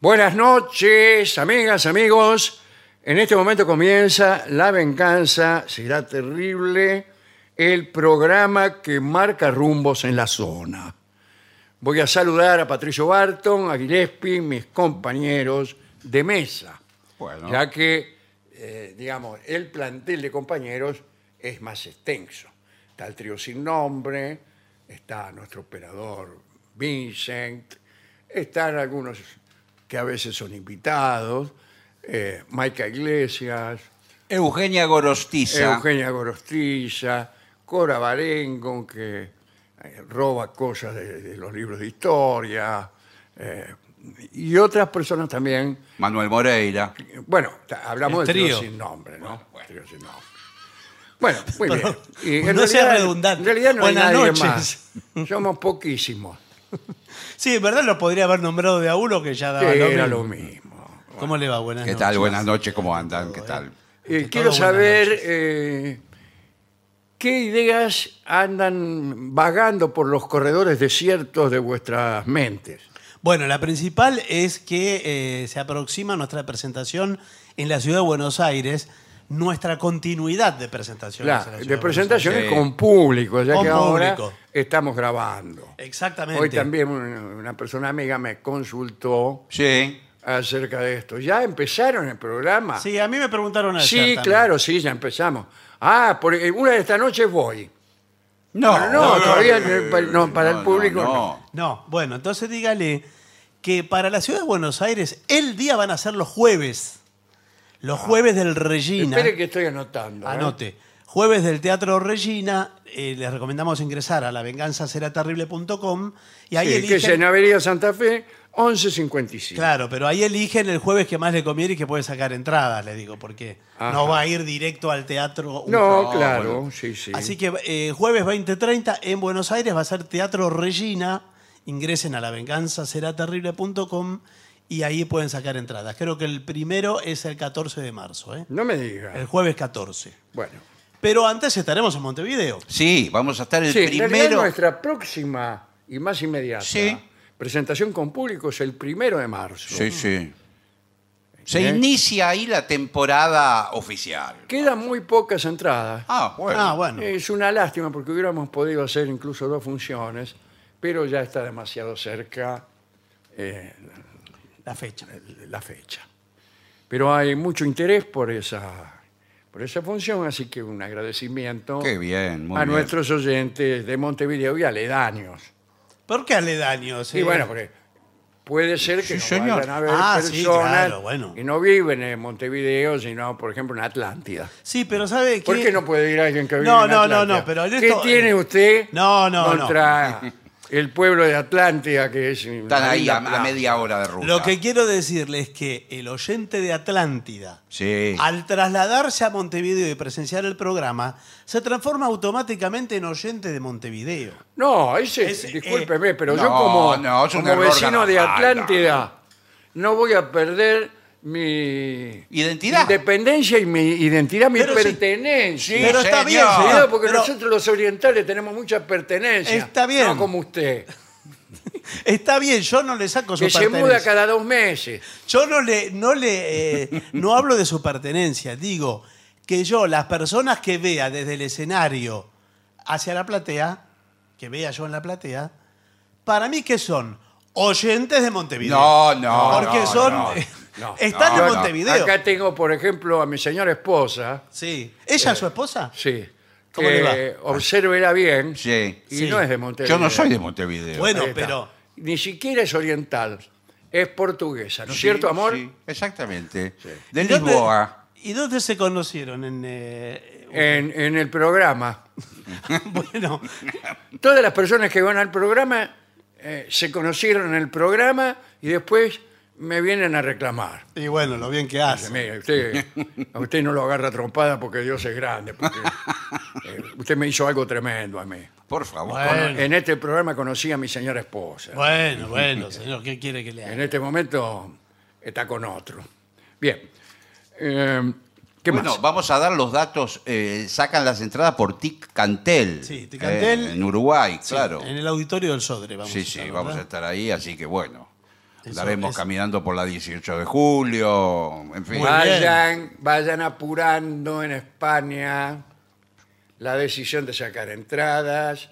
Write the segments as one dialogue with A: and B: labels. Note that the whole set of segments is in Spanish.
A: Buenas noches, amigas, amigos. En este momento comienza La Venganza Será Terrible, el programa que marca rumbos en la zona. Voy a saludar a Patricio Barton, a Gillespie, mis compañeros de mesa,
B: Bueno.
A: ya que, eh, digamos, el plantel de compañeros es más extenso. Está el trío sin nombre, está nuestro operador Vincent, están algunos que a veces son invitados, eh, Maica Iglesias,
B: Eugenia Gorostiza.
A: Eugenia Gorostiza, Cora Barengon, que eh, roba cosas de, de los libros de historia, eh, y otras personas también.
B: Manuel Moreira.
A: Bueno, ta- hablamos
C: El
A: del trío
C: trío.
A: sin nombre, ¿no? Trío sin nombre. Bueno, muy bien. Y
C: no sea redundante.
A: En realidad no
C: Buenas
A: hay nadie
C: noches.
A: más. Somos poquísimos.
C: Sí, en verdad lo podría haber nombrado de a uno que ya daba
A: que
C: lo
A: era
C: mismo.
A: lo mismo.
C: ¿Cómo le va? Buenas
B: ¿Qué
C: noches.
B: tal? Buenas noches, ¿cómo andan? ¿Qué tal?
A: Eh,
C: Ante
A: quiero
C: todo, buenas
A: saber
C: noches.
A: eh, qué ideas andan vagando por los corredores desiertos de vuestras mentes.
C: Bueno, la principal es que eh, se aproxima nuestra presentación en la ciudad de Buenos Aires, nuestra continuidad de presentaciones. en la
A: Claro,
C: ciudad
A: de
C: Buenos
A: presentaciones
B: Sí.
A: con público, ya
C: Con
A: que ahora
C: público.
A: estamos grabando.
C: Aires. Exactamente.
A: Hoy también un- una persona amiga me consultó
B: Sí.
A: acerca de esto. ¿Ya empezaron el programa?
C: Sí, a mí me preguntaron ayer.
A: Sí,
C: también.
A: claro, sí, ya empezamos. Ah, por, eh, una de esta noche voy. No, no, todavía no, pa- no, para el público no.
C: No, bueno, entonces dígale que para la ciudad de Buenos Aires el día van a ser los jueves. Los jueves del Regina.
A: Ah. Espere que estoy anotando. ¿eh?
C: Anote. Jueves del Teatro Regina, eh, les recomendamos ingresar a lavenganzaseraterrible.com y ahí
A: Sí, que es en
C: eligen.
A: Avenida Santa Fe, 1155.
C: Claro, pero ahí eligen el jueves que más le conviene y que puede sacar entradas, le digo, porque
A: Ajá.
C: no va a ir directo al teatro. un
A: No,
B: No,
A: claro,
B: bueno.
A: sí, sí.
C: Así que eh, jueves 20.30 en Buenos Aires va a ser Teatro Regina. Ingresen a lavenganzaseraterrible.com y ahí pueden sacar entradas. Creo que el primero es el 14 de marzo, ¿eh?
A: no me diga.
C: el jueves 14.
A: Bueno,
C: Pero antes estaremos en Montevideo.
B: Sí, vamos a estar el
A: sí, en realidad
B: primero.
A: nuestra próxima y más inmediata
B: Sí.
A: presentación con público es el primero de marzo.
B: Sí, sí. Se
A: ¿Eh?
B: inicia ahí la temporada oficial.
A: Quedan muy pocas entradas.
B: Ah, bueno.
C: Ah, bueno.
A: Es una lástima porque hubiéramos podido hacer incluso dos funciones, pero ya está demasiado cerca eh,
C: La fecha.
A: la fecha. Pero hay mucho interés por esa, por esa función, así que un agradecimiento
B: Qué bien, muy
A: a
B: bien.
A: nuestros oyentes de Montevideo y aledaños.
C: ¿Por qué aledaños?
A: Y
C: eh?
A: bueno, porque puede ser que
B: Sí,
A: no
B: señor.
A: vayan a ver
C: Ah, sí,
A: personas
C: claro, bueno.
A: que no viven en Montevideo, sino, por ejemplo, en Atlántida.
C: Sí, pero ¿sabe qué?
A: ¿Por qué no puede ir alguien que vive
C: No,
A: en
C: no,
A: Atlántida?
C: no, no, pero en
A: ¿Qué
C: esto-
A: tiene usted
C: No, no, no.
A: contra el pueblo de Atlántida que es...
B: Están
A: una
B: ahí
A: isla
B: a, a
A: plana?
B: media hora de ruta.
C: Lo que quiero decirles es que el oyente de Atlántida,
B: Sí.
C: al trasladarse a Montevideo y presenciar el programa, se transforma automáticamente en oyente de Montevideo.
A: No, ese,
C: Ese,
A: discúlpeme, pero yo
B: no,
A: como,
B: no, es un
A: como
B: error
A: vecino de
B: garrafal,
A: Atlántida no voy a perder mi
B: Identidad.
A: independencia y mi identidad, mi
C: Pero sí.
A: pertenencia.
B: Sí,
C: pero está
B: señor.
C: bien,
A: Cuidado,
C: señor.
A: porque
C: pero
A: nosotros los orientales tenemos mucha pertenencia.
C: Está bien.
A: No como usted,
C: Está bien, yo no le saco su
A: que se muda
C: pertenencia.
A: cada dos meses.
C: Yo no le, no le, eh, no hablo de su pertenencia, digo que yo, las personas que vea desde el escenario hacia la platea, que vea yo en la platea, para mí que son oyentes de Montevideo.
B: No, no,
C: Porque
B: no,
C: son. eh,
B: no,
A: no,
C: están
B: no,
C: en
B: no.
C: Montevideo.
A: Acá tengo, por ejemplo, a mi señora esposa,
C: Sí. ¿Ella
B: Eh,
C: es su esposa?
A: sí,
C: ¿Cómo
A: que
C: le
A: obsérvela bien
B: Sí.
A: y
C: Sí.
A: no es de Montevideo.
B: Yo no soy de Montevideo.
C: Bueno,
A: Ahí está.
C: pero.
A: Ni siquiera es oriental, es portuguesa, ¿no es
B: Sí,
A: cierto, amor?
B: sí, exactamente. De
C: ¿y dónde-
B: Lisboa.
C: ¿Y dónde se conocieron? En, eh,
A: En, en el programa.
C: bueno,
A: Todas las personas que van al programa eh, se conocieron en el programa y después me vienen a reclamar.
C: y bueno, lo bien que hace.
A: Mire, usted, a usted no lo agarra a trompada porque Dios es grande. porque, eh, usted me hizo algo tremendo a mí.
B: Por favor.
C: Bueno.
A: En este programa conocí a mi señora esposa.
C: Bueno, bueno, señor, ¿qué quiere que le haga?
A: En este momento está con otro. Bien. Eh, ¿Qué
B: Bueno,
A: más?
B: vamos a dar los datos. eh, sacan las entradas por Tic Cantel.
C: Sí, Tic Cantel.
B: en Uruguay,
C: Sí,
B: claro.
C: En el auditorio del Sodre, vamos
B: Sí,
C: a estar,
B: sí, vamos a
C: ¿verdad?
B: estar ahí, así que bueno. Andaremos
C: eso.
B: caminando por la 18 de julio, en fin.
C: Muy bien.
A: Vayan, vayan apurando en España la decisión de sacar entradas.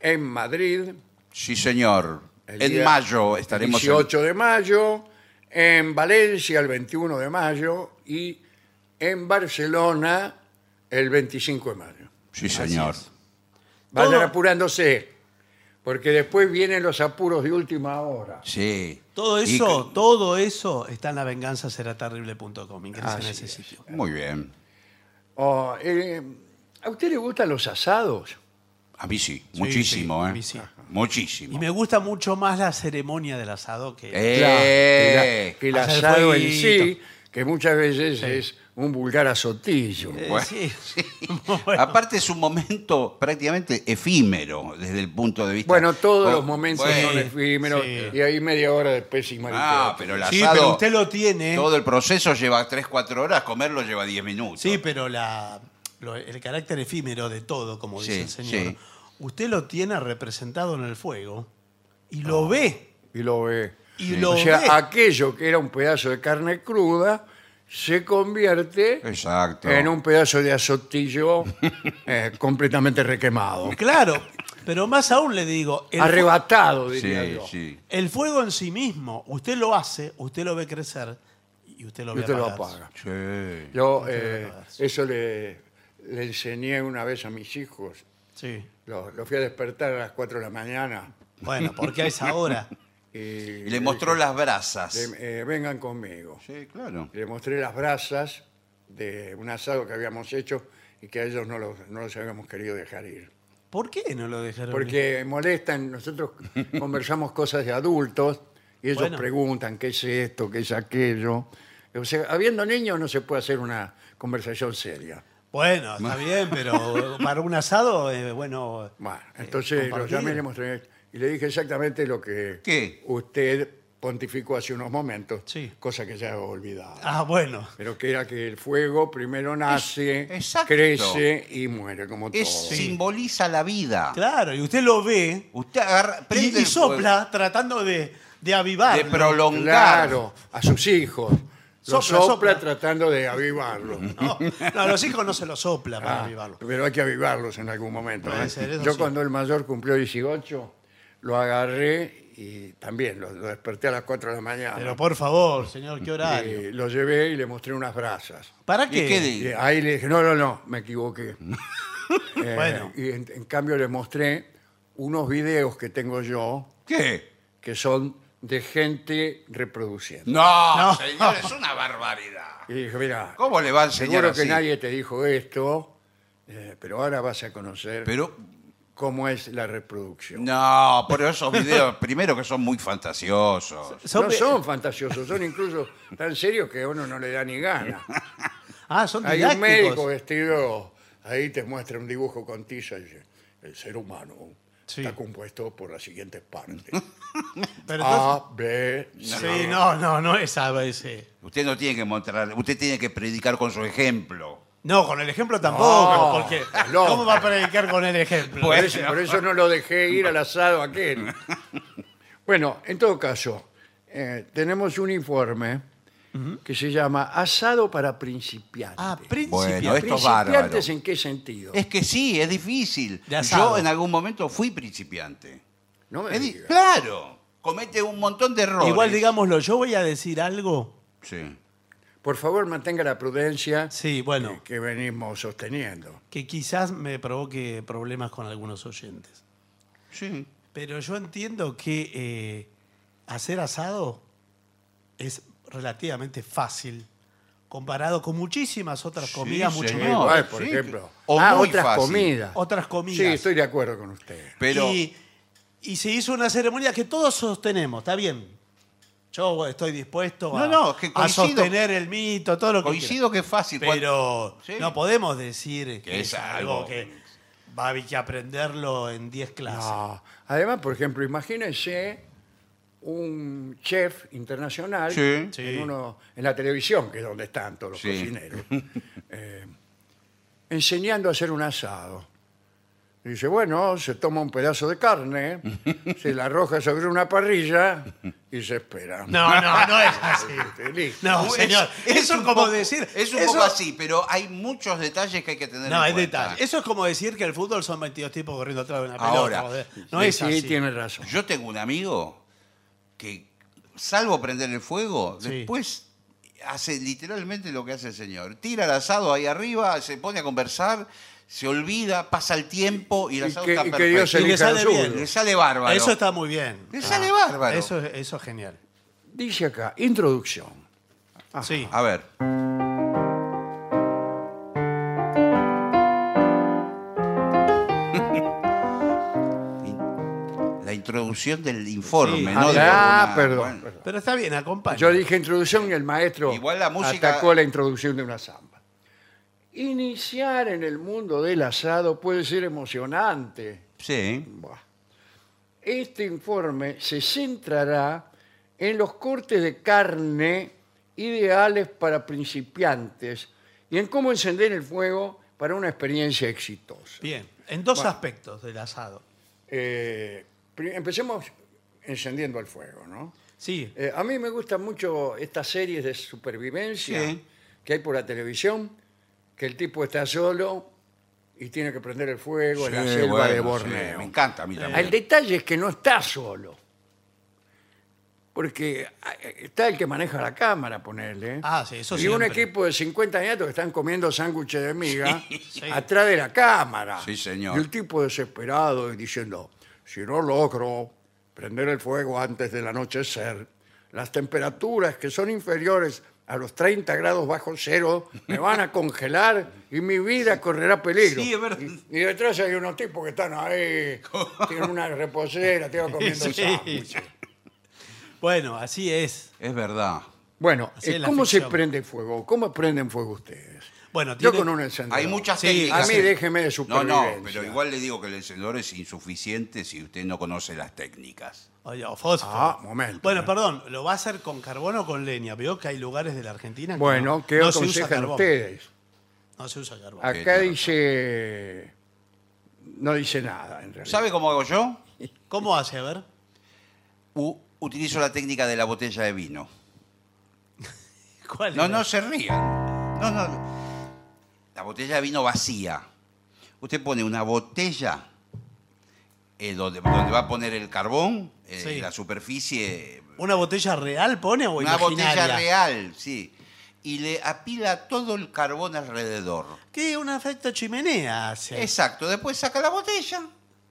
A: En Madrid,
B: Sí, señor.
A: el
B: En
A: día
B: mayo estaremos en-
A: 18 de mayo, en Valencia el 21 de mayo y en Barcelona el 25 de mayo.
B: Sí, señor.
A: Vayan
C: Todo-
A: apurándose, porque después vienen los apuros de última hora.
B: Sí.
C: Todo
B: Y-
C: eso, todo eso está en lavenganzaseraterrible.com. Ingresen
A: Así
C: a ese
A: es.
C: sitio.
B: Muy bien.
A: Oh, eh, ¿A usted le gustan los asados?
B: A mí sí, muchísimo,
C: sí,
B: ¿eh?
C: a mí sí.
B: Muchísimo.
C: Y me gusta mucho más la ceremonia del asado que...
B: ¡Eh!
A: que, la- que el
C: Hacer
A: asado en
C: fueguito.
A: sí, que muchas veces es un vulgar azotillo.
C: Eh,
B: bueno,
C: sí.
B: Bueno. Aparte es un momento prácticamente efímero desde el punto de vista.
A: Bueno, todos
B: Bueno,
A: los momentos
B: Oh, bueno.
A: son efímeros
C: sí.
A: y ahí media hora de pésima
B: Ah, pero el
C: Sí,
B: asado,
C: pero usted lo tiene.
B: todo el proceso lleva 3, 4 horas, comerlo lleva 10 minutos.
C: Sí, pero la, lo- el carácter efímero de todo, como dice
B: Sí,
C: el señor,
B: sí.
C: usted lo tiene representado en el fuego y lo ve.
A: Y lo ve.
C: Y lo
A: o sea,
C: ve.
A: aquello que era un pedazo de carne cruda se convierte
B: Exacto.
A: en un pedazo de azotillo eh, completamente requemado.
C: Claro, pero más aún le digo, el, fu-
A: Arrebatado, diría
B: Sí,
A: yo.
B: sí.
C: el fuego en sí mismo, usted lo hace, usted lo ve crecer y usted lo
A: Y
C: ve
A: usted lo
C: apagarse.
A: apaga.
B: Sí.
A: Yo
C: Usted lo
A: eh,
C: ve apagarse.
A: eso le, le enseñé una vez a mis hijos.
C: Sí.
A: Lo, lo fui a despertar a las 4 de la mañana.
C: Bueno, porque a esa hora.
A: Y,
B: Y le mostró las brasas.
A: le- eh, vengan conmigo.
B: Sí, claro.
A: Le mostré las brasas de un asado que habíamos hecho y que a ellos no los, no los habíamos querido dejar ir.
C: ¿Por qué no lo dejaron? ir?
A: Porque molestan, nosotros conversamos cosas de adultos y ellos
C: Bueno.
A: preguntan qué es esto, qué es aquello. O sea, habiendo niños no se puede hacer una conversación seria.
C: Bueno, está bien, pero para un asado, eh, bueno.
A: Bueno, entonces lo
C: compartir.
A: llamé y le mostré y le dije exactamente lo que
B: ¿Qué?
A: usted pontificó hace unos momentos,
C: Sí.
A: cosa que ya he olvidado.
C: Ah, bueno.
A: Pero que era que el fuego primero nace,
B: exacto.
A: crece y muere, como todo.
B: Es, Simboliza la vida.
C: Claro, y usted lo ve
B: Usted agarra, prende
C: Y, y
B: el fuego
C: sopla tratando de, de avivar.
B: de prolongar.
A: Claro, a sus hijos. Los
C: Sopla,
A: sopla,
C: sopla.
A: tratando de avivarlos.
C: No, no, a los hijos no se los sopla para
A: Ah,
C: avivarlo.
A: pero hay que avivarlos en algún momento.
C: Puede
A: ¿eh?
C: ser, eso
A: Yo
C: sí.
A: cuando el mayor cumplió 18, lo agarré y también lo, lo desperté a las 4 de la mañana.
C: Pero por favor, señor, qué horario.
A: Eh, lo llevé y le mostré unas brasas.
C: ¿Para
B: ¿Y
C: qué?
B: qué di-
A: Y ahí le dije, no, no, no, me equivoqué. Eh,
C: Bueno.
A: Y en, en cambio le mostré unos videos que tengo yo
B: ¿Qué?
A: que son de gente reproduciendo.
B: No,
C: No.
B: señor, es una barbaridad.
A: Y dije, mira,
B: ¿Cómo le va a enseñar
A: seguro que
B: así?
A: nadie te dijo esto, eh, pero ahora vas a conocer
B: Pero
A: cómo es la reproducción. No,
B: no, pero esos videos primero que son muy fantasiosos.
C: Son ve-
A: son fantasiosos, son incluso tan serios que a uno no le da ni gana.
C: Ah, son
A: Hay un médico
C: didácticos.
A: vestido, ahí te muestra un dibujo con tiza y dice, el ser humano
C: Sí.
A: está compuesto por las siguientes partes.
C: Pero entonces-
A: A, B, C.
C: sí, no, no, no es a veces.
B: Usted no tiene que mostrar, usted tiene que predicar con su ejemplo.
C: No, con el ejemplo tampoco,
A: No,
C: porque
A: estás loco.
C: ¿cómo va a predicar con el ejemplo?
A: Por eso, por eso no lo dejé ir al asado aquel. Bueno, en todo caso, eh, tenemos un informe que se llama Asado para principiantes.
C: Ah, principiante.
B: Bueno, esto- bárbaro.
A: ¿Principiantes en qué sentido?
B: Es que sí, es difícil.
C: De asado.
B: Yo en algún momento fui principiante.
A: No me
B: Es di-
A: diga.
B: claro, comete un montón de errores.
C: Igual digámoslo, yo voy a decir algo.
B: Sí.
A: Por favor, mantenga la prudencia
C: Sí,
A: que,
C: bueno,
A: que venimos sosteniendo.
C: que quizás me provoque problemas con algunos oyentes.
B: Sí.
C: Pero yo entiendo que eh, hacer asado es relativamente fácil comparado con muchísimas otras
B: Sí,
C: comidas, mucho
B: señor.
C: menos.
A: Igual, por
B: sí,
A: ejemplo.
B: o
A: ah,
B: muy
A: otras
B: fácil.
A: comidas.
C: Otras comidas.
A: Sí, estoy de acuerdo con usted.
B: Pero
C: Y, y se hizo una ceremonia que todos sostenemos, está bien. Yo estoy dispuesto a,
B: No, no, es que
C: a
B: coincido.
C: sostener el mito, todo lo que
B: coincido que es fácil.
C: quiera. Pero
B: Sí.
C: no podemos decir que,
B: Que
C: es
B: es
C: algo
B: algo-
C: que va a haber que aprenderlo en 10 clases.
A: No. Además, por ejemplo, imagínense un chef internacional
B: Sí.
A: En,
C: Sí.
A: uno, en la televisión, que es donde están todos los
B: Sí.
A: cocineros, eh, enseñando a hacer un asado. Y dice, bueno, se toma un pedazo de carne, se la arroja sobre una parrilla y se espera.
C: No, no, no es así.
A: Este, listo.
C: No, señor. eso es
B: un
C: como
B: poco-
C: decir.
B: Es un
C: eso-
B: poco así, pero hay muchos detalles que hay que tener
C: No,
B: en
C: es
B: cuenta.
C: detalle. Eso es como decir que el fútbol son 22 tipos corriendo atrás de una pelota.
B: Ahora,
C: joder. No
A: Sí,
C: es
A: sí,
C: así.
A: tiene razón.
B: Yo tengo un amigo que, salvo prender el fuego,
C: Sí.
B: después hace literalmente lo que hace el señor. Tira el asado ahí arriba, se pone a conversar, se olvida, pasa el tiempo y el
A: Y
B: asado
A: que-
B: está
A: y que
B: perfecto.
A: Dios
C: Y le
A: elija
C: sale
A: lo suyo.
C: bien.
B: Le sale bárbaro.
C: Eso está muy bien.
B: Le sale bárbaro.
C: Eso, es- eso es genial.
A: Dice acá, introducción.
C: Sí.
B: A ver. La introducción del informe,
C: Sí.
B: Eh, ¿no? De
A: Ah,
B: alguna-
A: perdón,
B: bueno.
A: perdón.
C: Pero está bien, acompaña.
A: Yo dije introducción y el maestro
B: Igual la música-
A: atacó la introducción de una samba. Iniciar en el mundo del asado puede ser emocionante.
B: Sí.
A: Buah. Este informe se centrará en los cortes de carne ideales para principiantes y en cómo encender el fuego para una experiencia exitosa.
C: Bien. En dos aspectos del asado.
A: Eh, pri- empecemos encendiendo el fuego, ¿no?
C: Sí.
A: Eh, a mí me gustan mucho estas series de supervivencia
B: Sí.
A: que hay por la televisión, que el tipo está solo y tiene que prender el fuego en la
B: Sí,
A: selva de
B: bueno, sí,
A: Borneo. Eh,
B: me encanta a mí también.
A: El detalle es que no está solo. Porque eh, está el que maneja la cámara, ponerle.
C: Ah, sí, eso
A: y un
C: siempre.
A: equipo de 50 nietos que están comiendo sándwiches de miga
C: sí.
A: atrás de la cámara.
B: Sí, señor.
A: Y el tipo desesperado y diciendo, si no logro prender el fuego antes del anochecer, las temperaturas que son inferiores a los 30 grados bajo cero me van a congelar y mi vida correrá peligro.
B: Sí, es verdad.
A: Y, y detrás hay unos tipos que están ahí, tienen una reposera, tienen comiendo
C: Sí.
A: sándwiches.
C: Bueno, así es.
B: Es verdad.
A: Bueno,
C: Así es
A: eh,
C: la
A: ¿cómo se
C: ficción.
A: prende fuego? ¿Cómo prenden fuego ustedes?
C: Bueno,
A: Yo
C: tiene-
A: con un encendedor.
B: Hay muchas
C: Sí,
A: A
B: técnicas.
A: mí
B: sí.
A: déjeme de
B: No,
A: supervivencia.
B: no, pero igual le digo que el encendedor es insuficiente si usted no conoce las técnicas.
C: Oye, o fósforo.
A: Ah, momento.
C: Bueno, perdón, ¿lo va a hacer con carbono o con leña? Veo que hay lugares de la Argentina que
A: Bueno,
C: no,
A: ¿qué
C: no se usa
A: aconsejan
C: carbón.
A: ustedes?
C: No se usa carbón.
A: Acá
B: tiene
A: dice... No dice nada, en realidad.
B: ¿Sabe cómo hago yo?
C: ¿Cómo hace? A ver.
B: U- utilizo la técnica de la botella de vino.
C: ¿Cuál
B: No,
C: era?
B: no se rían. No, no. La botella de vino vacía. Usted pone una botella eh, donde, donde va a poner el carbón, eh,
C: Sí.
B: la superficie
C: ¿Una botella real pone o
B: Una
C: imaginaria?
B: botella real, sí. Y le apila todo el carbón alrededor.
C: ¿Qué? ¿Un efecto chimenea hace?
B: Exacto. Después saca la botella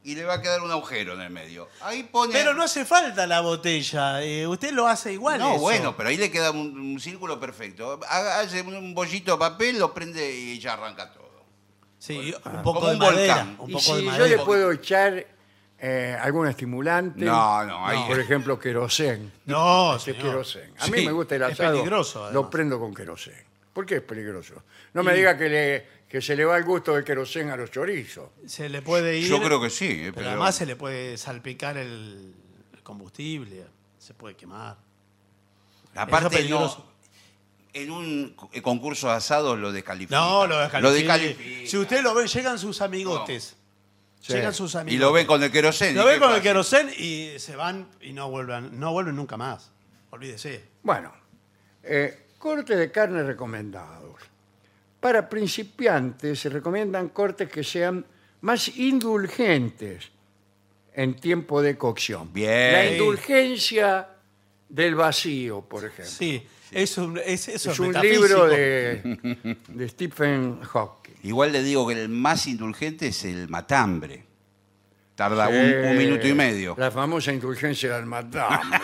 B: y le va a quedar un agujero en el medio. Ahí pone.
C: Pero no hace falta la botella. eh, usted lo hace igual
B: No,
C: eso.
B: bueno, pero ahí le queda un, un círculo perfecto. Ha- Hace un- un bollito de papel, lo prende y ya arranca todo.
C: Sí, un
B: Como
C: poco de
B: un
C: madera.
B: volcán.
C: Un
A: Y
C: poco
A: si
C: de
A: yo
C: madera.
A: le puedo echar eh, algún estimulante...
B: No, no, ahí-
A: Por ejemplo, querosén.
C: No,
A: Ese
C: señor.
A: querosén. Este A mí
B: Sí,
A: me gusta el
C: es
A: asado.
C: peligroso, además.
A: Lo prendo con querosén. ¿Por qué es peligroso? No me diga que, le- que se le va el gusto del querosén a los chorizos.
C: Se le puede ir.
B: Yo creo que sí. eh,
C: Pero,
B: pero-
C: además se le puede salpicar el el combustible. Se puede quemar. Eso
B: Aparte,
C: es
B: no,
C: peligroso.
B: en un cu- eh, concurso de asados lo descalifica.
C: No, lo descalifica.
B: descalifica.
C: Si usted lo ve, llegan sus amigotes.
A: Sí.
C: Llegan sus amigos.
B: Y lo ven con el queroseno.
C: Lo
B: ¿y
C: ven
B: qué
C: con el
B: pasa?
C: querosén y se van y no vuelven, no vuelven nunca más. Olvídese.
A: Bueno, eh, cortes de carne recomendados. Para principiantes se recomiendan cortes que sean más indulgentes en tiempo de cocción.
B: Bien.
A: La indulgencia del vacío, por ejemplo.
C: Sí, es un, es, eso
A: es un
C: metafísico.
A: libro de, de Stephen Hawking.
B: Igual le digo que el más indulgente es el matambre. Tarda un,
A: Eh,
B: un minuto y medio.
A: La famosa indulgencia del matambre.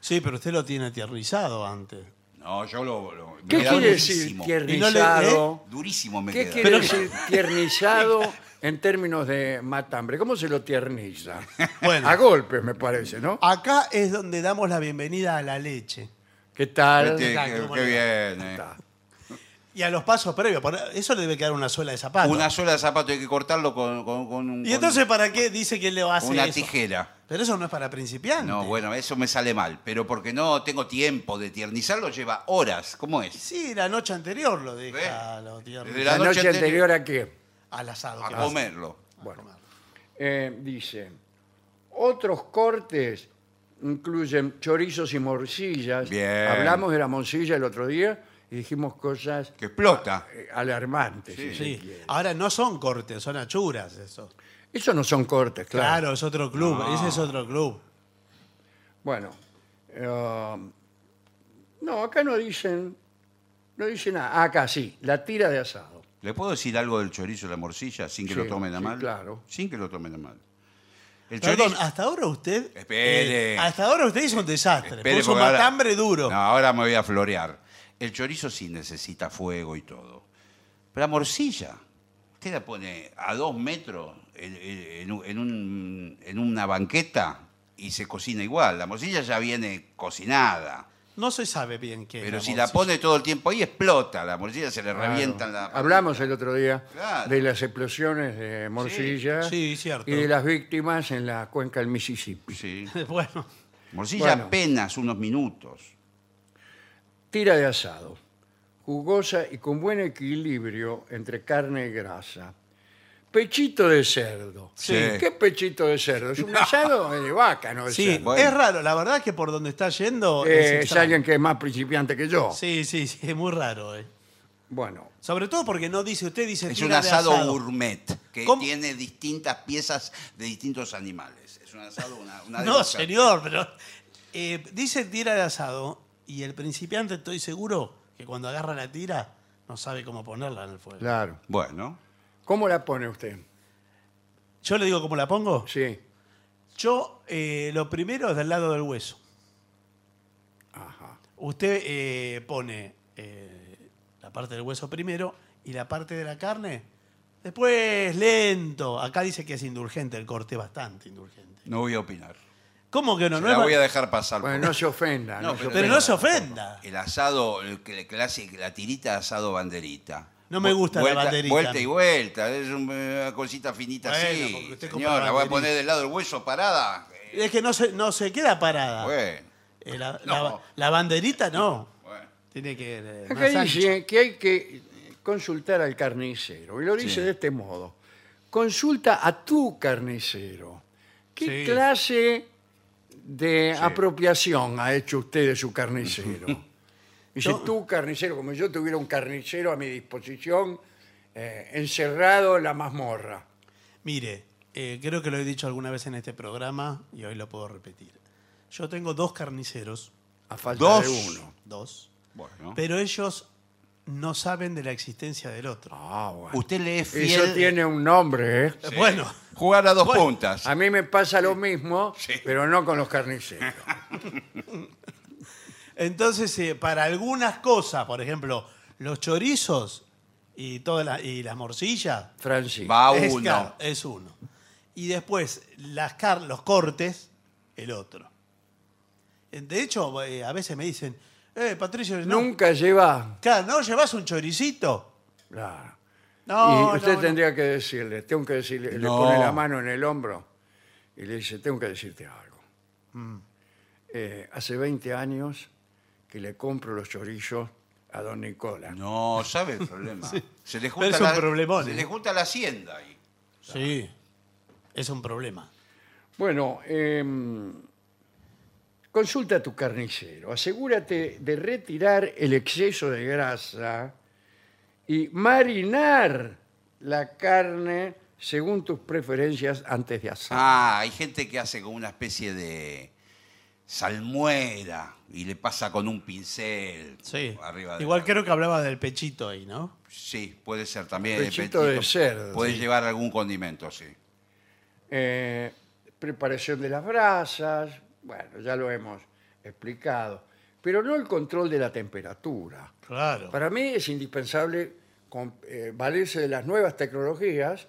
C: Sí, pero usted lo tiene tierrizado antes.
B: No, yo lo. lo- me
A: ¿Qué
B: queda
A: quiere decir
B: durísimo.
A: tiernizado?
C: Y no
B: Durísimo ¿eh? me
A: ¿Qué
B: queda.
A: quiere decir tiernizado en términos de matambre? ¿Cómo se lo tierniza?
C: Bueno.
A: A golpes, me parece, ¿no?
C: Acá es donde damos la bienvenida a la leche
A: ¿Qué tal?
B: Este,
C: Exacto,
B: qué-
C: bueno.
B: qué bien, eh.
A: Está.
C: y a los pasos previos. Por Eso le debe quedar una suela de
A: Ah,
C: zapato.
B: Una sola de zapato hay que cortarlo con, con- con un-
C: ¿Y entonces para qué dice que le
B: con
C: hace
B: una
C: eso?
B: tijera.
C: Pero eso no es para principiantes.
B: No, bueno, eso me sale mal. Pero porque no tengo tiempo de tiernizarlo, lleva horas. ¿Cómo es?
C: Sí, la noche anterior lo deja lo tierniza.
B: Desde
A: La noche anterior a qué?
C: al asado.
B: A
C: que va a hacer.
B: comerlo.
A: Bueno, eh, dice, otros cortes incluyen chorizos y morcillas.
B: Bien.
A: Hablamos de la morcilla el otro día y dijimos cosas
B: Que explota.
A: eh, alarmantes.
B: Sí.
A: si se
C: Sí.
A: quiere.
C: Ahora no son cortes, son achuras eso.
A: Eso no son cortes,
C: Claro,
A: claro.
C: es otro club, ese es otro club.
A: Bueno, eh, no, acá no dicen, no dicen nada. Ah, Acá sí, la tira de asado.
B: ¿Le puedo decir algo del chorizo y la morcilla sin que
A: Sí,
B: lo tomen a
A: sí,
B: mal?
A: claro.
B: Sin que lo tomen a mal. El
C: Perdón,
B: chorizo-
C: hasta ahora usted.
B: Espere.
C: eh, hasta ahora usted hizo un desastre.
B: Espere,
C: puso un
B: porque ahora-
C: matambre duro.
B: No, ahora me voy a florear. El chorizo sí necesita fuego y todo. Pero la morcilla, usted la pone a dos metros en, en- en un- en un- en una banqueta y se cocina igual. La morcilla ya viene cocinada.
C: No se sabe bien qué. es
B: Pero
C: la
B: si la
C: morcilla.
B: pone todo el tiempo ahí, explota. La morcilla se le revientan la.
A: Hablamos el otro día
B: Claro.
A: de las explosiones de morcilla
C: Sí, cierto.
A: y de las víctimas en la cuenca del Mississippi.
B: Sí.
C: Bueno,
B: Morcilla
A: Bueno.
B: apenas unos minutos.
A: Tira de asado, jugosa y con buen equilibrio entre carne y grasa. Pechito de cerdo.
B: Sí.
A: ¿Qué pechito de cerdo? Es un asado de vaca, ¿no? de
C: sí,
A: cerdo.
B: bueno.
C: es raro. La verdad que por donde está yendo. es
A: Eh, es
C: extraño.
A: alguien que es más principiante que yo.
C: Sí, sí, sí, es muy raro. eh.
A: Bueno,
C: Sobre todo porque no dice usted, dice.
B: Es
C: tira
B: un
C: de
B: asado, gourmet que
C: ¿Cómo?
B: tiene distintas piezas de distintos animales. Es un asado, una, una
C: No,
B: delicia.
C: señor, pero. eh, dice tira de asado y el principiante, estoy seguro que cuando agarra la tira, no sabe cómo ponerla en el fuego.
A: claro.
B: Bueno,
A: ¿Cómo la pone usted?
C: Yo le digo cómo la pongo.
A: Sí.
C: Yo, eh, lo primero es del lado del hueso.
A: Ajá.
C: Usted eh, pone eh, la parte del hueso primero y la parte de la carne. Después, lento. Acá dice que es indulgente el corte, bastante indulgente.
B: no voy a opinar.
C: ¿Cómo que no?
B: Se
C: no
B: la
C: es ba-
B: voy a dejar pasar.
A: Bueno, no se ofenda. no
B: No,
A: se
B: pero-
A: ofenda.
C: Pero no se ofenda.
B: El asado, el que- el clásico, la tirita de asado banderita.
C: No me
B: Vu-
C: gusta la
B: vuelta,
C: banderita.
B: Vuelta y vuelta, es un- eh, una cosita finita
C: Bueno, porque
B: así.
C: usted compra
B: Señor, la voy a
C: banderita.
B: poner del lado del hueso parada. Eh,
C: Es que no se, no se queda parada.
B: Bueno,
C: Eh, la,
B: No.
C: la- la banderita no.
B: bueno.
C: Tiene que. eh,
A: Acá
C: más ancho.
A: dice que hay que consultar al carnicero. Y lo dice
B: Sí.
A: de este modo. Consulta a tu carnicero. ¿Qué
C: Sí.
A: clase de apropiación ha hecho usted de su carnicero? Dice,
C: Yo-
A: tu carnicero, como yo tuviera un carnicero a mi disposición, eh, encerrado en la mazmorra.
C: Mire, eh, creo que lo he dicho alguna vez en este programa y hoy lo puedo repetir. Yo tengo dos carniceros,
A: A falta
B: Dos.
A: de uno.
C: dos,
B: bueno.
C: pero ellos no saben de la existencia del otro.
A: Ah, bueno.
B: Usted le es fiel.
A: Eso tiene un nombre, ¿eh?
B: Sí.
C: Bueno,
B: Jugar a dos
C: Bueno.
B: puntas.
A: A mí me pasa lo mismo,
B: Sí.
A: pero no con los carniceros.
C: entonces eh, para algunas cosas, por ejemplo, los chorizos y, todas las- y las morcillas,
A: Francis.
B: Va
C: es,
B: uno.
C: claro, es uno. Y después las car- los cortes, el otro. De hecho, eh, a veces me dicen, eh, Patricio, no,
A: Nunca lleva.
C: claro, ¿no llevas un choricito?
A: Claro.
C: No,
A: y usted
C: no, no.
A: tendría que decirle, tengo que decirle, le
B: No.
A: pone la mano en el hombro y le dice, tengo que decirte algo.
C: Mm.
A: Eh, hace 20 años que le compro los chorizos a don Nicola.
B: No, sabe el problema. Se le
C: Pero
B: junta
C: es un
B: la,
C: problemón,
B: se
C: ¿eh?
B: le junta la hacienda ahí.
C: Sí, es un problema.
A: Bueno, em, consulta a tu carnicero. Asegúrate de retirar el exceso de grasa y marinar la carne según tus preferencias antes de asar.
B: Ah, hay gente que hace como una especie de salmuera y le pasa con un pincel
C: Sí.
B: arriba de
C: Igual
B: la-
C: creo que hablaba del pechito ahí, ¿no?
B: Sí, puede ser también. eh,
A: Pechito de cerdo,
B: Puede
A: sí.
B: llevar algún condimento, sí.
A: Eh, preparación de las brasas, bueno, ya lo hemos explicado, pero no el control de la temperatura.
C: Claro.
A: Para mí es indispensable con- eh, valerse de las nuevas tecnologías,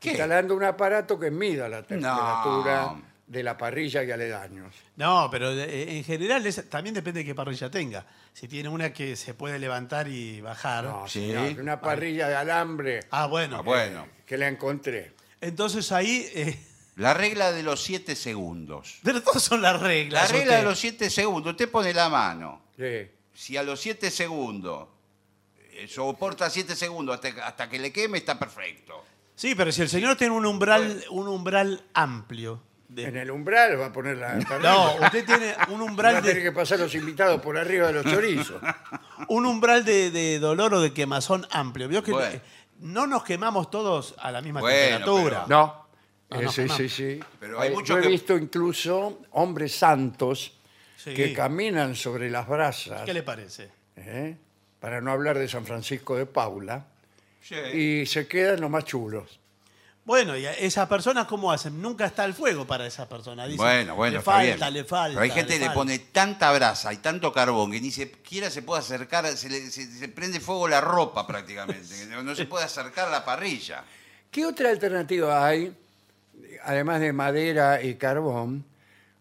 B: ¿Qué?
A: instalando un aparato que mida la temperatura
B: No.
A: de la parrilla y aledaños.
C: No, pero eh, en general es- también depende de qué parrilla tenga. Si tiene una que se puede levantar y bajar.
A: No,
B: Sí.
A: señor, una parrilla de alambre
C: Ah, bueno.
B: Ah, bueno.
A: que la encontré.
C: Entonces ahí. eh,
B: La regla de los siete segundos.
C: pero todas son las reglas.
B: La regla de
C: usted.
B: los siete segundos. Usted pone la mano.
A: Sí.
B: Si a los siete segundos eh, soporta siete segundos hasta, hasta que le queme, está perfecto.
C: Sí, pero si el señor tiene un umbral, un umbral amplio. de-
A: En el umbral va a poner la
C: no,
A: tarrina.
C: usted tiene un
A: Va a
C: umbral
A: tener
C: de,
A: que pasar los invitados por arriba de los chorizos.
C: un umbral de, de dolor o de quemazón amplio. Vio que
B: Bueno.
C: no nos quemamos todos a la misma
B: Bueno,
C: temperatura.
A: No.
C: No,
A: Eh,
C: Ah, no,
A: sí,
C: jamás.
A: sí, sí.
B: Pero hay
A: Eh,
B: mucho
A: Yo he
B: que-
A: visto incluso hombres santos
C: Sí.
A: que caminan sobre las brasas,
C: ¿Qué le parece?
A: ¿eh? para no hablar de San Francisco de Paula,
B: Sí.
A: y se quedan los más chulos.
C: Bueno, ¿y a esas personas cómo hacen? Nunca está el fuego para esas personas. Dicen,
B: bueno, bueno,
C: le
B: está
C: falta,
B: bien.
C: le falta.
B: Pero hay gente que le
C: falta.
B: pone tanta brasa y tanto carbón que ni siquiera se puede acercar, se, le, se- se prende fuego la ropa prácticamente. que no, no se puede acercar a la parrilla.
A: ¿Qué otra alternativa hay, además de madera y carbón,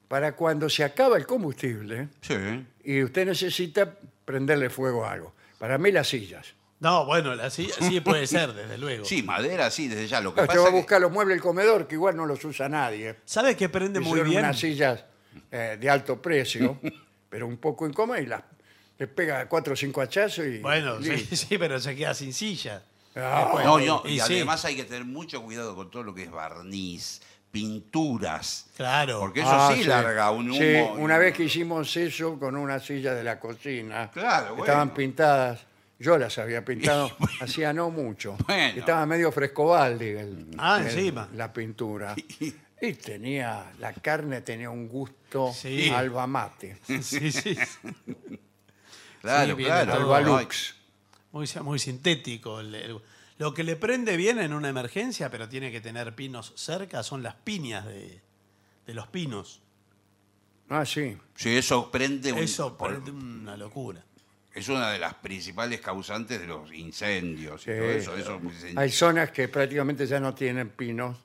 A: para cuando se acaba el combustible
B: Sí.
A: y usted necesita prenderle fuego a algo? Para mí las sillas.
C: No, bueno, la silla- sí, puede ser, desde luego.
B: Sí, madera, sí, desde ya. Lo que
A: Usted
B: pasa
A: va a
B: es que-
A: buscar los muebles del comedor, que igual no los usa nadie.
C: ¿Sabe qué prende muy
A: Hicieron
C: bien?
A: unas sillas eh, de alto precio, pero un poco incómodas y las le pega cuatro o cinco hachazos y
C: Bueno, sí,
A: listo.
C: sí, pero se queda sin silla.
A: Ah,
B: No, no, y,
C: Y sí.
B: además hay que tener mucho cuidado con todo lo que es barniz, pinturas.
C: Claro.
B: Porque eso
A: Ah,
B: sí, larga un humo.
A: Sí, una vez que hicimos eso con una silla de la cocina,
B: Claro,
A: estaban
B: bueno.
A: pintadas, yo las había pintado, hacía no mucho,
B: Bueno.
A: estaba medio frescobaldi el-
C: Ah,
A: el-
C: encima.
A: la pintura. Y tenía, la carne tenía un gusto
C: Sí.
A: alba mate,
C: Sí, sí.
B: Claro,
C: Sí, viene
B: claro.
C: todo.
A: alba
B: No, hay-
A: lux.
C: Muy, muy sintético. el- el- lo que le prende bien en una emergencia, pero tiene que tener pinos cerca, son las piñas de, de los pinos.
A: Ah, sí.
B: Sí, eso prende un-
C: Eso
B: por-
C: prende una locura.
B: Es una de las principales causantes de los incendios y
A: Sí.
B: todo eso. eso se-
A: Hay zonas que prácticamente ya no tienen pinos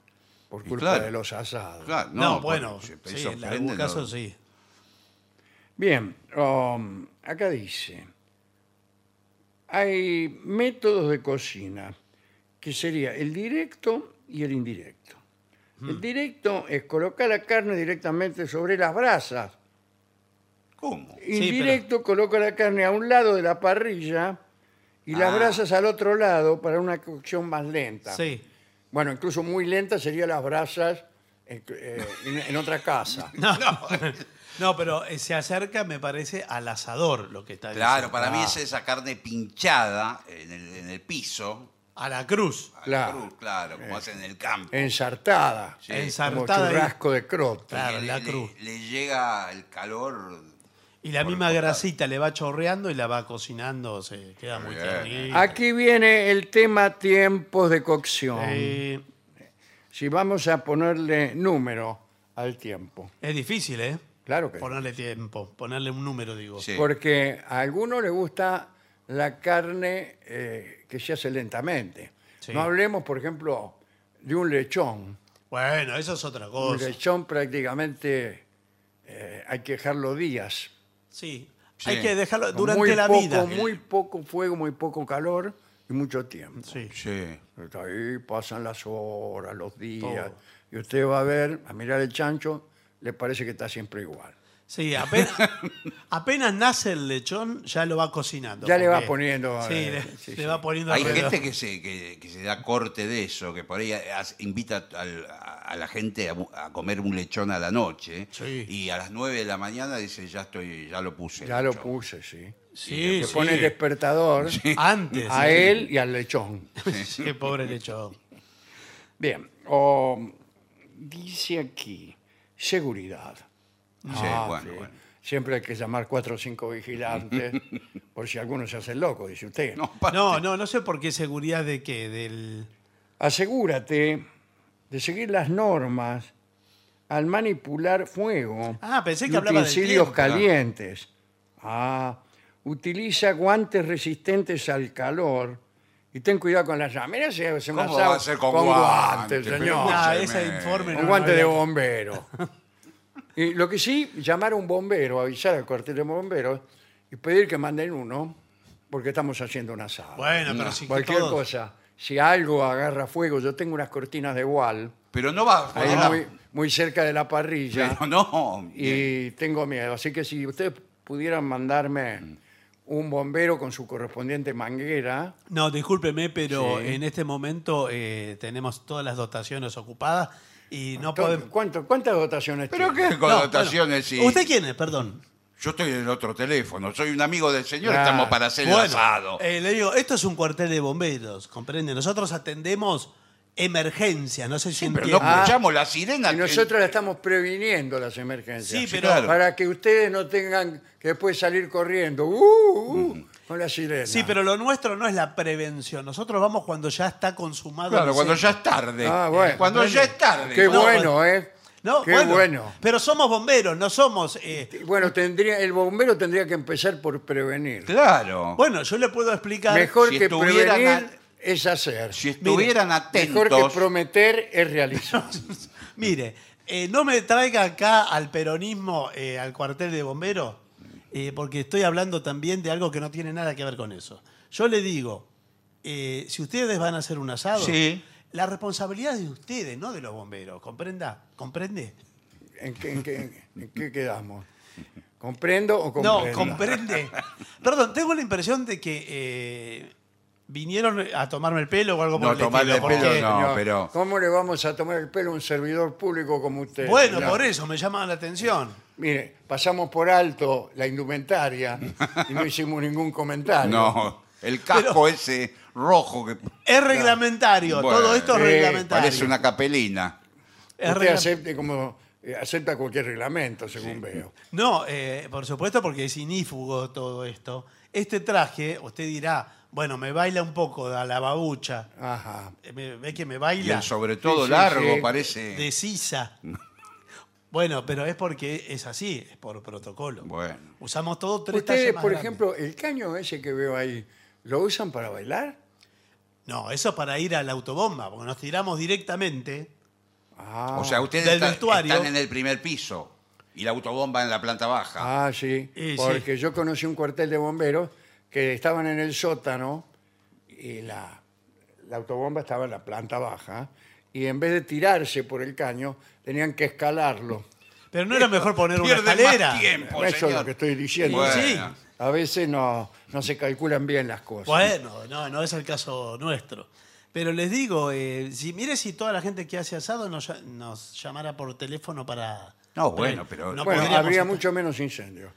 A: por culpa
B: claro.
A: de los asados.
B: Claro,
C: No, bueno,
B: por-
C: sí,
B: eso
C: en
B: prende,
C: algún
B: no-
C: caso sí.
A: Bien, um, acá dice, hay métodos de cocina, que sería el directo y el indirecto.
C: Hmm.
A: El directo es colocar la carne directamente sobre las brasas.
B: ¿Cómo?
C: pero-
A: Indirecto coloca la carne a un lado de la parrilla y las
B: Ah.
A: brasas al otro lado para una cocción más lenta.
C: Sí.
A: Bueno, incluso muy lenta serían las brasas en, eh, en- en otra casa.
C: No, no pero eh, se acerca, me parece, al asador lo que está
B: Claro,
C: diciendo. Ah,
B: para mí es esa carne pinchada en el, en el piso.
C: A la cruz.
B: a la
A: Claro.
B: cruz, claro, como hacen en el campo.
A: Ensartada.
B: Sí.
A: Como
C: ensartada. y-
A: churrasco de crota.
C: Claro,
B: le,
C: la
B: le-
C: cruz.
B: le llega el calor.
C: Y la
B: por
C: misma
B: el costado.
C: grasita le va chorreando y la va cocinando, se queda muy
B: Bien. eh.
C: tiernita.
A: Aquí viene el tema tiempos de cocción.
C: Eh,
A: Si vamos a ponerle número al tiempo.
C: es difícil, ¿eh?
A: Claro que sí.
C: Ponerle tiempo, ponerle un número, digo.
B: Sí.
A: Porque a algunos les gusta la carne eh, que se hace lentamente.
C: Sí.
A: No hablemos, por ejemplo, de un lechón.
C: Bueno, eso es otra
A: Un
C: cosa.
A: lechón prácticamente eh, hay que dejarlo días.
C: Sí.
B: Sí.
C: Hay que dejarlo
A: Con
C: durante
A: muy
C: la
A: poco,
C: vida.
A: Muy poco fuego, muy poco calor y mucho tiempo.
C: Sí.
B: Sí.
A: Está Ahí pasan las horas, los días.
C: Todo.
A: Y usted va a ver, a mirar el chancho, le parece que está siempre igual.
C: Sí, apenas, apenas nace el lechón, ya lo va cocinando.
A: Ya le va
C: porque-
A: poniendo,
C: Sí,
A: eh,
C: le,
A: sí,
C: le
A: sí.
C: va poniendo.
B: Hay
C: alrededor.
B: gente que se, que, que se da corte de eso, que por ahí hace- invita al- a, a la gente a, bu- a comer un lechón a la noche
C: Sí.
B: y a las 9 de la mañana dice, ya estoy ya lo puse. el
A: Ya lo
B: lechón".
A: puse, sí.
C: Sí,
A: Le
C: sí.
A: pone el despertador
C: Antes.
A: a
C: sí.
A: él y al lechón.
C: Sí, pobre lechón.
A: Bien, o dice aquí, seguridad. Ah,
B: Sí, bueno, bueno.
A: Siempre hay que llamar cuatro o cinco vigilantes por si alguno se hace loco, dice usted.
B: No, pa-
C: No, no, no sé por qué seguridad de qué, del.
A: Asegúrate de seguir las normas al manipular fuego
C: Ah, pensé
A: y
C: que hablaba del
A: utensilios
C: tiempo.
A: calientes. Ah, utiliza guantes resistentes al calor y ten cuidado con las llamas. Mirá si hace un
B: ¿Cómo
A: asado
B: va a ser con guantes,
A: guantes,
B: pero
A: señor.
B: no
C: Ah,
B: sé,
C: ese
B: me-
C: informe no
A: Un
C: lo
A: guante de
C: había-
A: bombero. Y lo que sí, llamar a un bombero, avisar al cuartel de bomberos y pedir que manden uno, porque estamos haciendo un asado.
C: Bueno, pero sí que
A: Cualquier
C: todos-
A: cosa. Si algo agarra fuego, yo tengo unas cortinas de wall
B: Pero no va a
A: ahí
C: Ah.
B: poder-
A: muy, muy cerca de la parrilla
B: Pero no.
A: y tengo miedo. Así que si ustedes pudieran mandarme un bombero con su correspondiente manguera.
C: No, discúlpeme, pero
A: Sí.
C: en este momento eh, tenemos todas las dotaciones ocupadas y no
A: ¿Cuánto-
C: podemos...
A: cuánto- ¿Cuántas dotaciones
B: ¿Pero
A: tiene?
B: qué connotaciones?
C: No,
B: y-
C: bueno. ¿Usted quién es? Perdón.
B: Yo estoy en el otro teléfono, soy un amigo del señor,
A: Claro.
B: estamos para hacer el asado.
C: eh, le digo, esto es un cuartel de bomberos, ¿comprende? Nosotros atendemos emergencias, no sé si
B: Sí, pero no
C: entiende.
A: Ah.
B: escuchamos la sirena.
A: Y
B: que-
A: nosotros la estamos previniendo las emergencias.
B: Sí,
C: Sí, pero,
B: claro.
A: Para que ustedes no tengan que después salir corriendo ¡uh, uh! con la sirena.
C: sí, pero lo nuestro no es la prevención. Nosotros vamos cuando ya está consumado.
B: Claro,
C: el
B: cuando ya
C: incendio.
B: es tarde.
A: Ah, bueno.
B: Cuando ya es tarde.
A: Qué
C: No,
A: bueno,
C: bueno.
A: ¿eh?
C: No,
A: qué
C: bueno,
A: bueno.
C: Pero somos bomberos, no somos. eh,
A: Bueno, tendría, el bombero tendría que empezar por prevenir.
B: Claro.
C: bueno, yo le puedo explicar.
A: Mejor
B: si
A: que
B: estuvieran
A: prevenir
B: a-
A: es hacer.
B: Si estuvieran
A: Mejor que
B: atentos.
A: prometer es realizar.
C: Mire, eh, no me traiga acá al peronismo, eh, al cuartel de bomberos, eh, porque estoy hablando también de algo que no tiene nada que ver con eso. Yo le digo, eh, si ustedes van a hacer un asado,
B: Sí.
C: la responsabilidad es de ustedes, no de los bomberos. ¿Comprenda? ¿Comprende?
A: ¿En qué, en qué- en qué quedamos? ¿Comprendo o comprendo?
C: No, comprende. Perdón, tengo la impresión de que eh, vinieron a tomarme el pelo o algo por
B: No,
C: el
B: tomarle
C: estilo,
B: el pelo
C: porque-
B: no, pero-
A: ¿Cómo le vamos a tomar el pelo a un servidor público como usted?
C: Bueno,
B: Claro.
C: por eso me llama la atención.
A: Mire, pasamos por alto la indumentaria y no hicimos ningún comentario.
B: No, el casco ese rojo que
C: Es reglamentario,
B: Bueno,
C: todo esto es
A: eh,
C: reglamentario.
B: parece una capelina.
C: Es
A: Usted
C: regla-
A: acepte como, eh, acepta cualquier reglamento, según veo.
C: No, eh, por supuesto, porque es inífugo todo esto. Este traje, usted dirá, bueno, me baila un poco a la babucha.
A: Ajá.
C: Eh, me- ¿Ve que me
B: Y
C: baila?
B: el sobre todo
A: Sí, sí,
B: largo
A: sí.
B: parece.
C: De sisa. bueno, pero es porque es así, es por protocolo.
B: Bueno.
C: Usamos todo tres
A: Ustedes,
C: talles más
A: por
C: grandes.
A: ejemplo, el caño ese que veo ahí, ¿lo usan para bailar?
C: No, eso es para ir a la autobomba, porque nos tiramos directamente.
A: Ah,
B: O sea, ustedes
C: Del
B: están,
C: vestuario.
B: están en el primer piso y la autobomba en la planta baja.
A: ah, sí.
C: Y sí.
A: porque yo conocí un cuartel de bomberos que estaban en el sótano y la, la autobomba estaba en la planta baja y en vez de tirarse por el caño, tenían que escalarlo.
C: Pero no era mejor poner una
B: Pierden más
C: escalera.
A: Eso
B: tiempo,
A: es
B: señor.
A: lo que estoy diciendo.
B: Bueno.
C: Sí.
A: A veces no, no se calculan bien las cosas.
C: Bueno, no, no es el caso nuestro. Pero les digo, eh, si, mire si toda la gente que hace asado nos, ll- nos llamara por teléfono para...
B: No, bueno, pero-
C: no
A: Bueno,
C: podríamos
A: habría
C: atender.
A: mucho menos incendios.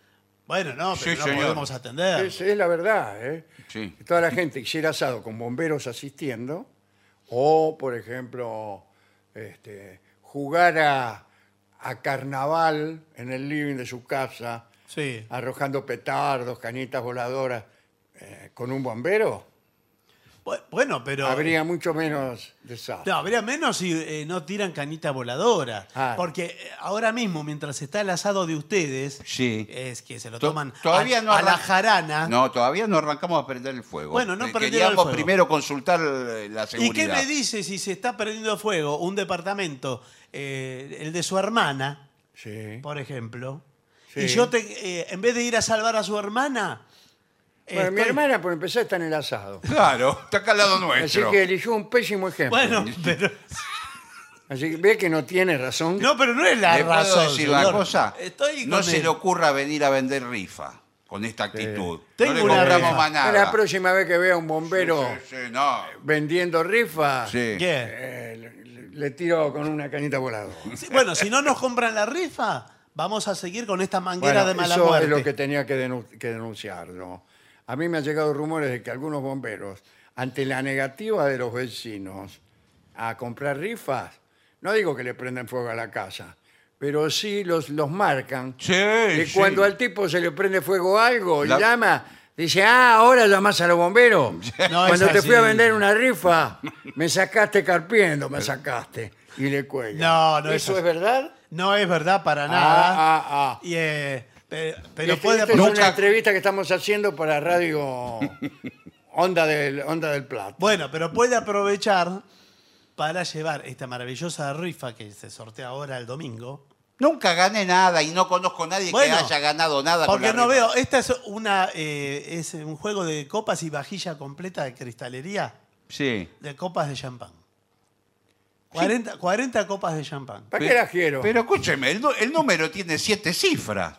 C: Bueno, no, pero
B: Sí,
C: no
B: señor.
C: podemos atender.
A: Es, es la verdad, ¿eh?
B: Sí.
A: Que Toda la gente hiciera asado con bomberos asistiendo, o, por ejemplo, este, jugara a carnaval en el living de su casa,
C: Sí.
A: arrojando petardos, cañitas voladoras, eh, con un bombero,
C: Bu- Bueno, pero...
A: habría mucho menos desastre.
C: No, habría menos si eh, no tiran canita voladora.
A: Ah.
C: Porque eh, ahora mismo, mientras está el asado de ustedes,
B: Sí.
C: es que se lo
B: To-
C: toman
B: todavía
C: a,
B: no
C: a la
B: arran-
C: jarana.
B: No, todavía no arrancamos a prender el fuego.
C: Bueno, no
B: Eh,
C: prendieron
B: Queríamos
C: el fuego.
B: primero consultar eh, la seguridad.
C: ¿Y qué me dice si se está perdiendo fuego un departamento, eh, el de su hermana,
A: Sí.
C: por ejemplo,
A: Sí.
C: y yo te, eh, en vez de ir a salvar a su hermana,
A: Bueno, mi
C: estoy-
A: hermana, por empezar, está en el asado.
B: Claro, está acá al lado
A: Así
B: nuestro.
A: que eligió un pésimo ejemplo.
C: Bueno, pero
A: Así que ve que no tiene razón.
C: no, pero no es la
B: ¿Le puedo
C: razón.
B: decir una
C: señor.
B: cosa?
C: Estoy
B: no
C: con
B: se
C: él.
B: le ocurra venir a venir a vender rifa con esta actitud.
C: Tengo
B: no le
C: una
B: compramos
C: rifa.
B: más
A: Ya
B: nada.
A: la próxima vez que vea un bombero
B: Sí, sí, no.
A: vendiendo rifa,
B: Sí.
C: Bien.
A: eh, le, le tiro con una canita voladora.
C: Sí, Bueno, si no nos compran la rifa, vamos a seguir con esta manguera
A: Bueno,
C: de mala
A: eso
C: muerte.
A: es lo que tenía que, denu- que denunciar. ¿no? A mí me han llegado rumores de que algunos bomberos, ante la negativa de los vecinos a comprar rifas, no digo que le prenden fuego a la casa, pero sí los, los marcan.
B: Sí,
A: y
B: sí.
A: cuando al tipo se le prende fuego algo y
B: La-
A: llama, dice, ah, ahora llamás a los bomberos.
C: No,
A: cuando
C: es
A: te fui a
C: así.
A: vender una rifa, me sacaste carpiendo, me sacaste. Y le cuelga.
C: No, no es
A: ¿Eso
C: así.
A: es verdad?
C: No es verdad para
A: Ah,
C: nada.
A: ah, ah.
C: Y, eh, pe- pero
A: Este-
C: puede
A: esta es una
B: Nunca-
A: entrevista que estamos haciendo para Radio Onda del, Onda del Plata.
C: Bueno, pero puede aprovechar para llevar esta maravillosa rifa que se sortea ahora el domingo.
B: Nunca gané nada y no conozco a nadie
C: Bueno,
B: que haya ganado nada con
C: Porque
B: la
C: no
B: rifa.
C: veo, esta es una eh, es un juego de copas y vajilla completa de cristalería
B: Sí.
C: de copas de champán. 40, 40 copas de champán.
A: ¿Para qué la quiero?
B: Pero escúcheme, el, nu- el número tiene siete cifras.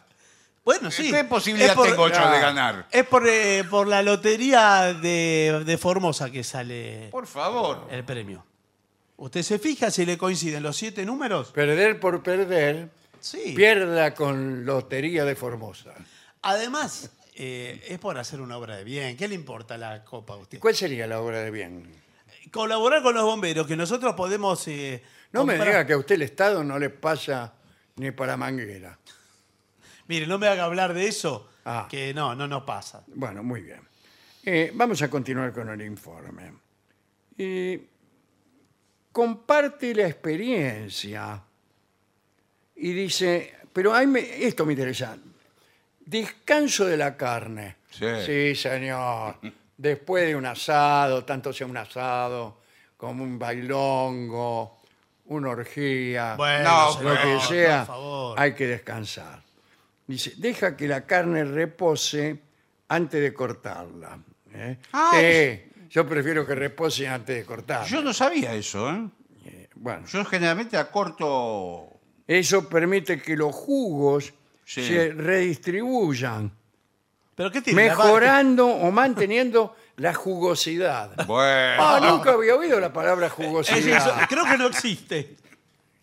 C: Bueno, sí.
B: ¿Qué posibilidad
C: Es por-
B: tengo yo de
A: Ah.
B: ganar?
C: Es por, eh, por la lotería de, de Formosa que sale
B: Por favor.
C: el premio. ¿Usted se fija si le coinciden los siete números?
A: Perder por perder,
C: Sí.
A: pierda con Lotería de Formosa.
C: Además, eh, es por hacer una obra de bien. ¿Qué le importa la copa a
A: ¿Y
C: usted?
A: cuál sería la obra de bien?
C: Colaborar con los bomberos, que nosotros podemos... eh,
A: No me
C: comprar-
A: diga que a usted el Estado no le pasa ni para manguera.
C: Mire, no me haga hablar de eso,
A: Ah.
C: que no, no nos pasa.
A: Bueno, muy bien. Eh, vamos a continuar con el informe. Y comparte la experiencia y dice, pero hay me- esto me interesa, descanso de la carne.
B: Sí.
A: sí, señor. Después de un asado, tanto sea un asado como un bailongo, una orgía
B: No,
C: señor,
A: lo que
B: Bueno,
A: sea,
C: por favor.
A: hay que descansar. Dice, deja que la carne repose antes de cortarla. ¿eh?
B: Ah,
A: Sí,
B: es-
A: yo prefiero que repose antes de cortarla.
B: Yo no sabía eso, ¿eh?
A: Eh, bueno,
B: Yo generalmente acorto.
A: eso permite que los jugos
B: Sí.
A: se redistribuyan,
C: ¿Pero qué tiene? la vaca?
A: mejorando o manteniendo la jugosidad.
B: Bueno.
A: Ah, nunca había oído la palabra
C: Es eso,
A: jugosidad.
C: creo que no existe.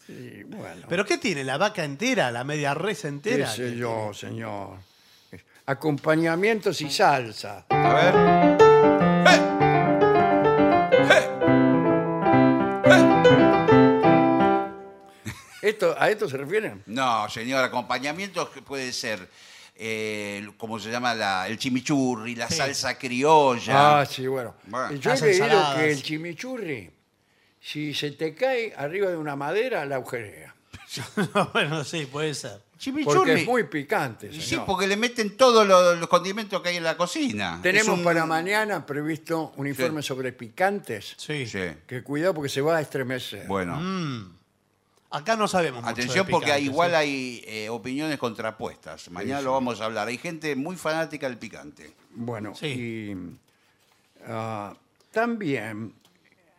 A: Y bueno,
C: ¿Pero qué tiene? ¿La vaca entera? ¿La media res
A: qué
C: entera?
A: sé yo, señor. Acompañamientos y salsa.
B: A ver. ¡Eh!
A: ¿Esto, ¿A esto se refieren?
B: No, señor, acompañamientos que puede ser, eh, como se llama, la- el chimichurri, la
C: Sí.
B: salsa criolla.
A: Ah, sí, bueno.
B: Bueno,
A: Yo he
C: las
A: leído
C: ensaladas.
A: que el chimichurri, si se te cae arriba de una madera, la agujerea.
C: No, bueno, sí, puede ser.
A: Porque
B: chimichurri.
A: es muy picante,
B: Y
A: señor.
B: sí, porque le meten todos los, los condimentos que hay en la cocina. Es
A: Tenemos
B: un-
A: para mañana previsto un informe sobre picantes.
C: Sí.
B: Sí.
A: Que cuidado porque se va a estremecer.
B: Bueno,
C: Acá no sabemos mucho
B: atención
C: de
B: porque
C: picantes,
B: igual
C: ¿eh?
B: hay eh, opiniones contrapuestas. Mañana lo vamos a hablar. Hay gente muy fanática del picante.
A: Bueno,
C: Sí.
A: y ah, también,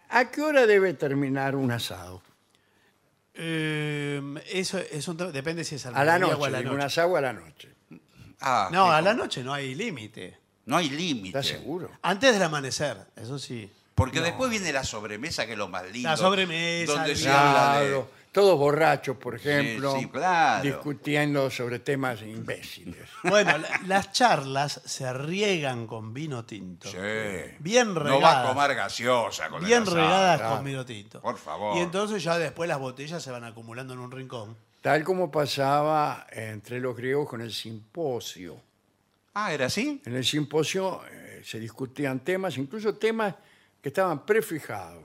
A: ¿a qué hora debe terminar un asado?
C: Eh, eso es un tema- depende si es al
A: A la
C: mediodía
A: noche,
C: o a la
A: digo,
C: noche.
A: un asado a la noche.
B: Ah,
C: No,
B: qué
C: a la
B: com-
C: noche no hay límite.
B: no hay límite.
A: ¿Estás seguro?
C: Antes del amanecer, eso sí.
B: Porque después viene la sobremesa, que es lo más lindo.
C: La sobremesa,
B: Donde
C: el
B: se habla de...
A: Claro, todos borrachos, por ejemplo,
B: sí, claro.
A: discutiendo sobre temas imbéciles.
C: Bueno, la- las charlas se riegan con vino tinto.
B: Sí.
C: Bien
B: No va
C: regadas.
B: a tomar gaseosa con el
C: Bien
B: asado.
C: regadas
A: claro.
C: con vino tinto.
B: Por favor.
C: Y entonces ya después las botellas se van acumulando en un rincón.
A: Tal como pasaba entre los griegos con el simposio.
B: Ah, ¿era así?
A: En el simposio eh, se discutían temas, incluso temas que estaban prefijados.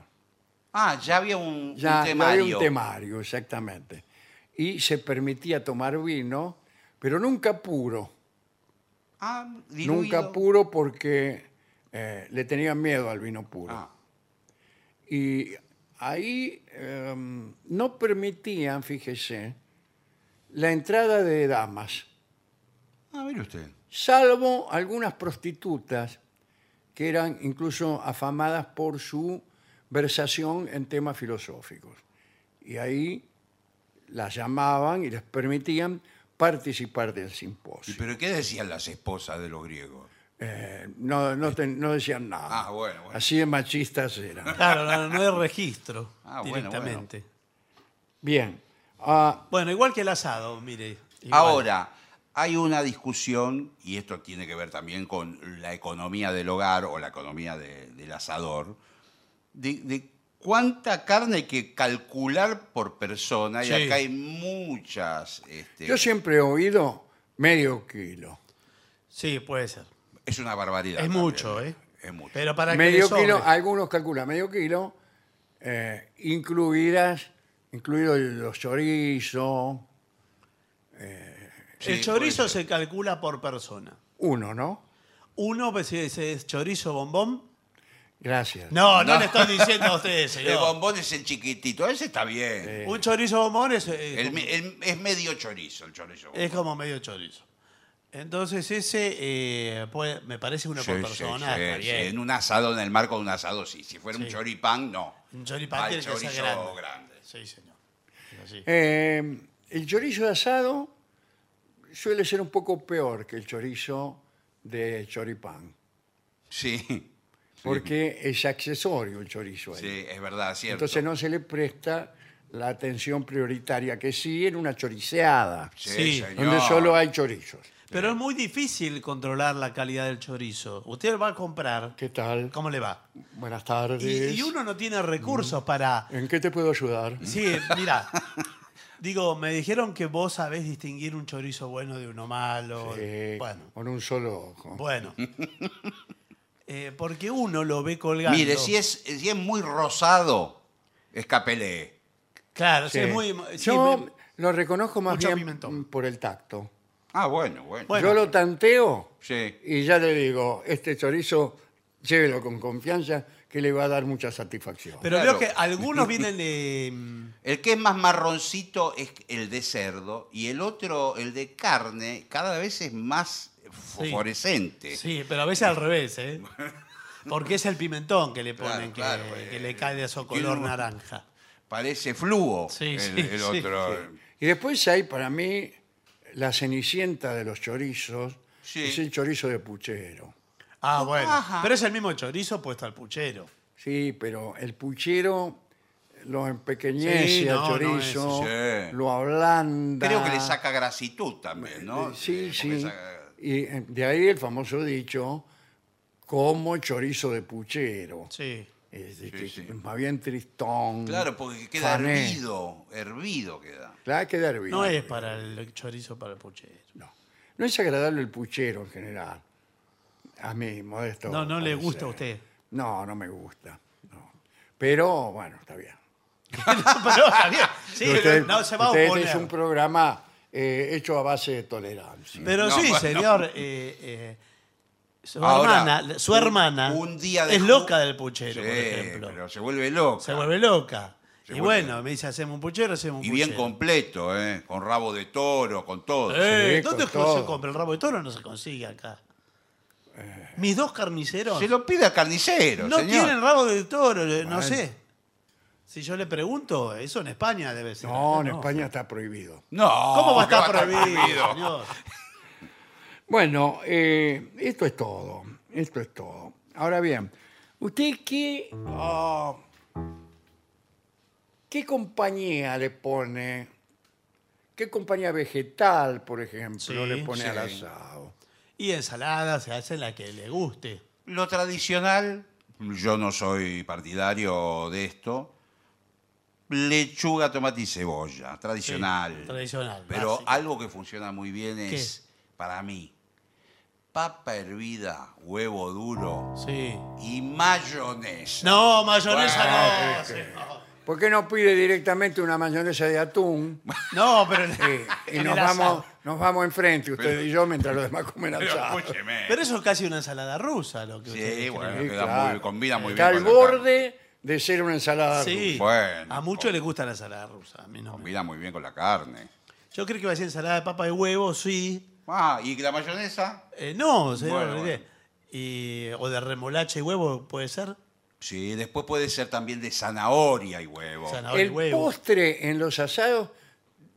B: Ah, ya había un,
A: Ya
B: un
A: no había
B: temario.
A: un temario, exactamente. Y se permitía tomar vino, pero nunca puro.
B: Ah, diluido.
A: Nunca puro porque eh, le tenían miedo al vino puro.
B: Ah,
A: Y ahí em, no permitían, fíjese, la entrada de damas,
B: ah, mire usted.
A: salvo algunas prostitutas que eran incluso afamadas por su versación en temas filosóficos. Y ahí las llamaban y les permitían participar del
B: ¿Y
A: simposio.
B: pero qué decían las esposas de los griegos?
A: Eh, no, no te- no decían nada.
B: Ah, bueno, bueno.
A: Así de machistas eran.
C: Claro, no, no hay registro
B: Ah, bueno,
C: directamente. Bueno,
A: Bien. Ah,
C: igual que el asado, mire. igual.
B: Ahora, hay una discusión, y esto tiene que ver también con la economía del hogar o la economía de- del asador, de, de cuánta carne hay que calcular por persona,
C: Sí.
B: y acá hay muchas... este,
A: Yo siempre he oído medio kilo.
C: Sí, puede ser.
B: Es una barbaridad.
C: Es
B: también.
C: mucho, ¿eh?
B: Es mucho.
C: Pero para que le
A: Medio
C: sobre-
A: kilo, algunos calculan medio kilo, eh, incluidas, incluidos los chorizos,
B: Sí,
C: el chorizo
B: puede ser.
C: se calcula por persona.
A: uno, ¿no?
C: Uno, pues, si es, es chorizo bombón.
A: Gracias.
C: No, no, le estoy diciendo a ustedes,
B: El
C: señor.
B: bombón es el chiquitito, ese está bien.
C: Un chorizo bombón es, es
B: El
C: como-
B: me- el- es medio chorizo el chorizo.
C: es como medio chorizo. Entonces ese eh, puede- me parece uno
B: Sí,
C: por
B: sí,
C: persona.
B: sí,
C: está
B: sí,
C: bien.
B: En un asado, en el marco de un asado, sí. Si fuera un
C: Sí.
B: choripán, no.
C: Un choripán
B: Al
C: tiene que ser
B: chorizo
C: grande.
B: grande.
C: Sí, señor. Es así.
A: Eh, el chorizo asado suele ser un poco peor que el chorizo de choripán,
B: Sí,
A: porque es accesorio el chorizo. ahí.
B: sí, es verdad, cierto.
A: Entonces no se le presta la atención prioritaria que sí en una choriceada,
C: Sí,
B: señor.
A: donde solo hay chorizos.
C: Pero es muy difícil controlar la calidad del chorizo. Usted lo va a comprar.
A: ¿Qué tal?
C: ¿Cómo le va?
A: Buenas tardes.
C: Y, y uno no tiene recursos
A: Mm.
C: para.
A: ¿En qué te puedo ayudar?
C: Sí, mira. Digo, me dijeron que vos sabés distinguir un chorizo bueno de uno malo.
A: Eh,
C: Bueno,
A: Con un solo ojo.
C: bueno. Eh, porque uno lo ve colgando.
B: Mire, si es, si es muy rosado, escapele.
C: Claro, sí,
A: Sí.
C: es muy. sí,
A: Yo
C: me-
A: lo reconozco más
C: Mucho
A: bien
C: pimentón.
A: por el tacto.
B: Ah, bueno, bueno.
C: Bueno.
A: Yo lo tanteo
B: Sí.
A: y ya le digo, este chorizo llévelo con confianza que le va a dar mucha satisfacción.
C: pero
B: Claro.
C: veo que algunos vienen de. mm,
B: El que es más marroncito es el de cerdo y el otro, el de carne, cada vez es más fosforescente.
C: Sí, pero a veces al revés, ¿eh? Porque es el pimentón que le ponen,
B: Claro, claro,
C: que,
B: eh,
C: que le cae de su
B: tiene
C: color
B: un-
C: naranja.
B: Parece fluo
C: Sí,
B: el,
C: sí,
B: el
C: sí,
B: otro.
A: Y después hay para mí la cenicienta de los chorizos,
B: Sí.
A: es el chorizo de puchero.
C: Ah, bueno.
B: Ajá.
C: Pero es el mismo chorizo puesto al puchero.
A: Sí, pero el puchero lo empequeñece
C: Sí, no,
A: al
C: no,
A: chorizo,
B: eso sí.
A: lo ablanda.
B: Creo que le saca grasitud también, ¿no?
A: Sí,
B: Eh, porque
A: sí.
B: saca-
A: Y eh, de ahí el famoso dicho, como chorizo de puchero.
C: Sí.
A: Es, decir,
B: sí.
A: Más bien tristón.
B: Claro, porque queda
A: fané.
B: hervido, hervido queda.
A: Claro, queda hervido.
C: No es para el chorizo para el puchero.
A: No. No es agradable el puchero en general. A mí, modesto.
C: No, no le
A: parecer.
C: gusta a usted.
A: No, no me gusta. no. Pero, bueno, está bien.
C: pero está bien. Sí,
A: Usted-
C: Eh, no se va a
A: usted
C: oponer.
A: es un programa eh, hecho a base de tolerancia.
C: Pero
B: No,
C: sí,
B: bueno.
C: señor. eh, eh, su
B: Ahora,
C: hermana, su
B: un-
C: hermana
B: un día de
C: es
B: ju-
C: loca del puchero,
B: Sí,
C: por ejemplo.
B: pero se vuelve loco.
C: Se vuelve loca.
B: Se
C: y
B: vuelve
C: bueno, me dice, hacemos un puchero, hacemos un
B: Y
C: puchero.
B: bien completo, ¿eh? Con rabo de toro, con todo.
C: Eh,
A: Sí, con
C: ¿Dónde es que
A: todo.
C: se compra? El rabo de toro no se consigue acá. Mis dos carniceros
B: Se Eh. lo pide al carnicero,
C: no
B: señor.
C: tienen rabo de toro, eh, no
A: Bueno.
C: sé. Si yo le pregunto, eso en España debe ser.
A: no,
C: acá
A: en España está prohibido.
B: No.
C: ¿Cómo va a
B: que
C: estar prohibido,
B: prohibido?
C: señor?
A: Bueno, eh, esto es todo. Esto es todo. Ahora bien, ¿usted qué. ah, ¿Qué compañía le pone? ¿Qué compañía vegetal, por ejemplo,
C: Sí,
A: le pone
B: sí.
A: al asado?
C: Y ensalada se hace la que le guste.
B: Lo tradicional, yo no soy partidario de esto. Lechuga, tomate y cebolla,
C: Sí,
B: tradicional.
C: tradicional.
B: Pero
C: básica.
B: algo que funciona muy bien es, para mí, papa hervida, huevo duro
C: Sí.
B: y mayonesa.
C: No, mayonesa
B: Bueno, eh,
C: no. señor.
A: Eh, ¿Por qué no pide directamente una mayonesa de atún?
C: No, pero.
A: Eh, y
C: en
A: nos
C: el asado.
A: vamos, nos vamos enfrente, usted
B: Pero-
A: y yo, mientras los demás comen
B: Pero
A: asado.
B: escúcheme.
C: Pero eso es casi una ensalada rusa, lo que usted
B: sí,
C: describe.
B: bueno,
A: Sí,
B: queda
A: claro.
B: muy, combina muy
A: Está al
B: bien. con la carne.
A: borde de ser una ensalada
C: Sí.
A: rusa.
B: Bueno,
C: a muchos
B: con-
C: les gusta la ensalada rusa. A mí no. me-
B: Combina muy bien con la carne.
C: Yo creo que iba a decir ensalada de papa y huevo, sí.
B: Ah, y la mayonesa.
C: Eh, no, señor.
B: Bueno,
C: olvidé.
B: bueno.
C: Y- o de remolacha y huevo, puede ser.
B: Sí, después puede ser también de zanahoria y huevo.
C: Zanahoria y
A: El
C: huevo.
A: postre en los asados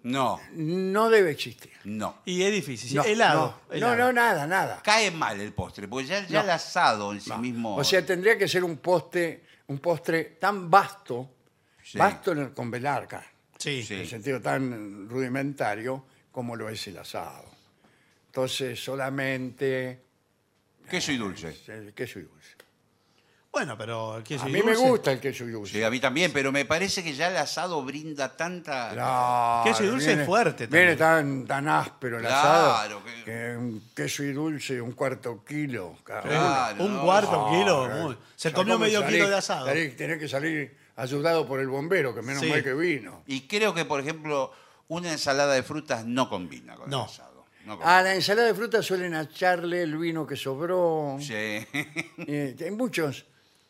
B: No,
A: no debe existir.
B: no.
C: Y es difícil. sí.
A: No,
C: helado,
A: No,
C: helado.
A: no, no, nada, nada.
B: Cae mal el postre, porque ya, ya
A: No.
B: el asado en sí mismo.
A: O sea, tendría que ser un postre, un postre tan vasto,
B: Sí.
A: vasto en el- con velarca,
C: Sí.
B: Sí.
A: en el sentido tan rudimentario como lo es el asado. Entonces, solamente
B: queso y dulce.
A: el queso y dulce.
C: Bueno, pero el queso
A: A
C: y
A: mí me
C: dulce.
A: gusta el queso y dulce.
B: Sí, a mí también, pero me parece que ya el asado brinda tanta.
A: Claro,
C: Queso y dulce es
A: viene-
C: fuerte
A: Viene tan, tan áspero el
B: Claro,
A: asado
B: que-
A: que un queso y dulce un cuarto kilo. cada
C: Sí.
A: uno.
B: Claro,
C: Eh, un
B: no,
C: cuarto
B: no,
C: kilo.
A: Claro.
C: muy- Se
A: Ya
C: comió
A: come
C: medio
A: salir-
C: kilo de asado.
A: salir- tenés que salir ayudado por el bombero, que menos
C: Sí.
A: mal que vino.
B: Y creo que, por ejemplo, una ensalada de frutas no combina con
C: No.
B: el asado. No combina.
A: A Ah, la ensalada de frutas suelen echarle el vino que sobró.
B: Sí.
A: Eh, hay muchos,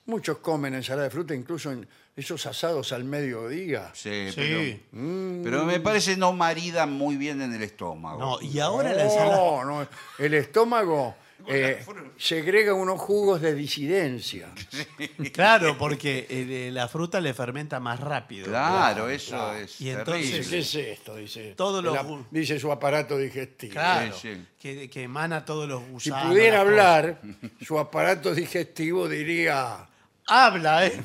A: muchos comen ensalada de fruta, incluso en esos asados al mediodía.
B: Sí,
C: Sí.
B: Pero, pero me parece no marida muy bien en el estómago.
A: Oh.
C: No, y ahora la
A: no,
C: ensalada.
A: no, el estómago eh, segrega unos jugos de disidencia.
C: Claro, porque eh, la fruta le fermenta más rápido.
B: Claro, eso es
C: Y entonces-
A: Dice,
B: terrible.
A: ¿qué es esto? Dice,
C: Todos los
A: la-
C: gu-
A: dice su aparato digestivo.
C: Claro,
B: Sí, sí.
C: Que, que emana todos los
A: Si
C: gusanos.
A: pudiera
C: las cosas.
A: hablar, su aparato digestivo diría,
C: Habla, ¿eh?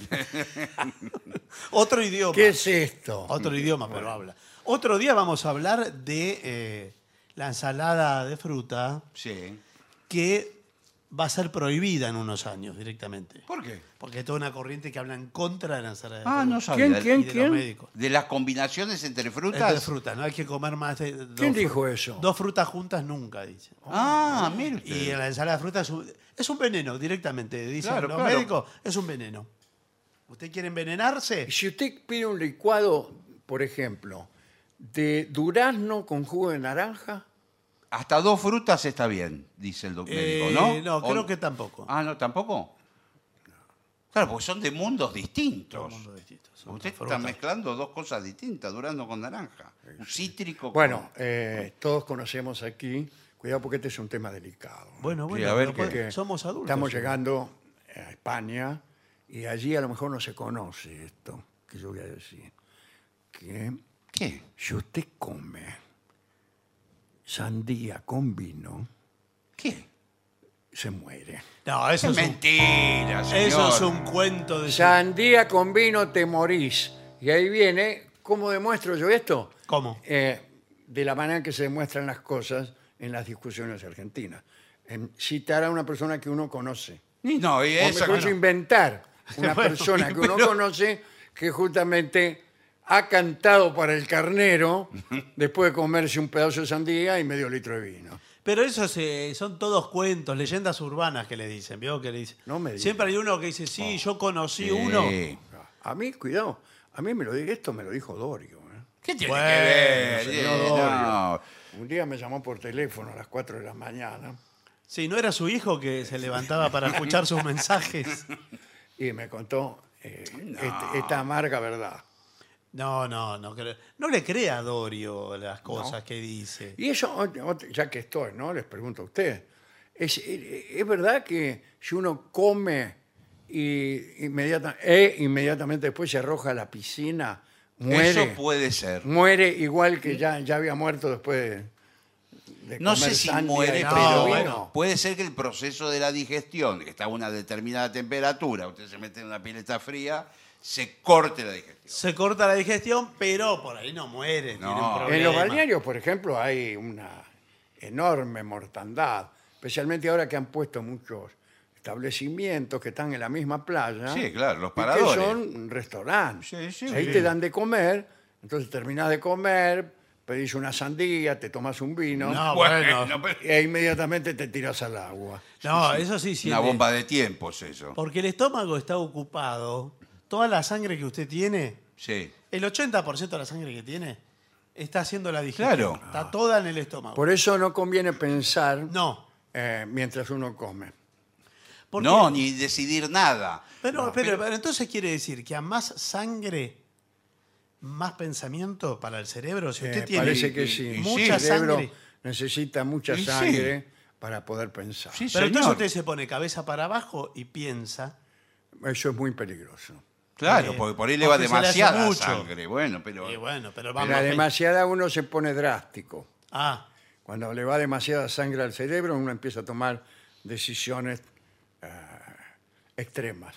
C: Otro idioma.
A: ¿qué es esto?
C: Otro idioma, pero habla. Otro día vamos a hablar de eh, la ensalada de fruta
B: Sí.
C: que va a ser prohibida en unos años directamente.
B: ¿Por qué?
C: Porque hay toda una corriente que habla en contra de la ensalada de
B: Ah,
C: fruta.
B: no sabía.
A: ¿Quién, quién?
C: Y de los médicos.
B: De las combinaciones entre frutas.
C: Es de fruta, no hay que comer más de dos
A: ¿Quién
C: fru-
A: dijo eso?
C: Dos frutas juntas nunca, dice.
B: Ah,
C: Oh.
B: mire usted.
C: Y en la ensalada de frutas es un, es un veneno directamente, dicen
B: Claro,
C: los
B: claro.
C: médicos, es un veneno. ¿Usted quiere envenenarse?
A: Si usted pide un licuado, por ejemplo, de durazno con jugo de naranja,
B: Hasta dos frutas está bien, dice el doctor
C: Eh,
B: ¿no?
C: no,
B: ¿O-
C: creo que tampoco.
B: Ah, no, tampoco. Claro, porque son de mundos distintos.
C: Mundo distinto, son
B: Usted
C: otras
B: está
C: frutas.
B: mezclando dos cosas distintas, durando con naranja. Un cítrico. con-
A: bueno, eh, todos conocemos aquí, cuidado porque este es un tema delicado.
C: Bueno, bueno,
B: Sí, a ver
C: pero
B: qué-
A: porque
C: pues, somos adultos.
A: Estamos
C: ya.
A: llegando a España y allí a lo mejor no se conoce esto que yo voy a decir. Que
B: ¿Qué?
A: si usted come sandía con vino,
B: ¿Qué?
A: se muere.
C: No, eso es, un,
B: Mentira, señor.
C: eso es un cuento de...
A: Sandía con vino te morís. Y ahí viene, ¿cómo demuestro yo esto?
C: ¿Cómo?
A: Eh, de la manera en que se demuestran las cosas en las discusiones argentinas. En citar a una persona que uno conoce.
B: Ni- No, y
A: O
B: esa-
A: mejor dicho, inventar una
C: Bueno,
A: persona que uno
B: pero-
A: conoce que justamente ha cantado para el carnero después de comerse un pedazo de sandía y medio litro de vino.
C: Pero eso se- son todos cuentos, leyendas urbanas que le dicen, ¿vio? Que le dicen.
A: No me diga.
C: Siempre hay uno que dice, sí, yo conocí
B: Oh. Sí.
C: uno.
A: A mí, cuidado, a mí me lo di- esto me lo dijo Dorio. ¿eh?
B: ¿Qué tiene
C: Bueno,
B: que ver?
A: señor
B: Eh, no.
A: Un día me llamó por teléfono a las 4 de la mañana
C: Sí, no era su hijo que se levantaba para escuchar sus mensajes.
A: y me contó eh, este- esta amarga verdad.
C: No, no, no creo. No le crea a Dorio las cosas que dice.
A: Y eso, ot- ot- ya que estoy, ¿no? Les pregunto a usted. ¿Es, e- es verdad que si uno come y inmediata- e inmediatamente después se arroja a la piscina, muere?
B: Eso puede ser.
A: Muere igual que ya, ya había muerto después de, de
B: No
A: comer
B: sé si
A: sandía y
B: muere,
A: todo
B: pero
C: No,
A: vino?
B: puede ser que el proceso de la digestión, que está a una determinada temperatura, usted se mete en una pileta fría, se corte la digestión.
C: Se corta la digestión, pero por ahí no muere. tiene un
B: No.
C: problema.
A: En los balnearios, por ejemplo, hay una enorme mortandad, especialmente ahora que han puesto muchos establecimientos que están en la misma playa.
B: Sí, claro, los
A: y que
B: paradores.
A: son restaurantes.
B: Sí, sí,
A: Ahí
B: sí.
A: te dan de comer, entonces terminás de comer, pedís una sandía, te tomas un vino
C: No, bueno. No,
B: pero-
A: e inmediatamente te tiras al agua.
C: eso sí, sí.
B: una bomba de tiempos eso.
C: Porque el estómago está ocupado. Toda la sangre que usted tiene,
B: Sí.
C: el 80% de la sangre que tiene, está haciendo la digestión.
B: Claro.
C: Está toda en el estómago.
A: Por eso no conviene pensar
C: No.
A: eh, mientras uno come.
C: porque-
B: No, ni decidir nada.
C: Pero, pero- pero entonces quiere decir que a más sangre, más pensamiento para el cerebro. Si usted
A: Eh,
C: tiene
A: parece que
B: y-
A: sí.
B: y
C: mucha
A: El cerebro
C: sangre.
A: necesita mucha
B: Y sí.
A: sangre para poder pensar.
B: Sí,
C: Pero entonces
B: señor.
C: usted se pone cabeza para abajo y piensa.
A: Eso es muy peligroso.
B: Claro,
C: Eh,
B: porque por ahí le va
C: porque se le hace
B: demasiada
C: mucho.
B: sangre. Bueno, pero
C: Y bueno, pero vamos.
A: Pero demasiada uno se pone drástico.
C: Ah,
A: Cuando le va demasiada sangre al cerebro, uno empieza a tomar decisiones eh, extremas.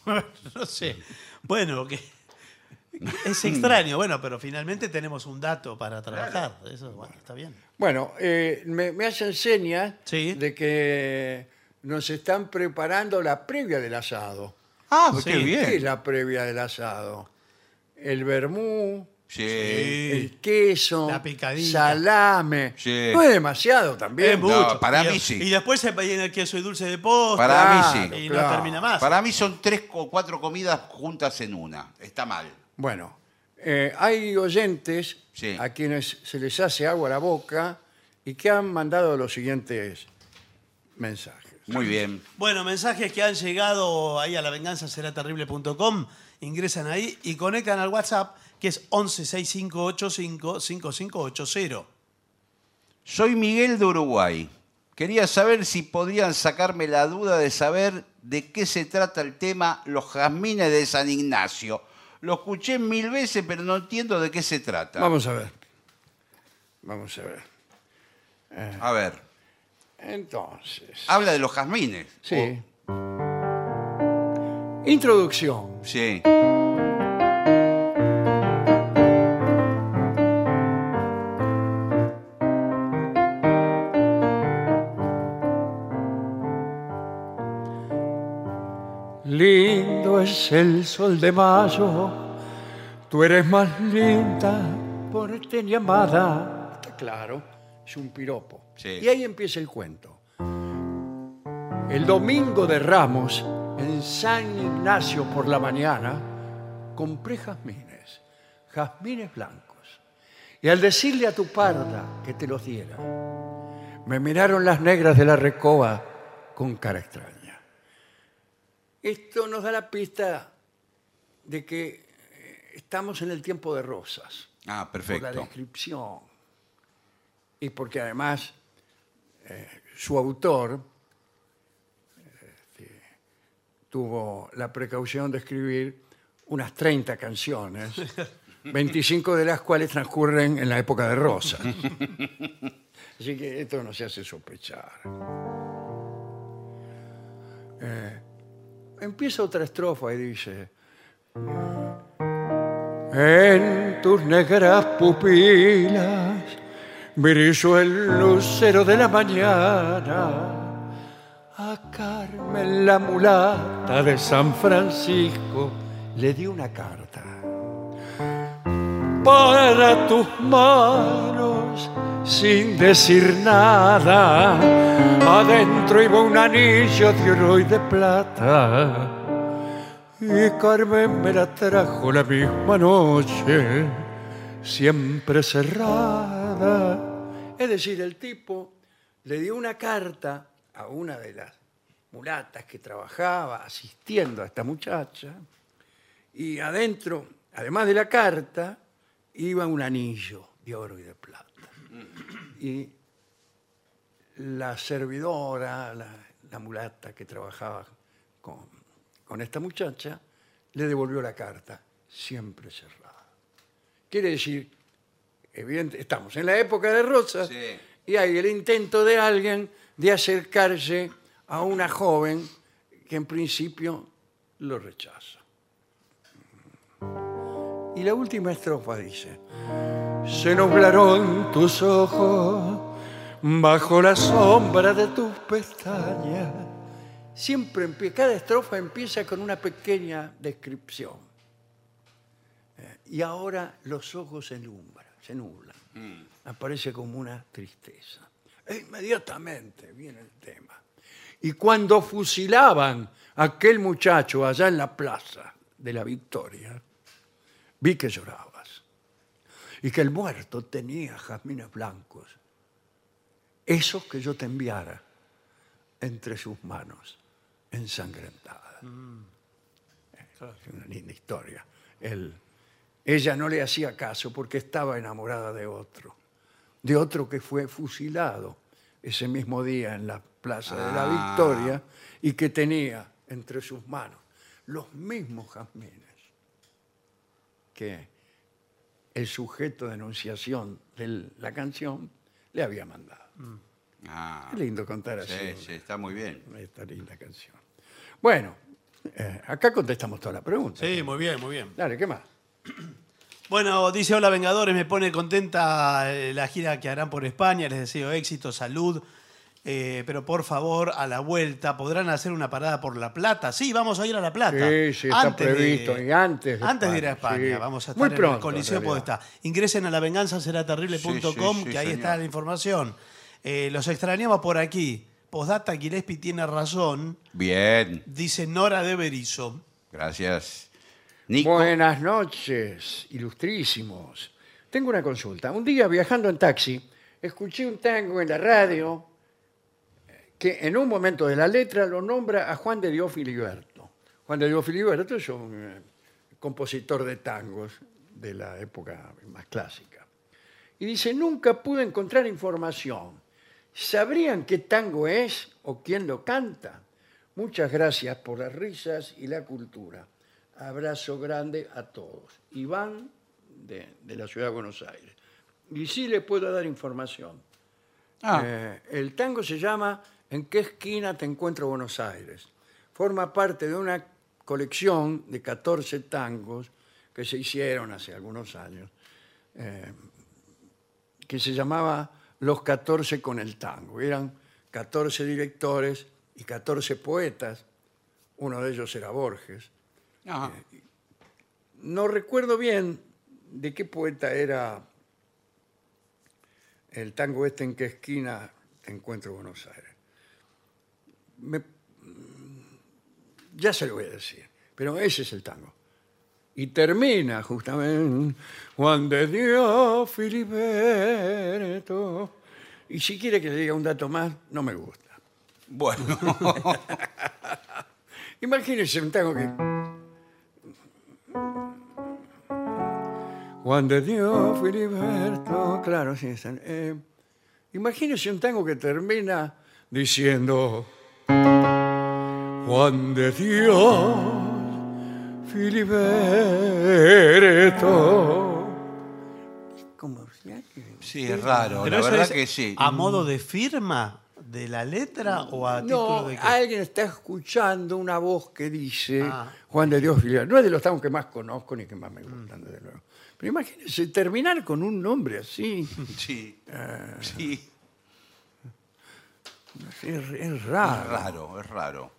C: no sé. Bueno, que es extraño. Bueno, pero finalmente tenemos un dato para trabajar. Eso, bueno, está bien.
A: Bueno, eh, me, me hacen señas
C: Sí.
A: de que nos están preparando la previa del asado.
B: Ah,
C: Sí.
B: qué
A: ¿Qué es
B: bien.
A: la previa del asado? El vermú,
B: Sí.
A: el queso,
C: La picadita.
A: salame.
B: Sí.
A: No es demasiado
C: Es
A: también.
B: mu-
C: mucho.
B: para
C: y,
B: mí sí.
C: Y después se vayan el queso y dulce de postre.
B: Para mí
A: Claro,
B: sí.
C: Y
A: claro.
C: no termina más.
B: Para mí son tres o cuatro comidas juntas en una. Está mal.
A: Bueno, eh, hay oyentes
B: Sí.
A: a quienes se les hace agua la boca y que han mandado los siguientes mensajes.
B: Muy bien.
C: Bueno, mensajes que han llegado ahí a lavenganzaseraterrible.com, ingresan ahí y conectan al WhatsApp que es 1165855580.
B: Soy Miguel de Uruguay. Quería saber si podrían sacarme la duda de saber de qué se trata el tema Los Jazmines de San Ignacio. Lo escuché mil veces, pero no entiendo de qué se trata.
A: Vamos a ver. Vamos a ver.
B: A ver,
A: Entonces.
B: habla de los jazmines.
A: Sí. Introducción.
B: Sí.
A: Lindo es el sol de mayo, tú eres más linda por esta llamada. Está claro, es un piropo.
B: Sí.
A: Y ahí empieza el cuento. El domingo de Ramos, en San Ignacio por la mañana, compré jazmines, jazmines blancos. Y al decirle a tu parda que te los diera, me miraron las negras de la recoba con cara extraña. Esto nos da la pista de que eh, estamos en el tiempo de rosas,
B: Ah,
A: por la
B: perfecto.
A: descripción. Y porque además eh, su autor eh, este, tuvo la precaución de escribir unas 30 canciones, 25 de las cuales transcurren en la época de rosas. Así que esto nos hace sospechar. Eh, Empieza otra estrofa y dice: En tus negras pupilas brilló el lucero de la mañana. A Carmen la mulata de San Francisco le di una carta. Para tus manos, sin decir nada, adentro iba un anillo de oro y de plata. Y Carmen me la trajo la misma noche, siempre cerrada. Es decir, el tipo le dio una carta a una de las mulatas que trabajaba asistiendo a esta muchacha y adentro, además de la carta, iba un anillo de oro y de plata. Y la servidora, la, la mulata que trabajaba con, con esta muchacha, le devolvió la carta, siempre cerrada. Quiere decir, evidente, estamos en la época de Rosas
B: Sí.
A: y hay el intento de alguien de acercarse a una joven que en principio lo rechaza. Y la última estrofa dice, se nublaron tus ojos bajo la sombra de tus pestañas. Siempre empie- cada estrofa empieza con una pequeña descripción. Eh, y ahora los ojos se nublan, se nublan. Aparece como una tristeza. E inmediatamente viene el tema. Y cuando fusilaban a aquel muchacho allá en la plaza de la Victoria, vi que llorabas y que el muerto tenía jazmines blancos, esos que yo te enviara entre sus manos ensangrentadas. Es una linda historia. Él- ella no le hacía caso porque estaba enamorada de otro, de otro que fue fusilado ese mismo día en la Plaza de la
B: Ah.
A: Victoria y que tenía entre sus manos los mismos jazmines que el sujeto de enunciación de la canción le había mandado.
B: Ah,
A: Qué lindo contar así
B: sí, sí, está muy bien.
A: esta linda canción. Bueno, eh, acá contestamos toda la pregunta.
C: Sí, muy bien, muy bien.
A: Dale, ¿qué más?
C: Bueno, dice Hola Vengadores, me pone contenta eh, la gira que harán por España, les deseo éxito, salud, Eh, pero por favor, a la vuelta, ¿podrán hacer una parada por La Plata? Sí, vamos a ir a La Plata.
A: Sí, sí, está
C: de-
A: previsto, y antes de
C: antes de ir a
A: España,
C: España,
A: sí.
C: vamos a estar
A: Muy
C: en
A: pronto,
C: el Coliseo
A: en realidad.
C: Podestá. Ingresen a lavenganzaseraterrible.com,
B: Sí, sí, sí,
C: que ahí está
B: señor.
C: la información. Eh, los extrañamos por aquí. Posdata Gillespie tiene razón,
B: Bien,
C: dice Nora de Berizo.
B: gracias. Nico.
A: Buenas noches, ilustrísimos. Tengo una consulta. Un día viajando en taxi, escuché un tango en la radio eh, que en un momento de la letra lo nombra a Juan de Dios Filiberto. Juan de Dios Filiberto es un eh, compositor de tangos de la época más clásica. Y dice, nunca pude encontrar información ¿Sabrían qué tango es o quién lo canta? Muchas gracias por las risas y la cultura. Abrazo grande a todos. Iván de, de la Ciudad de Buenos Aires. Y sí le puedo dar información.
B: Ah,
A: Eh, el tango se llama ¿En qué esquina te encuentro Buenos Aires? Forma parte de una colección de 14 tangos que se hicieron hace algunos años, eh, que se llamaba Los 14 con el tango. Eran 14 directores y 14 poetas, uno de ellos era Borges. Eh,
B: ajá.
A: No recuerdo bien de qué poeta era el tango este en qué esquina te encuentro Buenos Aires. Me- ya se lo voy a decir, pero ese es el tango. Y termina justamente Juan de Dios Filiberto. Y si quiere que le diga un dato más, no me gusta.
B: Bueno,
A: Imagínense un tango que. Juan de Dios, Filiberto. Claro, sí, están. Eh, imagínense un tango que termina diciendo. Juan de Dios, Filiberto. ¿Cómo?
B: sí, es raro.
C: Pero
B: la
C: eso
B: verdad
C: es
B: que sí. Mm.
C: ¿A modo de firma de la letra o a título
A: No,
C: de qué?
A: alguien está escuchando una voz que dice
C: Ah.
A: Juan de Dios Filiberto. No es de los tangos que más conozco ni que más me gustan, desde luego. Pero imagínense, terminar con un nombre así,
B: Sí.
A: Eh.
B: Sí,
A: es, es
B: es
A: raro.
B: raro, es raro.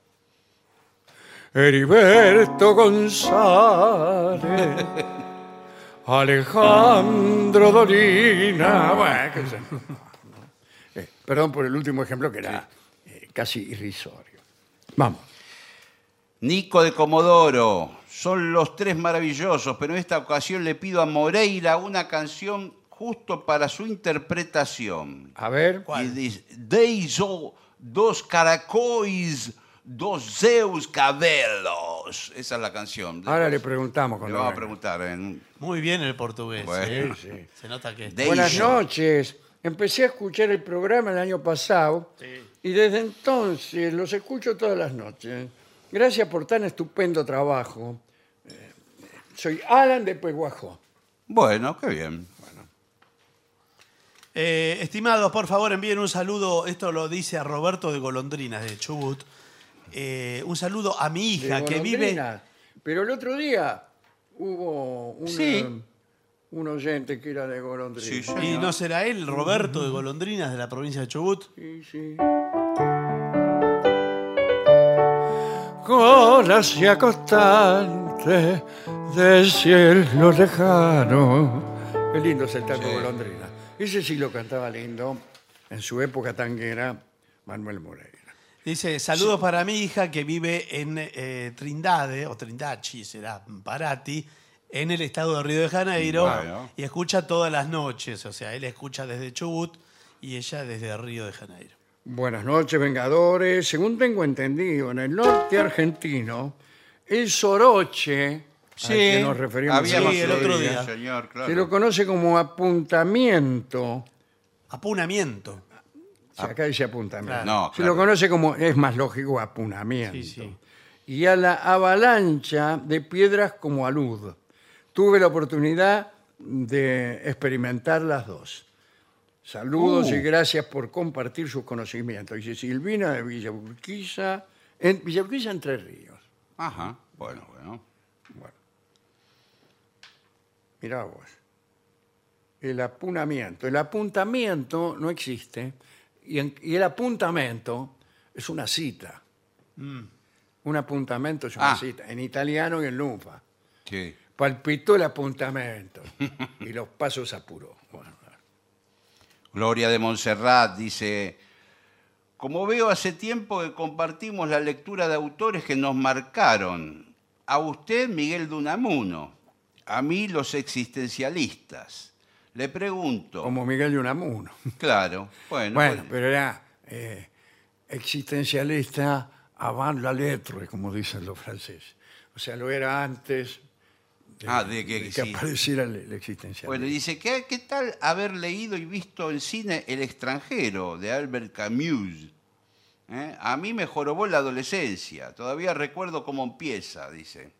A: Heriberto González, Alejandro Dolina. Bueno, qué sé yo. Eh, perdón por el último ejemplo que era eh, casi irrisorio. Vamos.
B: Nico de Comodoro, son los tres maravillosos, pero en esta ocasión le pido a Moreira una canción justo para su interpretación.
A: A ver.
C: ¿Cuál?
B: Y dice, Deiso dos caracóis, dos zeus cabelos. Esa es la canción.
A: Ahora le preguntamos
B: Le
A: cuando
B: vamos a
A: venga.
B: preguntar. en-
C: Muy bien el portugués.
B: Bueno.
C: ¿eh?
A: Sí.
C: Se nota que...
B: De-
A: Buenas
B: Deiso.
A: noches. Empecé a escuchar el programa el año pasado y desde entonces los escucho todas las noches. Gracias por tan estupendo trabajo. Eh, Soy Alan de Peguajó.
B: Bueno, qué bien.
C: Eh, estimados, por favor, envíen un saludo. Esto lo dice a Roberto de Golondrinas, de Chubut. Eh, un saludo a mi
A: de
C: hija que vive.
A: Golondrinas. Pero el otro día hubo un,
B: Sí.
A: un oyente que era de Golondrina.
B: Sí, sí.
C: Y no será él, Roberto de Golondrinas, de la provincia de Chubut.
A: Colas y acostante de cielo lejano. Qué lindo es el tango
B: Sí.
A: golondrina. Ese sí lo cantaba lindo en su época tanguera Manuel Moreira.
C: Dice, saludos para mi hija que vive en eh, Trindade, o Trindachi, será Parati, en el estado de Río de Janeiro,
B: Bueno.
C: y escucha todas las noches. O sea, él escucha desde Chubut y ella desde Río de Janeiro.
A: Buenas noches, Vengadores. Según tengo entendido, en el norte argentino, el soroche, al que nos referimos
B: Habíamos
C: Sí, el otro día.
B: señor, claro.
A: se lo conoce como apuntamiento.
C: Apunamiento.
A: Sí, acá dice apuntamiento.
B: Claro. No,
A: Se
B: claro.
A: lo conoce como, es más lógico, apunamiento.
C: Sí, sí.
A: Y a la avalancha de piedras como alud. Tuve la oportunidad de experimentar las dos. Saludos
B: Uh.
A: y gracias por compartir sus conocimientos. Dice Silvina de Villa Urquiza, en Villa Urquiza, Entre Ríos.
B: Ajá, bueno, bueno.
A: Bueno. Mirá vos. El apunamiento. El apuntamiento no existe. Y, en- y el apuntamento es una cita. Un apuntamento es una
B: Mm. Ah.
A: cita. En italiano y en lunfa.
B: Sí.
A: Palpitó el apuntamento. y los pasos apuró. Bueno,
B: Gloria de Montserrat dice, como veo hace tiempo que compartimos la lectura de autores que nos marcaron, a usted Miguel Dunamuno, a mí los existencialistas. Le pregunto,
A: como Miguel de Unamuno.
B: claro, bueno,
A: Bueno,
B: pues,
A: pero era eh, existencialista avant la lettre, como dicen los franceses. O sea, lo era antes
B: Ah, de que,
A: de que
B: sí.
A: apareciera el, el existencialismo.
B: Bueno, y dice, ¿qué, ¿qué tal haber leído y visto en cine El extranjero de Albert Camus? ¿Eh? A mí me jorobó la adolescencia, todavía recuerdo cómo empieza, dice.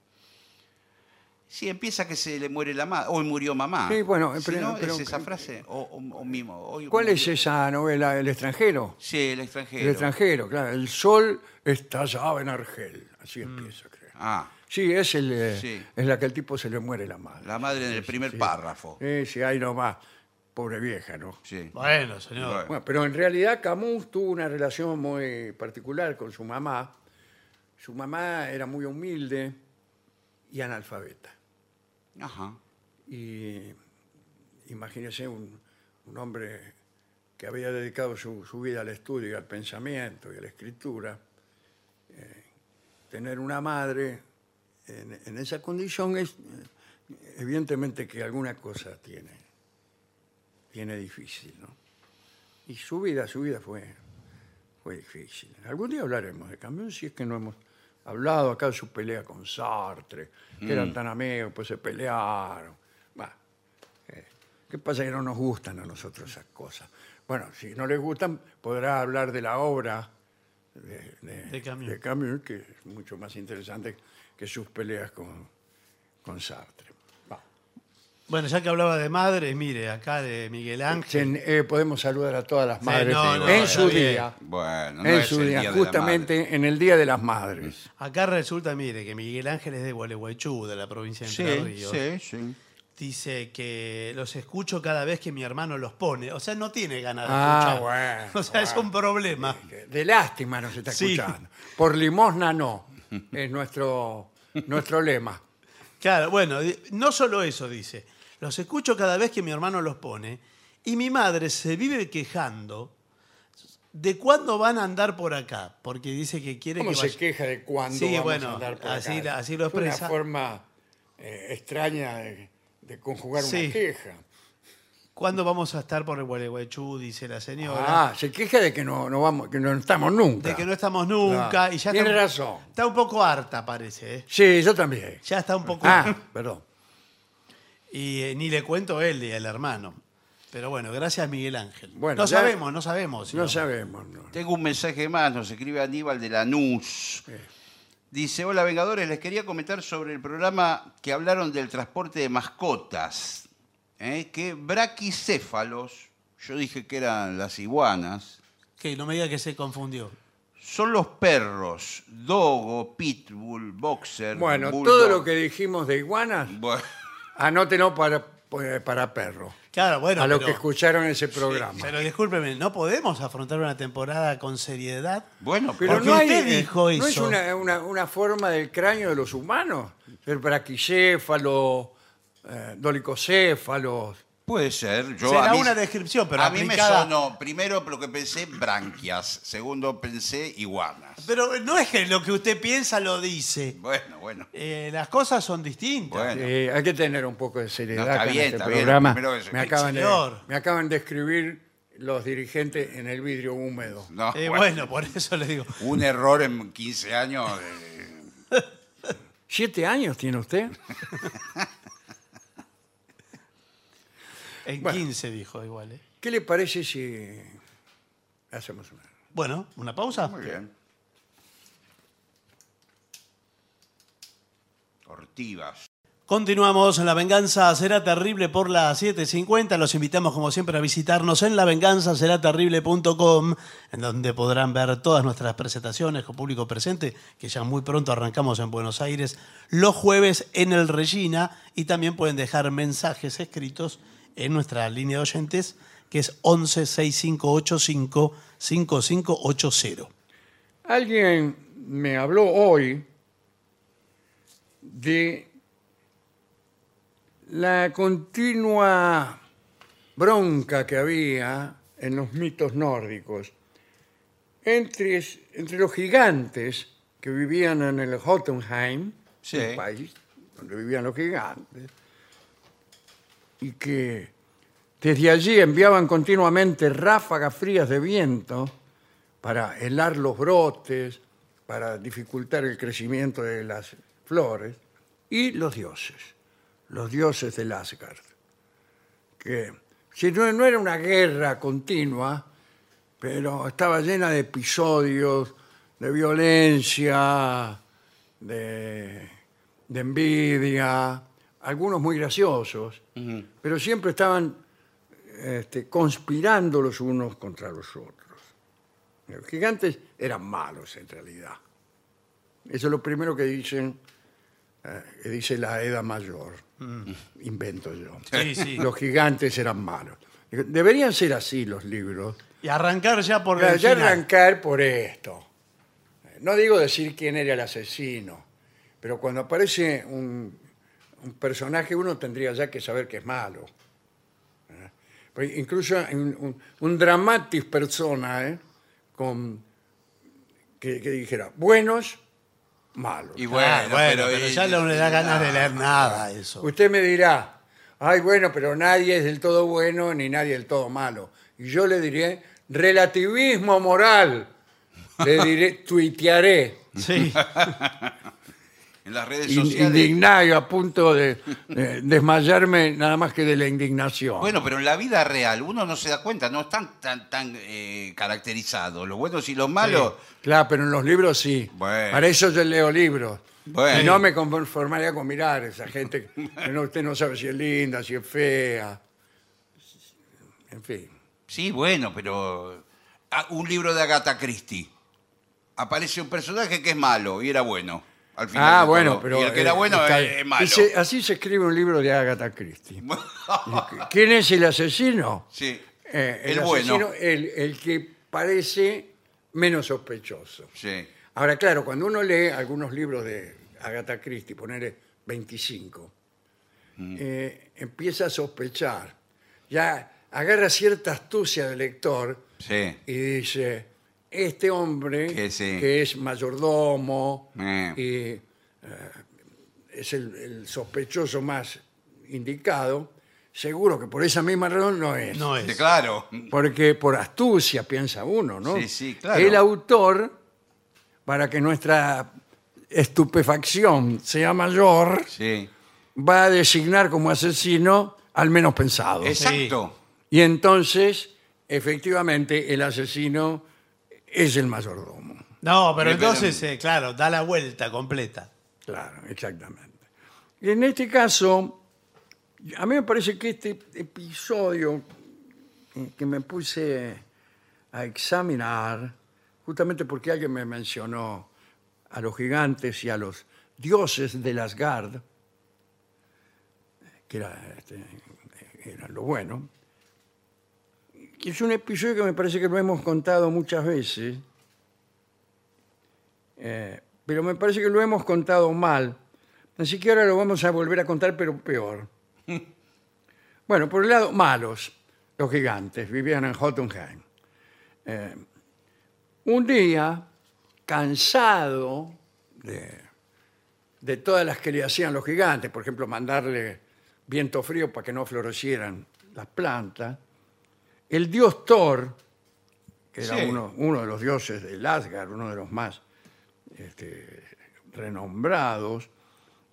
B: Sí, empieza que se le muere la madre, hoy murió mamá.
A: Sí, bueno,
B: Si
A: pero-
B: no,
A: pero-
B: es esa frase, o, o- o mismo. hoy
A: ¿Cuál es
B: murió-
A: esa novela, El extranjero?
B: Sí, el extranjero.
A: El extranjero, claro. El sol estallaba en Argel. Así empieza, creo.
B: Ah,
A: Sí, es, el, eh,
B: Mm. Sí.
A: es la que al tipo se le muere la madre.
B: la madre en el primer
A: sí.
B: párrafo.
A: Sí, sí, ahí nomás. Pobre vieja, ¿no?
B: Sí.
C: Bueno, señor.
A: Bueno, pero en realidad Camus tuvo una relación muy particular con su mamá. Su mamá era muy humilde y analfabeta.
B: Ajá.
A: Y imagínese un, un hombre que había dedicado su, su vida al estudio y al pensamiento y a la escritura, eh, tener una madre en, en esa condición es eh, evidentemente que alguna cosa tiene, tiene difícil, ¿no? Y su vida, su vida fue, fue difícil. Algún día hablaremos de Camus, si es que no hemos hablado acá de su pelea con Sartre, que
C: Mm.
A: eran tan amigos, pues se pelearon. Bah, eh, ¿Qué pasa que no nos gustan a nosotros esas cosas? Bueno, si no les gustan, podrá hablar de la obra de,
C: De Camus.
A: que es mucho más interesante que sus peleas con, con Sartre. Bah.
C: Bueno, ya que hablaba de madres, mire, acá de Miguel Ángel.
A: Ten- eh, podemos saludar a todas las
C: Sí,
A: madres
C: no, no,
A: en
C: está
A: su
C: bien.
A: día.
B: Bueno, no
A: en
B: es
A: su
B: el
A: día,
B: Día de la Madre.
A: justamente en el Día de las Madres.
C: Acá resulta, mire, que Miguel Ángel es de Gualeguaychú, de la provincia de Entre
B: Sí,
C: Ríos.
B: sí, sí.
C: Dice que los escucho cada vez que mi hermano los pone. O sea, no tiene ganas de
A: Ah,
C: escuchar.
A: bueno,
C: o sea, es un problema.
A: De lástima nos está
C: Sí.
A: escuchando. Por limosna no, es nuestro, nuestro lema.
C: Claro, bueno, di- no solo eso dice. Los escucho cada vez que mi hermano los pone y mi madre se vive quejando de cuándo van a andar por acá, porque dice que quiere
A: ¿Cómo
C: que
A: se
C: vaya-
A: queja de cuándo
C: Sí,
A: vamos
C: bueno,
A: a andar por
C: así
A: acá?
C: la- así lo
A: Es una
C: expresa.
A: forma eh, extraña de, de conjugar
C: Sí.
A: una queja.
C: ¿Cuándo vamos a estar por el Gualeguaychú? Dice la señora.
A: Ah, se queja de que no, no vamos, que no estamos nunca.
C: de que no estamos nunca
A: Claro.
C: y ya
A: Tiene
C: está,
A: razón.
C: Está un poco harta, parece. ¿eh?
A: Sí, yo también.
C: Ya está un poco.
A: Ah, perdón.
C: Y eh, ni le cuento él y el hermano. Pero bueno, gracias Miguel Ángel.
A: Bueno,
C: no
A: ya-
C: sabemos, no sabemos.
A: No
C: señor.
A: sabemos. no.
B: Tengo un mensaje más, nos escribe Aníbal de Lanús. Dice, hola Vengadores, les quería comentar sobre el programa que hablaron del transporte de mascotas. ¿eh? Que braquicéfalos, yo dije que eran las iguanas,
C: Que no me diga que se confundió.
B: son los perros, dogo, pitbull, boxer.
A: Bueno,
B: bulldog.
A: todo lo que dijimos de iguanas,
B: Bueno,
A: anótelo para, eh, para perro.
C: Claro, bueno.
A: a lo
C: pero-
A: que escucharon en ese programa.
C: Pero discúlpeme, no podemos afrontar una temporada con seriedad.
B: bueno,
A: Pero
C: Porque
B: porque-
A: no hay,
C: usted dijo
A: eh, no es
C: eso.
A: una, una- una forma del cráneo de los humanos. Ser braquicéfalo, eh, dolicocéfalo.
B: puede ser. Yo,
C: Será
B: a mí-
C: una descripción, pero
B: a mí me
C: aplicada-
B: sonó, primero lo que pensé, branquias, segundo pensé, iguanas.
C: Pero no es que lo que usted piensa lo dice.
B: Bueno, bueno.
C: Eh, las cosas son distintas.
B: Bueno.
A: Eh, hay que tener un poco de seriedad
B: No, está
A: acá en
B: bien,
A: este
B: está bien,
A: programa.
B: primero eso.
A: me, acaban de,
C: Señor.
A: me acaban de escribir los dirigentes en el vidrio húmedo.
B: No,
C: Eh,
B: bueno.
C: bueno, por eso le digo.
B: Un error en 15 años. eh,
A: ¿Siete años tiene usted?
C: En
A: Bueno.
C: 15 dijo igual. ¿eh?
A: ¿Qué le parece si hacemos una?
C: Bueno, ¿una pausa?
B: muy bien. Ortivas.
C: Ah, Continuamos en La Venganza Será Terrible por las 7.50. Los invitamos, como siempre, a visitarnos en lavenganzaseraterrible.com, en donde podrán ver todas nuestras presentaciones con público presente, que ya muy pronto arrancamos en Buenos Aires, los jueves en el Regina, y también pueden dejar mensajes escritos en nuestra línea de oyentes, que es 11 6585 5580.
A: Alguien me habló hoy de la continua bronca que había en los mitos nórdicos entre, entre los gigantes que vivían en el Jotunheim,
B: Sí.
A: un país donde vivían los gigantes, y que desde allí enviaban continuamente ráfagas frías de viento para helar los brotes, para dificultar el crecimiento de las flores, y los dioses. los dioses de Asgard. Que si no, no era una guerra continua, pero estaba llena de episodios, de violencia, de, de envidia, algunos muy graciosos, pero siempre estaban este, conspirando los unos contra los otros. Los gigantes eran malos en realidad. Eso es lo primero que dicen, eh, que dice la Edad Mayor. Invento yo.
C: Sí, sí.
A: Los gigantes eran malos. Deberían ser así los libros.
C: Y arrancar ya por
A: Claro,
C: el
A: ya
C: final.
A: arrancar por esto. No digo decir quién era el asesino, pero cuando aparece un, un personaje uno tendría ya que saber que es malo. ¿Eh? Porque incluso un, un, un dramatis persona ¿eh? con, que, que dijera buenos, malos.
B: Y bueno,
C: Ah, bueno, pero,
B: y-
C: ya no le da
B: y-
C: ganas de leer nada eso.
A: Usted me dirá, ay bueno, pero nadie es del todo bueno ni nadie del todo malo. Y yo le diré, relativismo moral. Le diré, tuitearé,
C: Sí.
B: En las redes
A: in-
B: sociales.
A: indignado, a punto de, de desmayarme nada más que de la indignación.
B: Bueno, pero en la vida real uno no se da cuenta, no están tan, tan eh, caracterizados. Los buenos y los malos.
A: Claro, pero en los libros sí.
B: Bueno.
A: Para eso yo leo libros.
B: Bueno.
A: Y no me conformaría con mirar esa gente que no- usted no sabe si es linda, si es fea. En fin.
B: Sí, bueno, pero. ah, un libro de Agatha Christie. Aparece un personaje que es malo y era bueno. Al final
A: Ah,
B: de
A: bueno,
B: todo.
A: pero.
B: Y el que
A: eh,
B: era bueno
A: está
B: es,
A: bien.
B: es malo.
A: Ese- así se escribe un libro de Agatha Christie. ¿Quién es el asesino?
B: sí.
A: Eh,
B: el, bueno.
A: asesino, el, el que parece menos sospechoso.
B: Sí.
A: Ahora, claro, cuando uno lee algunos libros de Agatha Christie, ponerle 25,
B: Mm.
A: eh, empieza a sospechar. Ya agarra cierta astucia del lector
B: Sí.
A: y dice, este hombre
B: Que sí.
A: que es mayordomo
B: Eh.
A: y eh, es el, el sospechoso más indicado, seguro que por esa misma razón no es.
C: No es.
B: Claro.
A: Porque por astucia piensa uno, ¿no?
B: Sí, sí, claro.
A: El autor, para que nuestra estupefacción sea mayor,
B: Sí.
A: va a designar como asesino al menos pensado.
B: Exacto.
A: Y entonces, efectivamente, el asesino es el mayordomo.
C: No, pero
B: Sí, pero-
C: entonces, eh, claro, da la vuelta completa.
A: Claro, exactamente. Y en este caso, a mí me parece que este episodio eh, que me puse a examinar, justamente porque alguien me mencionó a los gigantes y a los dioses de Asgard, que era, este, era lo bueno, que es un episodio que me parece que lo hemos contado muchas veces, eh, pero me parece que lo hemos contado mal. Así que ahora lo vamos a volver a contar, pero peor. bueno, por el lado, malos, los gigantes, vivían en Jotunheim. Eh, un día, cansado de, de todas las que le hacían los gigantes, por ejemplo, mandarle viento frío para que no florecieran las plantas, el dios Thor, que era
B: Sí.
A: uno, uno de los dioses del Asgard, uno de los más este, renombrados,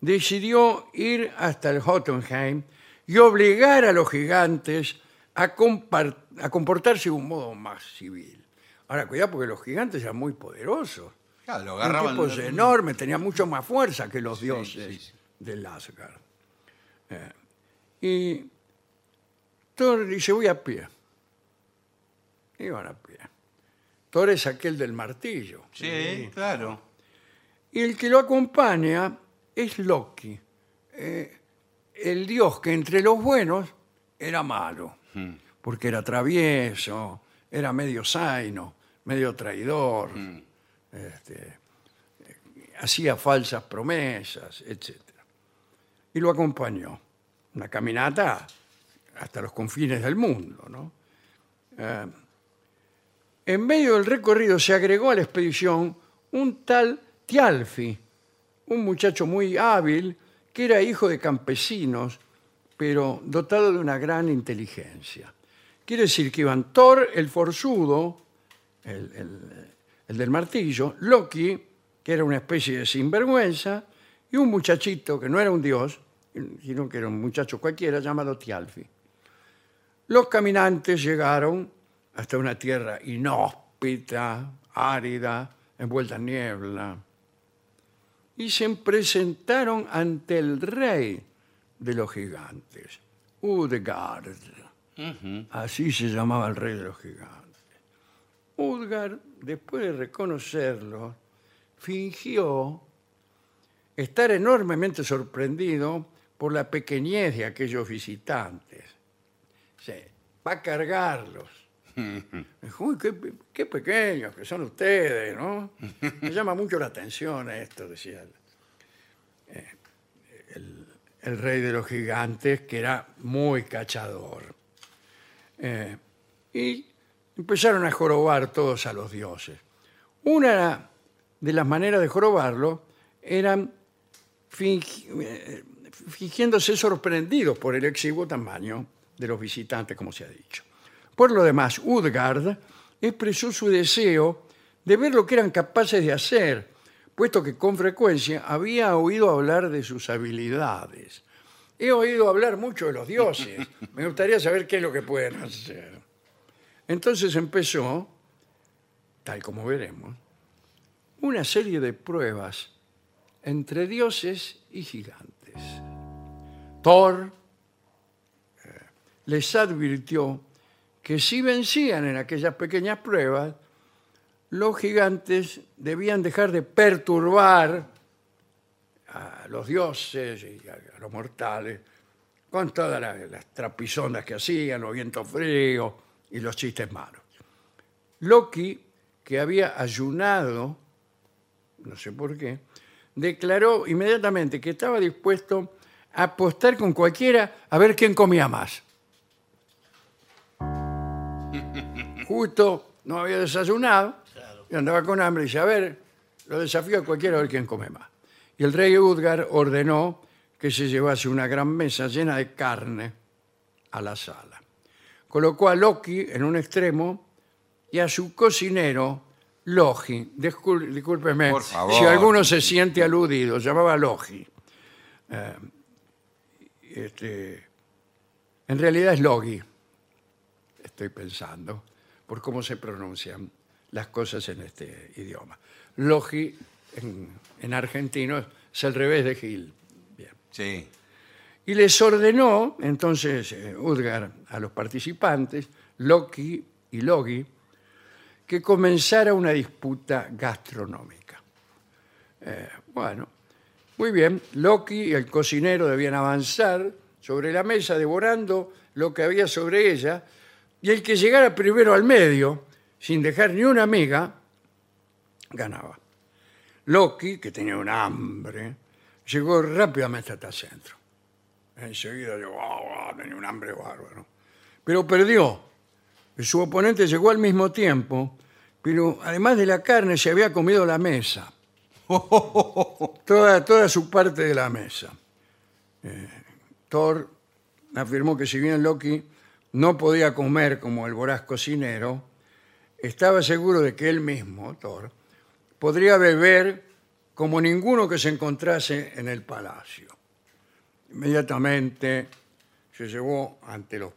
A: decidió ir hasta el Jotunheim y obligar a los gigantes a, compar- a comportarse de un modo más civil. Ahora, cuidado, porque los gigantes eran muy poderosos.
B: Claro, lo
A: Eran
B: agarraban.
A: tipos enormes, tenían mucho más fuerza que los dioses
B: sí, sí.
A: del Asgard. Eh, y Thor dice, voy a pie. Iban a pie. Thor es aquel del martillo.
B: Sí, claro.
A: Y el que lo acompaña es Loki, eh, el dios que entre los buenos era malo, porque era travieso, era medio zaino, medio traidor, este, eh, hacía falsas promesas, etc. Y lo acompañó. Una caminata hasta los confines del mundo, ¿no? En medio del recorrido se agregó a la expedición un tal Tialfi, un muchacho muy hábil que era hijo de campesinos, pero dotado de una gran inteligencia. Quiere decir que iban Thor, el forzudo, el, el- el del martillo, Loki, que era una especie de sinvergüenza, y un muchachito que no era un dios, sino que era un muchacho cualquiera llamado Tialfi. Los caminantes llegaron hasta una tierra inhóspita, árida, envuelta en niebla, y se presentaron ante el rey de los gigantes, Udgard. Así se llamaba el rey de los gigantes. Udgard, después de reconocerlo, fingió estar enormemente sorprendido por la pequeñez de aquellos visitantes. Se va a cargarlos. Dijo, "Uy, qué, pe- qué pequeños que son ustedes, ¿no? Me llama mucho la atención esto, decía el, eh, el- el rey de los gigantes, que era muy cachador. Eh, y empezaron a jorobar todos a los dioses. Una de las maneras de jorobarlo eran fingi- eh, fingiéndose sorprendidos por el exiguo tamaño de los visitantes, como se ha dicho. Por lo demás, Udgard expresó su deseo de ver lo que eran capaces de hacer, puesto que con frecuencia había oído hablar de sus habilidades. He oído hablar mucho de los dioses. Me gustaría saber qué es lo que pueden hacer. Entonces empezó, tal como veremos, una serie de pruebas entre dioses y gigantes. Thor eh, les advirtió que si vencían en aquellas pequeñas pruebas, los gigantes debían dejar de perturbar a los dioses y a a los mortales con todas la- las, trapisondas que hacían, los vientos fríos y los chistes malos. Loki, que había ayunado, no sé por qué, declaró inmediatamente que estaba dispuesto a apostar con cualquiera a ver quién comía más. Justo no había desayunado y andaba con hambre y dice, a ver, lo desafío a cualquiera a ver quién come más. Y el rey Udgar ordenó que se llevase una gran mesa llena de carne a la sala. Colocó a Loki en un extremo y a su cocinero, Logi. Discul- discúlpeme
B: Por favor.
A: si alguno se siente aludido, llamaba Logi. Eh, este, en realidad es Logi, estoy pensando, por cómo se pronuncian las cosas en este idioma. Logi en, en argentino es al revés de Gil. Bien.
B: Sí.
A: Y les ordenó, entonces, eh, Udgar a los participantes, Loki y Logi, que comenzara una disputa gastronómica. Eh, bueno, muy bien, Loki y el cocinero debían avanzar sobre la mesa devorando lo que había sobre ella, y el que llegara primero al medio, sin dejar ni una miga, ganaba. Loki, que tenía un hambre, llegó rápidamente hasta el centro. Enseguida yo, "Ah, ah", tenía un hambre bárbaro. Pero perdió. Su oponente llegó al mismo tiempo, pero además de la carne se había comido la mesa. Toda, toda su parte de la mesa. Eh, Thor afirmó que si bien Loki no podía comer como el voraz cocinero, estaba seguro de que él mismo, Thor, podría beber como ninguno que se encontrase en el palacio inmediatamente se llevó ante los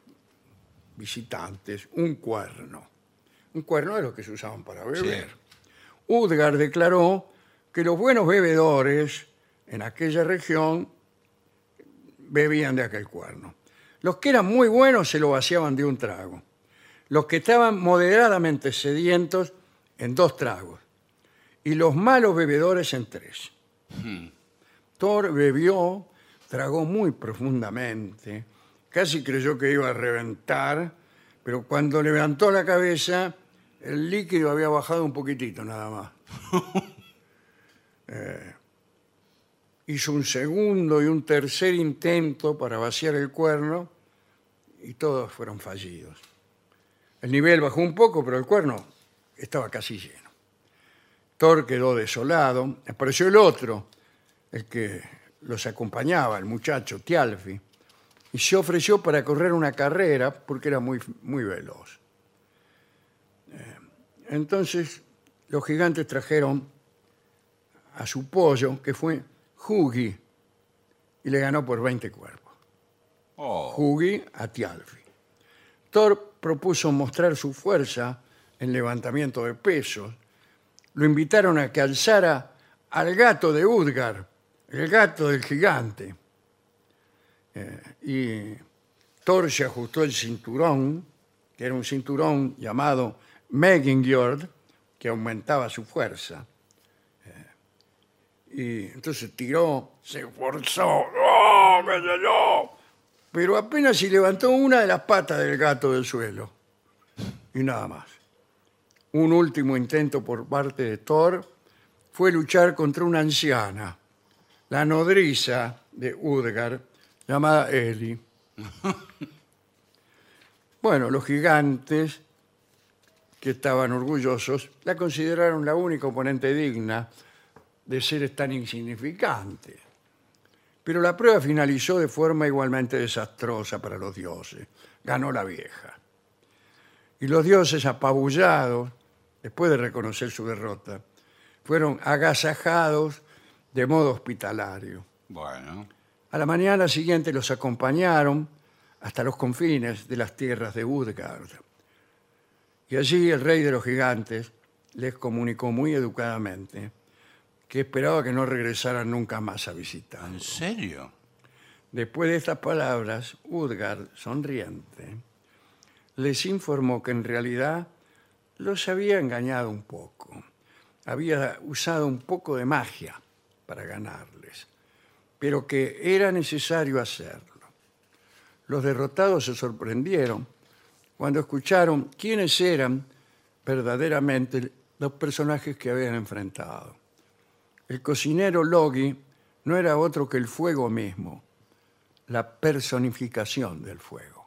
A: visitantes un cuerno. Un cuerno de los que se usaban para beber. Udgar declaró que los buenos bebedores en aquella región bebían de aquel cuerno. Los que eran muy buenos se lo vaciaban de un trago. Los que estaban moderadamente sedientos en dos tragos. Y los malos bebedores en tres. Thor bebió, tragó muy profundamente, casi creyó que iba a reventar, pero cuando levantó la cabeza, el líquido había bajado un poquitito nada más. Eh, hizo un segundo y un tercer intento para vaciar el cuerno y todos fueron fallidos. El nivel bajó un poco, pero el cuerno estaba casi lleno. Thor quedó desolado. Apareció el otro, el que los acompañaba, el muchacho Tialfi, y se ofreció para correr una carrera porque era muy, muy veloz. Eh, Entonces los gigantes trajeron a su pollo, que fue Hugi, y le ganó por 20 cuerpos.
B: Oh,
A: Hugi a Tialfi. Thor propuso mostrar su fuerza en levantamiento de pesos. Lo invitaron a que alzara al gato de Udgar, el gato del gigante. Eh, y Thor se ajustó el cinturón, que era un cinturón llamado Megingjord, que aumentaba su fuerza. Eh, y entonces tiró, se esforzó, ¡oh, qué sé yo! pero apenas si levantó una de las patas del gato del suelo. Y nada más. Un último intento por parte de Thor fue luchar contra una anciana, la nodriza de Udgar, llamada Eli. Bueno, los gigantes, que estaban orgullosos, la consideraron la única oponente digna de seres tan insignificantes pero la prueba finalizó de forma igualmente desastrosa para los dioses. Ganó la vieja. Y los dioses, apabullados, después de reconocer su derrota, fueron agasajados de modo hospitalario.
B: bueno.
A: A la mañana siguiente los acompañaron hasta los confines de las tierras de Udgard. Y allí el rey de los gigantes les comunicó muy educadamente que esperaba que no regresaran nunca más a visitar.
B: ¿En serio?
A: Después de estas palabras, Udgard, sonriente, les informó que en realidad los había engañado un poco. Había usado un poco de magia para ganarles, pero que era necesario hacerlo. Los derrotados se sorprendieron cuando escucharon quiénes eran verdaderamente los personajes que habían enfrentado. El cocinero Logi no era otro que el fuego mismo, la personificación del fuego.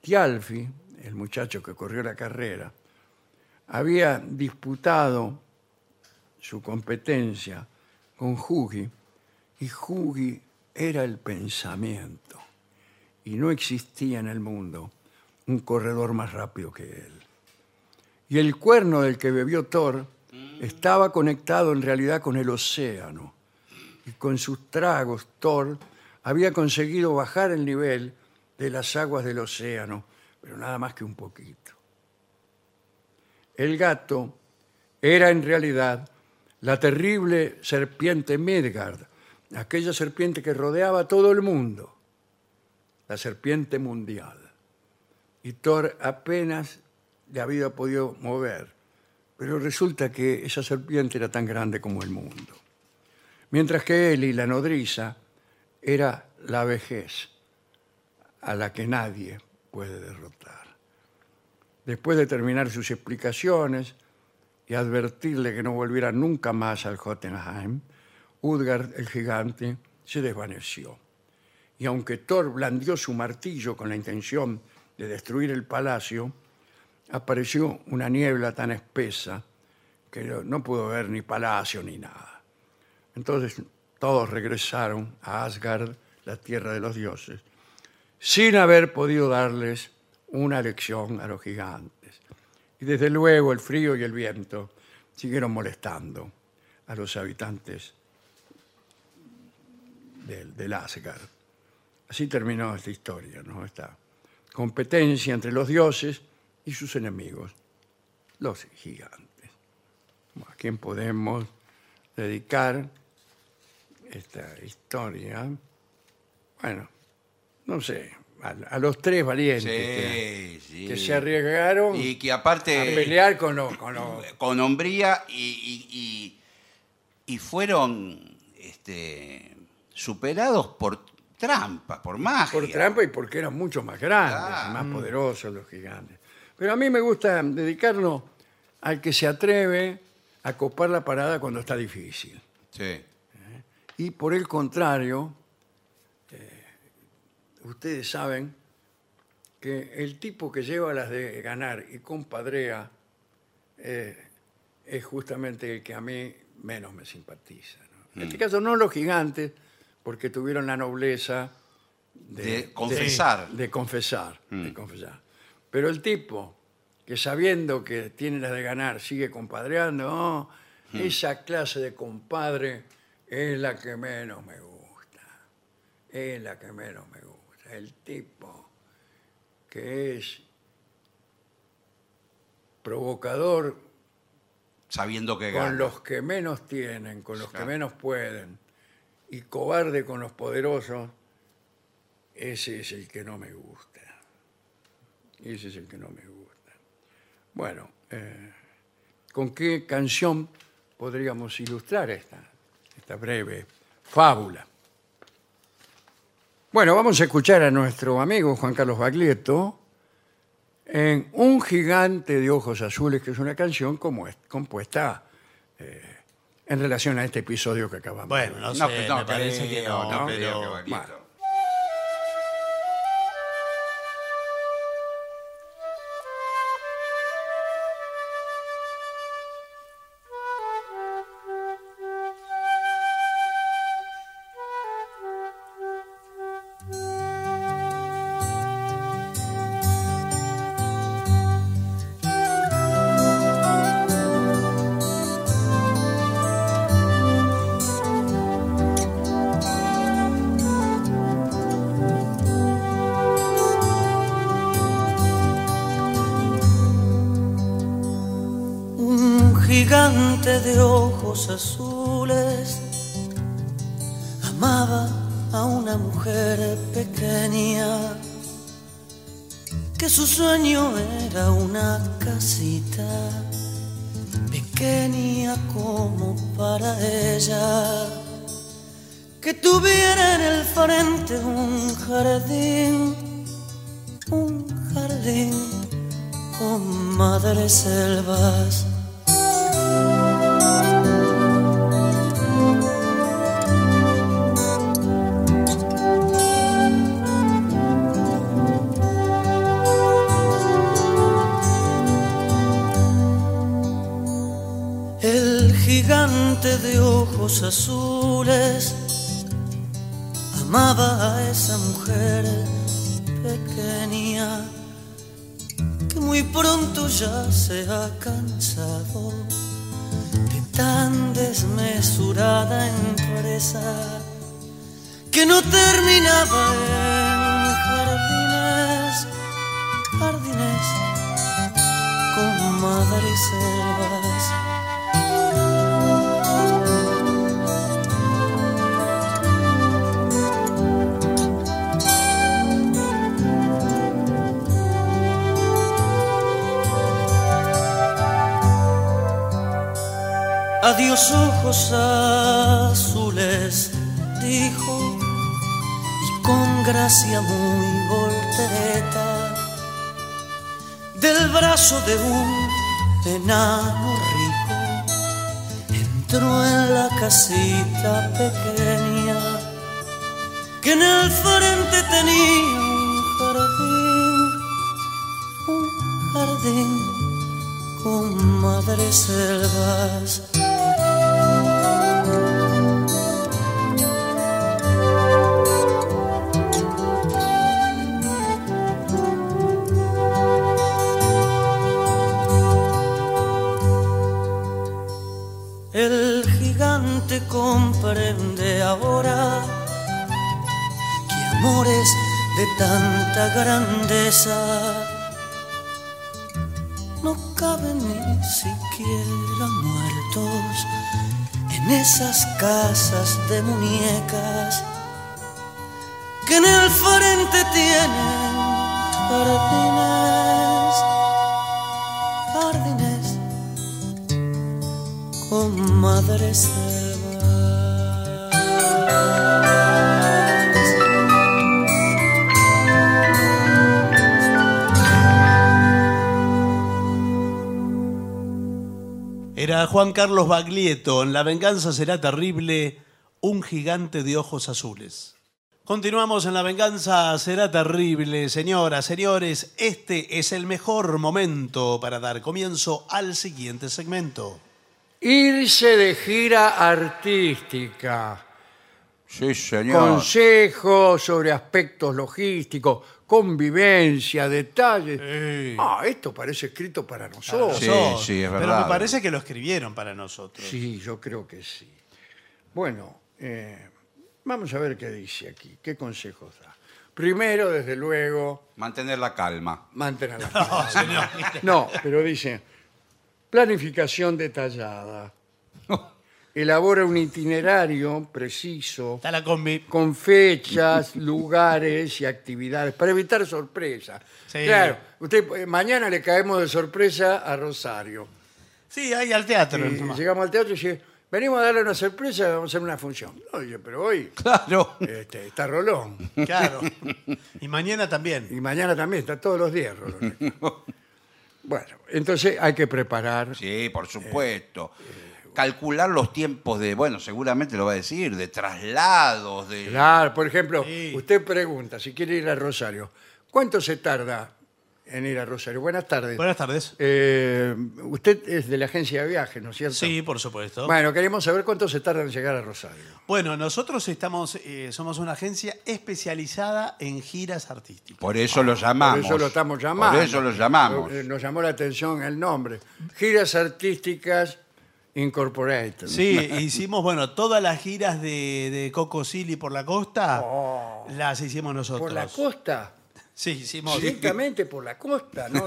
A: Tialfi, el muchacho que corrió la carrera, había disputado su competencia con Hugi y Hugi era el pensamiento y no existía en el mundo un corredor más rápido que él. Y el cuerno del que bebió Thor estaba conectado en realidad con el océano y con sus tragos Thor había conseguido bajar el nivel de las aguas del océano, pero nada más que un poquito. El gato era en realidad la terrible serpiente Midgard, aquella serpiente que rodeaba a todo el mundo, la serpiente mundial. Y Thor apenas le había podido mover, pero resulta que esa serpiente era tan grande como el mundo mientras que él y la nodriza era la vejez a la que nadie puede derrotar. Después de terminar sus explicaciones y advertirle que no volviera nunca más al Jotunheim, Udgard el gigante se desvaneció. Y aunque Thor blandió su martillo con la intención de destruir el palacio, apareció una niebla tan espesa que no pudo ver ni palacio ni nada. Entonces todos regresaron a Asgard, la tierra de los dioses, sin haber podido darles una lección a los gigantes. Y desde luego el frío y el viento siguieron molestando a los habitantes del, del Asgard. Así terminó esta historia, ¿no? Esta competencia entre los dioses y sus enemigos, los gigantes. ¿A quién podemos dedicar esta historia? Bueno, no sé, a, a los tres valientes que,
B: Sí, sí.
A: que se arriesgaron
B: Y que
A: a
B: aparte,
A: pelear con los... Con los-
B: con hombría y, y- y- y fueron este, superados por trampa, por magia.
A: por trampa y porque eran mucho más grandes,
B: Ah.
A: más poderosos los gigantes. Pero a mí me gusta dedicarnos al que se atreve a copar la parada cuando está difícil.
B: Sí.
A: Y por el contrario, eh, ustedes saben que el tipo que lleva las de ganar y compadrea eh, es justamente el que a mí menos me simpatiza. ¿no? En este caso no los gigantes, porque tuvieron la nobleza de,
B: De confesar.
A: De, de confesar, de confesar. Pero el tipo que sabiendo que tiene las de ganar sigue compadreando, "Oh, esa clase de compadre es la que menos me gusta. es la que menos me gusta. El tipo que es provocador
B: sabiendo que gana.
A: con los que menos tienen, con los que
B: Claro.
A: menos pueden, y cobarde con los poderosos, ese es el que no me gusta. Ese es el que no me gusta. Bueno, eh, ¿con qué canción podríamos ilustrar esta, esta breve fábula? Bueno, vamos a escuchar a nuestro amigo Juan Carlos Baglietto en Un gigante de ojos azules, que es una canción como es- compuesta eh, en relación a este episodio que acabamos de
C: Bueno,
A: ver.
C: no sé,
B: No, pues,
C: me
B: no,
C: parece que
B: creo,
C: no,
B: no creo que
C: pero...
B: Baglietto.
A: bueno.
D: un gigante de ojos azules amaba a una mujer pequeña que su sueño era una casita pequeña como para ella que tuviera en el frente un jardín un jardín con madres selvas. El gigante de ojos azules amaba a esa mujer pequeña que muy pronto ya se ha cansado de tan desmesurada empresa que no terminaba en jardines, jardines con madres selvas. Adiós ojos azules, dijo, y con gracia muy voltereta, del brazo de un enano rico, entró en la casita pequeña, que en el frente tenía un jardín, un jardín con madres selvas. El gigante comprende ahora que amores de tanta grandeza no caben ni siquiera muertos en esas casas de muñecas que en el frente tienen jardines, jardines con madres selvas.
C: Era Juan Carlos Baglietto, en La venganza será terrible, un gigante de ojos azules. Continuamos en La venganza será terrible, señoras, señores, este es el mejor momento para dar comienzo al siguiente segmento.
A: Irse de gira artística.
B: Sí, señor.
A: Consejos sobre aspectos logísticos, convivencia, detalles. Ah, esto parece escrito para nosotros.
B: Sí,
C: Nosotros,
B: sí, es
C: Pero
B: verdad.
C: me parece que lo escribieron para nosotros.
A: Sí, yo creo que sí. Bueno, eh, Vamos a ver qué dice aquí, qué consejos da. Primero, desde luego,
B: Mantener la calma.
A: mantener la
C: No, señor.
A: No, pero dice, planificación detallada. Elabora un itinerario preciso
C: Está la combi.
A: con fechas, lugares y actividades para evitar sorpresas.
C: Sí.
A: Claro, usted eh, mañana le caemos de sorpresa a Rosario.
C: Sí, ahí al teatro.
A: Y
C: nomás.
A: llegamos al teatro y dice, venimos a darle una sorpresa, vamos a hacer una función. Oye, pero hoy
B: Claro.
A: este, está Rolón.
C: Claro. Y mañana también.
A: Y mañana también, está todos los días Rolón. Bueno, entonces hay que preparar
B: Sí, por supuesto.
A: eh,
B: Calcular los tiempos de, bueno, seguramente lo va a decir, de traslados, de...
A: Claro, por ejemplo,
C: Sí.
A: usted pregunta si quiere ir a Rosario. ¿Cuánto se tarda en ir a Rosario? Buenas tardes.
C: Buenas tardes.
A: Eh, usted es de la agencia de viajes, ¿no es cierto?
C: Sí, por supuesto.
A: Bueno, queremos saber cuánto se tarda en llegar a Rosario.
C: Bueno, nosotros estamos, eh, somos una agencia especializada en giras artísticas.
B: Por eso lo llamamos.
A: Por eso lo estamos llamando.
B: Por eso lo llamamos.
A: Eh, Nos llamó la atención el nombre. Giras Artísticas Incorporated.
C: Sí, hicimos, bueno, todas las giras de, de Coco Silly por la costa las hicimos nosotros.
A: Oh. Por la costa.
C: Sí, hicimos.
A: Directamente por la costa. No,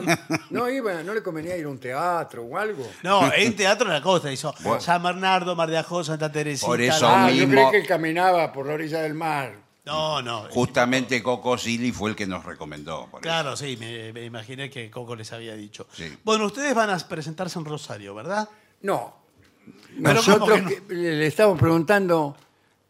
A: no, iba, no le convenía ir a un teatro o algo.
C: No, en teatro en la costa hizo San Bernardo, Mar de Ajó, Santa Teresita.
B: Por eso
A: Ah, yo
B: mismo.
A: creí que él caminaba por la orilla del mar.
C: No, no.
B: Justamente Coco Silly fue el que nos recomendó. por eso.
C: Claro, sí, me, me imaginé que Coco les había dicho.
B: Sí.
C: Bueno, ustedes van a presentarse en Rosario, ¿verdad?
A: No.
C: Pero
A: Nosotros
C: ¿cómo que
A: que- le estamos preguntando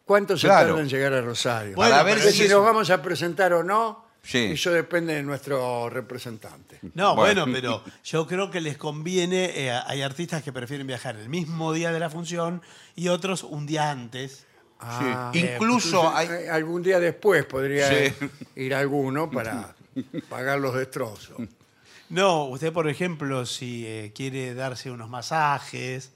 A: cuánto se
B: Claro.
A: tarda en llegar a Rosario.
C: Bueno,
B: Para ver
A: Porque
B: si,
A: si
B: es-
A: nos vamos a presentar o no,
B: Sí.
A: eso depende de nuestro representante.
C: No,
B: Bueno.
C: bueno, pero yo creo que les conviene. eh, hay artistas que prefieren viajar el mismo día de la función y otros un día antes.
A: Ah,
B: Sí. Incluso hay-
A: eh, algún día después podría
B: Sí.
A: ir alguno para pagar los destrozos.
C: No, usted, por ejemplo, si eh, quiere darse unos masajes,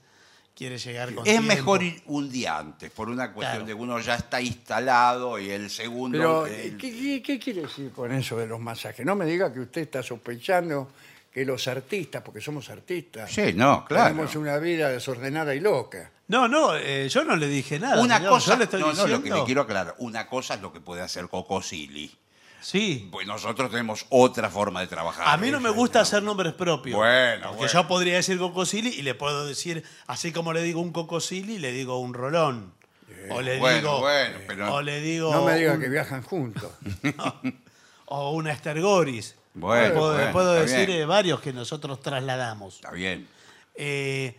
C: quiere llegar con.
B: es
C: tiempo.
B: mejor ir un día antes, por una cuestión
C: Claro.
B: de que uno ya está instalado y el segundo...
A: Pero, eh,
B: el-
A: ¿qué, qué, qué quiere decir con eso de los masajes? No me diga que usted está sospechando que los artistas, porque somos artistas,
B: Sí, no, claro.
A: tenemos una vida desordenada y loca.
C: No, no, eh, yo no le dije nada.
B: Una
C: señor,
B: cosa,
C: yo le estoy
B: no, no,
C: diciendo.
B: lo que le quiero aclarar, una cosa es lo que puede hacer Coco Silly.
C: Sí.
B: Pues nosotros tenemos otra forma de trabajar. ¿eh?
C: A mí no me gusta hacer nombres propios.
B: Bueno,
C: Porque
B: bueno.
C: yo podría decir Cocosili y le puedo decir, así como le digo un Cocosili, le digo un Rolón. o le
B: Eh, bueno,
C: digo.
B: bueno, pero-
C: O le digo.
A: No me diga
C: un-
A: que viajan juntos.
C: o una estergoris.
B: Bueno,
C: puedo,
B: bueno,
C: puedo
B: está
C: decir
B: bien.
C: eh, varios que nosotros trasladamos.
B: Está bien.
C: Eh,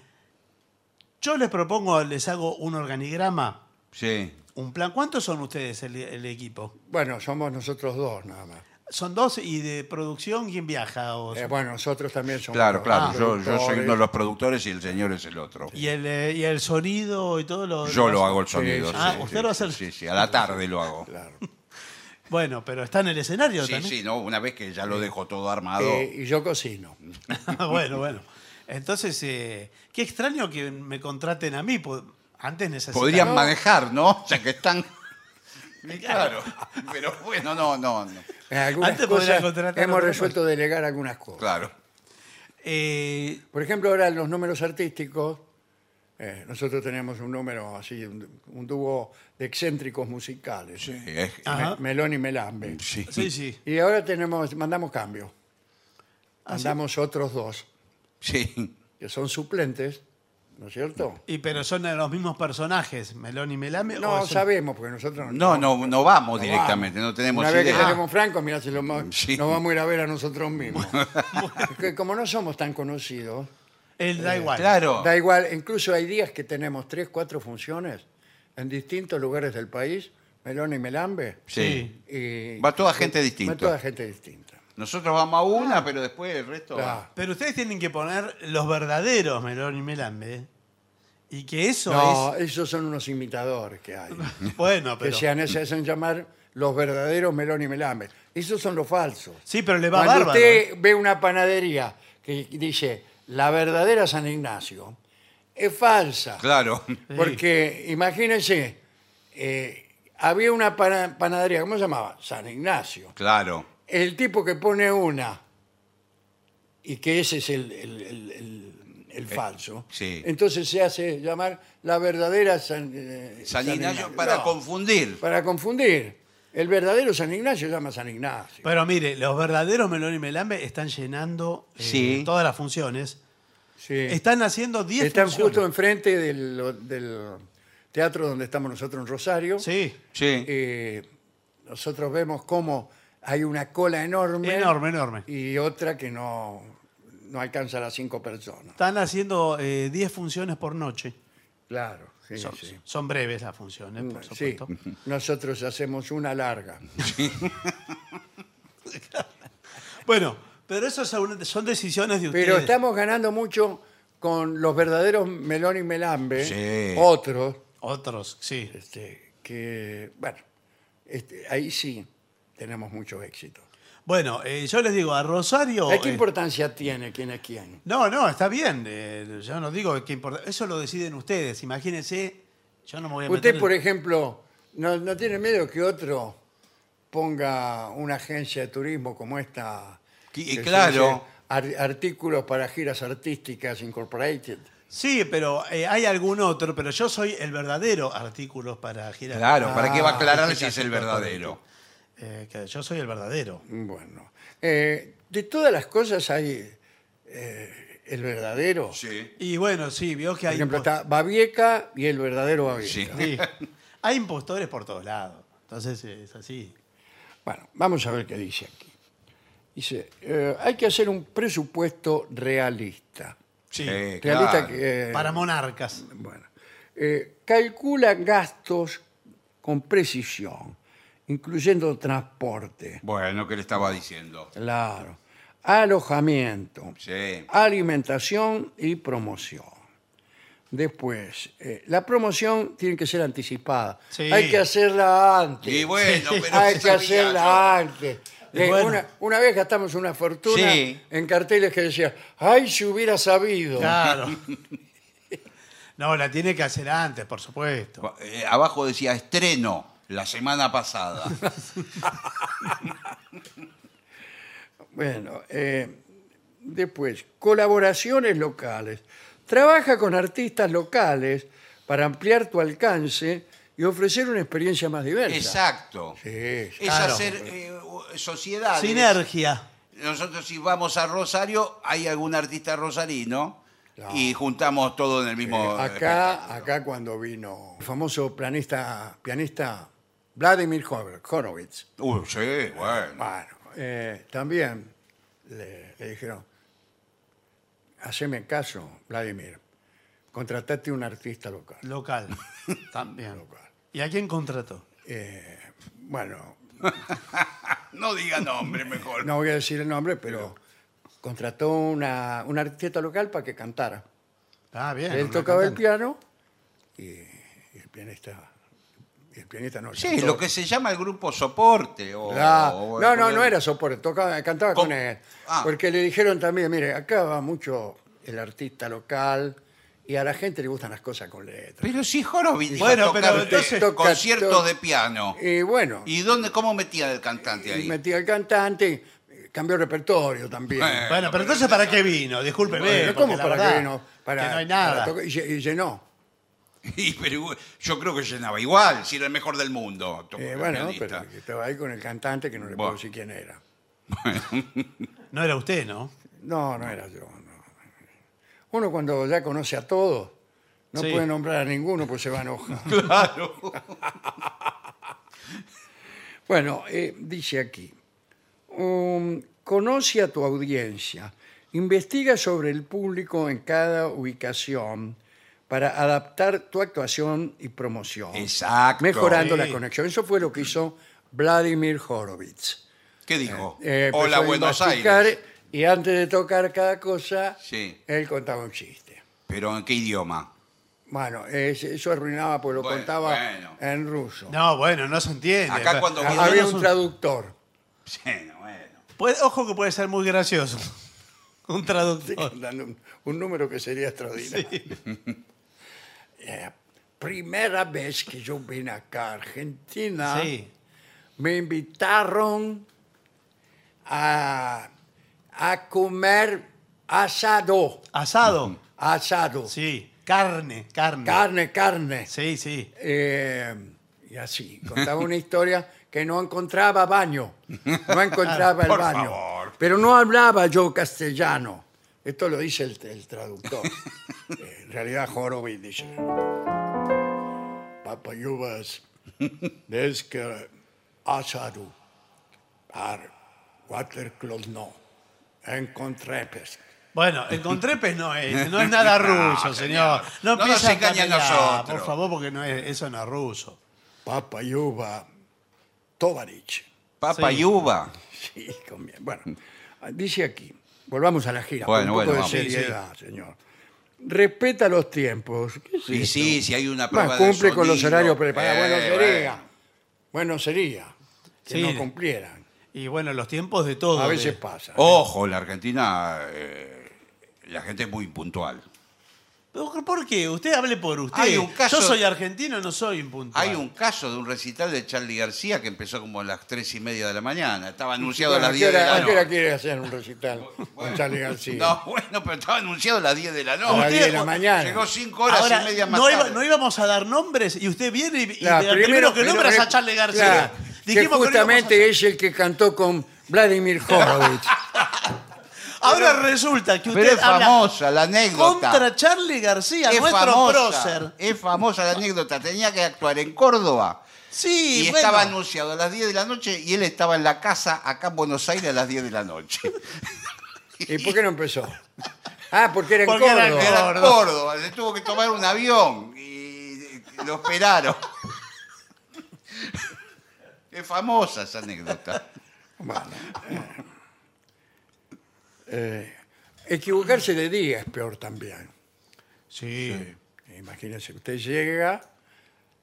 C: yo les propongo, les hago un organigrama,
B: Sí.
C: un plan. ¿Cuántos son ustedes el, el equipo?
A: Bueno, somos nosotros dos nada más.
C: Son dos y de producción, ¿quién viaja? O-
A: Eh, bueno, nosotros también somos.
B: Claro,
A: los
B: claro.
C: Ah.
B: yo, yo soy
A: productores.
B: uno de los productores y el señor es el otro.
C: y, el, eh, y el sonido y todo lo
B: Yo lo
C: demás?
B: hago el sonido.
A: sí,
C: Ah,
B: sí,
C: usted
B: sí,
C: lo hace el-
B: Sí, sí, a la tarde lo hago.
A: Claro.
C: Bueno, pero está en el escenario
B: Sí,
C: también.
B: sí, no, una vez que ya lo dejo todo armado.
A: Eh, y yo cocino.
C: bueno, bueno. Entonces, eh, qué extraño que me contraten a mí. po- Antes necesitaba...
B: Podrían manejar, ¿no? Ya que están. Y Claro. Pero bueno, no, no, no.
A: En algunas
C: Antes podría
A: cosas
C: contratar
A: hemos
C: otra
A: resuelto delegar algunas cosas.
B: Claro.
C: Eh,
A: Por ejemplo, ahora en los números artísticos, eh, nosotros tenemos un número así, un, un dúo de excéntricos musicales.
B: Sí, es-
C: Ajá.
A: Me- Melón y Melambe.
B: sí.
C: sí, sí.
A: Y ahora tenemos, mandamos cambio.
C: Ah, sí.
A: mandamos otros dos,
B: Sí.
A: que son suplentes, ¿no es cierto?
C: Y pero son los mismos personajes, Melón y Melame.
A: No,
C: o es un-
A: sabemos, porque nosotros
B: No, no, no vamos
A: No
B: directamente,
A: vamos.
B: no tenemos
A: Una vez que
B: idea.
A: seremos francos, mirá, si lo mo-
B: Sí.
A: nos vamos a ir a ver a nosotros mismos. Es que como no somos tan conocidos,
C: Él
A: Eh,
C: da igual.
B: Claro.
A: da igual, incluso hay días que tenemos tres, cuatro funciones en distintos lugares del país, Melón y Melambe.
B: Sí.
A: y-
B: Va toda gente
A: y-
B: distinta.
A: Va toda gente distinta.
B: Nosotros vamos a una, pero después el resto.
A: Claro.
C: Pero ustedes tienen que poner los verdaderos Melón y Melame. ¿eh? Y que eso
A: No, esos son unos imitadores que hay.
C: es. Bueno,
A: que
C: pero.
A: se han- se hacen llamar los verdaderos Melón y Melambe. Esos son los falsos.
C: Sí, pero le va
A: Cuando
C: bárbaro.
A: usted ve una panadería que dice la verdadera San Ignacio, es falsa.
B: Claro.
A: Porque imagínense, eh, había una pana- panadería, ¿cómo se llamaba? San Ignacio.
B: Claro.
A: El tipo que pone una, y que ese es el, el- el- el-
C: Eh,
A: el falso.
B: sí.
A: Entonces se hace llamar la verdadera San, eh,
B: San Ignacio
A: para,
B: para
C: No.
B: confundir.
A: confundir. El verdadero San Ignacio se llama San Ignacio.
C: Pero mire, los verdaderos Melón y Melambe están llenando eh,
B: Sí.
C: todas las funciones.
A: Sí.
C: Están haciendo 10
A: Están
C: funciones.
A: justo enfrente del, del teatro donde estamos nosotros en Rosario.
C: Sí.
B: Sí.
A: Eh, nosotros vemos cómo hay una cola enorme.
C: Enorme, enorme.
A: Y otra que no, no alcanza a las cinco personas.
C: Están haciendo eh, 10 funciones por noche.
A: Claro, sí,
C: Son,
A: sí.
C: son breves las funciones, por
A: Sí,
C: supuesto.
A: nosotros hacemos una larga.
C: Bueno, pero eso son, son decisiones de ustedes.
A: Pero estamos ganando mucho con los verdaderos Melón y Melambe,
B: Sí.
A: otros,
C: Otros, sí.
A: este, que, bueno, este, ahí sí tenemos mucho éxito.
C: Bueno, eh, yo les digo, a Rosario...
A: ¿A ¿Qué
C: eh,
A: importancia tiene quién es quién?
C: No, no, está bien. eh, yo no digo que importa. Eso lo deciden ustedes. Imagínense. Yo no me
B: eh,
C: voy a meter.
A: Usted, por ejemplo, no, no tiene miedo que otro ponga una agencia de turismo como esta.
B: Y- y
A: que se
B: claro.
A: dice ar- artículos para giras artísticas incorporated.
C: Sí, pero eh, hay algún otro, pero yo soy el verdadero artículo para girar.
B: Claro, ¿para qué va a
A: Ah,
B: aclarar si
C: este
B: es
C: caso
B: el
C: está
B: verdadero?
C: Eh, que yo soy el verdadero.
A: Bueno, eh, de todas las cosas hay eh, el verdadero.
B: Sí.
C: Y bueno, sí, vio que
A: Por
C: hay.
A: ejemplo,
C: impo-
A: está Babieca y el verdadero Babieca.
B: Sí.
C: sí. hay impostores por todos lados. Entonces eh, es así.
A: Bueno, vamos a ver qué dice aquí. Dice, eh, hay que hacer un presupuesto realista.
C: Sí.
B: Eh,
A: Realista
B: claro.
A: que, eh,
C: Para monarcas.
A: Bueno, eh, calcula gastos con precisión, incluyendo transporte,
B: Bueno, ¿qué le estaba diciendo?
A: claro, alojamiento,
B: Sí.
A: alimentación y promoción. Después, eh, la promoción tiene que ser anticipada.
C: Sí.
A: Hay que hacerla antes.
B: Y bueno, pero
A: Hay
B: sí Ah,
A: que
B: sabía
A: hacerla
B: yo.
A: antes. Eh,
C: bueno.
A: una, una vez gastamos una fortuna
B: Sí.
A: en carteles que decía, ay, si hubiera sabido.
C: Claro. No, la tiene que hacer antes, por supuesto.
B: Eh, abajo decía estreno la semana pasada.
A: Bueno, eh, después, colaboraciones locales. Trabaja con artistas locales para ampliar tu alcance y ofrecer una experiencia más diversa.
B: Exacto.
A: Sí, sí.
B: Es
C: Claro.
B: hacer eh, sociedades.
C: Sinergia.
B: Nosotros si vamos a Rosario, hay algún artista rosarino
A: Claro.
B: y juntamos todo en el mismo...
A: acá,
B: espectáculo.
A: acá cuando vino el famoso pianista, pianista Vladimir Hor- Horowitz,
B: Uy, sí, bueno.
A: bueno, eh, también le, le dijeron, haceme caso, Vladimir, contratate un artista local.
C: Local. También. ¿Y a quién contrató?
A: Eh, bueno,
B: No diga nombre mejor.
A: no voy a decir el nombre, pero contrató una, un artista local para que cantara.
C: Ah, bien.
A: Él
C: una
A: tocaba el
C: cantante.
A: piano y, y el pianista. y el pianista no. el
B: Sí,
A: cantor.
B: lo que Oh, se llama el grupo soporte. O,
A: La-
B: o-
A: no, no, no era soporte, tocaba, cantaba
B: Con-
A: con él.
B: Ah.
A: Porque le dijeron también, mire, acá va mucho el artista local y a la gente le gustan las cosas con letras.
B: Pero sí, Horowitz. iba a
C: Bueno,
B: tocar
C: pero
B: de-
C: entonces-
A: Toca-
B: conciertos
A: to-
B: de piano.
A: Y bueno,
B: ¿Y dónde, cómo metía el cantante ahí?
A: metía al cantante, eh, cambió el repertorio también.
B: Eh,
C: Bueno, pero entonces ¿para qué vino? Discúlpeme.
A: Bueno,
C: porque
A: ¿cómo
C: la
A: para
C: verdad
A: qué no? Para,
C: que no hay
A: para
C: nada.
A: tocar- y lle- y llenó.
B: Y, pero yo creo que llenaba igual, si era el mejor del mundo. tocó
A: Eh,
B: el
A: bueno,
B: pianista.
A: pero estaba ahí con el cantante que no le puedo
B: Bueno.
A: decir quién era.
C: No era usted, ¿no?
A: No, no era yo. no. Uno cuando ya conoce a todos, no
C: Sí.
A: puede nombrar a ninguno pues se va a enojar.
B: Claro.
A: bueno, eh, dice aquí, um, conoce a tu audiencia, investiga sobre el público en cada ubicación para adaptar tu actuación y promoción.
B: Exacto. eh.
A: Mejorando
C: Sí.
A: la conexión. Eso fue lo que hizo Vladimir Horowitz.
B: ¿Qué dijo?
A: Eh, empezó
B: Hola,
A: a
B: Buenos
A: investigar,
B: Aires.
A: Y antes de tocar cada cosa,
B: Sí.
A: él contaba un chiste.
B: ¿Pero en qué idioma?
A: Bueno, es- eso arruinaba porque lo
B: Bueno,
A: contaba
B: bueno.
A: en ruso.
C: No, bueno, no se entiende.
B: Acá
C: Pa-
B: cuando-
C: Ah,
A: Había
C: no
A: un
C: son-
A: traductor.
B: Sí, bueno.
C: puede- ojo que puede ser muy gracioso. un traductor.
A: dando un, un número que sería extraordinario. Eh, primera vez que yo vine acá a Argentina,
C: Sí.
A: me invitaron a, a comer asado.
C: Asado.
A: asado.
C: Sí, carne, carne.
A: Carne, carne.
C: Sí, sí.
A: Eh, y así, contaba una historia que no encontraba baño, no encontraba el
B: Por
A: baño.
B: favor.
A: Pero no hablaba yo castellano. Esto lo dice el, el traductor. Eh, en realidad, Horowitz dice: Papayubas, es que asaru, ar, watercloth no, encontrepes.
C: Bueno, el Contrepes no es, no es nada ruso,
B: No,
C: señor.
B: señor.
C: No,
B: No nos
C: empiece a
B: engañe a
C: capelar,
B: nosotros.
C: Por favor, porque no es, eso no es ruso.
A: Papayuba, tovarich.
B: Papa
C: Sí.
B: y uva.
A: Sí, conviene. Bueno, dice aquí, volvamos a la gira. con
B: Bueno,
A: un poco
B: bueno,
A: de
B: vamos.
A: seriedad, señor. Respeta los tiempos. ¿Qué es
B: Sí,
A: esto?
B: sí, si hay una
A: Más
B: prueba de
A: cumple con los
B: sonido.
A: horarios preparados.
B: Eh,
A: bueno, sería. Bueno, sería que
C: Sí.
A: no cumplieran.
C: Y bueno, los tiempos de todo.
A: A
C: de-
A: veces pasa.
B: Ojo, la Argentina, eh, la gente es muy impuntual.
C: Pero, ¿Por qué? Usted hable por usted.
B: Hay un caso-
C: Yo soy argentino, no soy impuntual.
B: Hay un caso de un recital de Charlie García que empezó como a las tres y media de la mañana. Estaba anunciado
A: Bueno,
B: a
A: ¿a
B: las
A: qué
B: 10 de
A: hora,
B: la
A: a qué hora
B: noche.
A: quiere hacer un recital con Charlie García?
B: No, bueno, pero estaba anunciado a las 10 de la
A: a
B: noche.
A: las
C: usted-
A: 10 de la mañana.
B: Llegó cinco horas
C: Ahora,
B: y media más
C: no, iba-
B: tarde.
C: no íbamos a dar nombres y usted viene y, y
A: Claro,
C: al primero, que nombras
A: primero-
C: a Charlie García.
A: Claro, que
C: no íbamos a
A: justamente
C: hacer-
A: es el que cantó con Vladimir Horowitz.
C: Ahora resulta que usted
B: Pero es
C: habla
B: famosa la anécdota.
C: contra Charlie García,
B: es
C: nuestro
B: famosa,
C: prócer.
B: Es famosa la anécdota. Tenía que actuar en Córdoba.
C: Sí,
B: Y,
C: bueno.
B: estaba anunciado a las 10 de la noche y él estaba en la casa acá en Buenos Aires a las 10 de la noche.
A: ¿Y por qué no empezó? Ah, porque era en
C: Porque era en
A: Córdoba.
B: Era
C: Gordo.
B: Córdoba, se tuvo que tomar un avión y lo esperaron. Es famosa esa anécdota.
A: Bueno. Eh, equivocarse de día es peor también.
C: Sí.
A: Imagínense, usted llega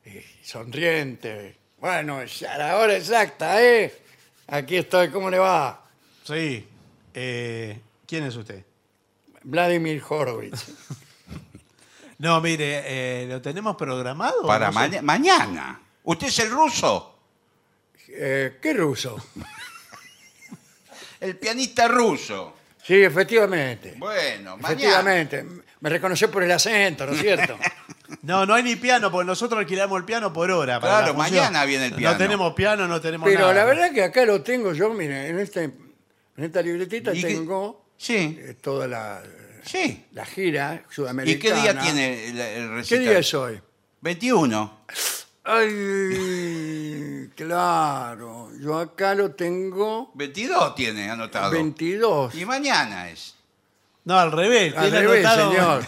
A: y sonriente. Bueno, ya la hora exacta, ¿eh? Aquí estoy, ¿cómo le va?
C: Sí. Eh, ¿Quién es usted?
A: Vladimir Horowitz.
C: No, mire, eh, ¿lo tenemos programado?
B: Para
C: No sé.
B: maña- mañana. ¿Usted es el ruso?
A: Eh, ¿Qué ruso?
B: El pianista ruso.
A: Sí, efectivamente.
B: Bueno, mañana.
A: efectivamente. Me reconoció por el acento, ¿no es cierto?
C: No, no hay ni piano, porque nosotros alquilamos el piano por hora. para
B: Claro,
C: la función.
B: mañana viene el
C: No
B: piano.
C: tenemos piano, no tenemos
A: Pero
C: nada.
A: la verdad que acá lo tengo yo, mire, en, este, en esta libretita
B: ¿Y qué-
A: tengo
B: Sí,
A: eh, toda la...
B: sí.
A: la gira sudamericana.
B: ¿Y qué día tiene el,
A: ¿Qué
B: el recital?
A: día es hoy?
B: 21.
A: Ay, claro. Yo acá lo tengo
B: 22 tiene anotado.
A: 22.
B: Y mañana es.
C: No, al revés.
A: Al
C: tiene
A: revés,
C: anotado-
A: señor.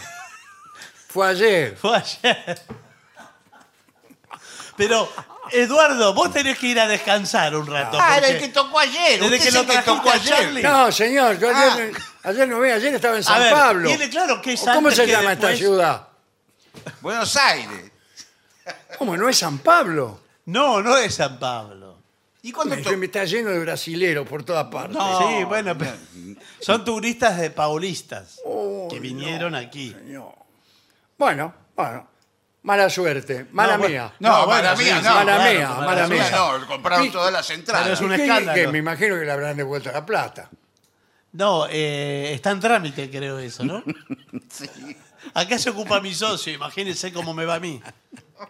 A: Fue ayer.
C: Fue ayer. Pero, Eduardo, vos tenés que ir a descansar un rato.
B: Ah, era
C: porque
B: el que tocó ayer.
C: desde
B: Usted
C: que
B: es
C: lo
B: el que
C: trajiste
B: tocó
C: a
B: ayer.
C: Charlie.
A: No, señor, yo ayer, ayer no vi, ayer estaba en San
C: Ah. ver,
A: Pablo.
C: tiene claro que es
A: ¿Cómo
C: antes
A: se
C: que
A: llama esta
C: después?
A: ciudad?
B: Buenos Aires.
A: ¿Cómo no es San Pablo?
C: No, no es San Pablo.
B: ¿Y cuándo
A: Es
B: to-
A: que Me está lleno de brasileros por todas partes.
B: No.
C: sí, bueno, pero son turistas de paulistas
A: Oh,
C: que vinieron
A: no,
C: aquí.
A: señor. Bueno, bueno. Mala suerte, mala
C: No, bueno,
A: mía.
B: No,
C: No,
B: mala
C: bueno,
B: mía,
C: sí,
B: no.
A: mala
C: claro,
A: mía,
C: mala
A: mala
C: suerte.
A: mía.
B: No, no, compraron
A: Sí.
B: todas las
C: Pero es
B: entradas.
C: un
A: ¿Y qué-
C: escándalo.
A: qué? me imagino que le habrán devuelto la plata.
C: No, eh, está en trámite, creo, eso, ¿no?
B: Sí.
C: Acá se ocupa mi socio, imagínense cómo me va a mí.
B: Ah,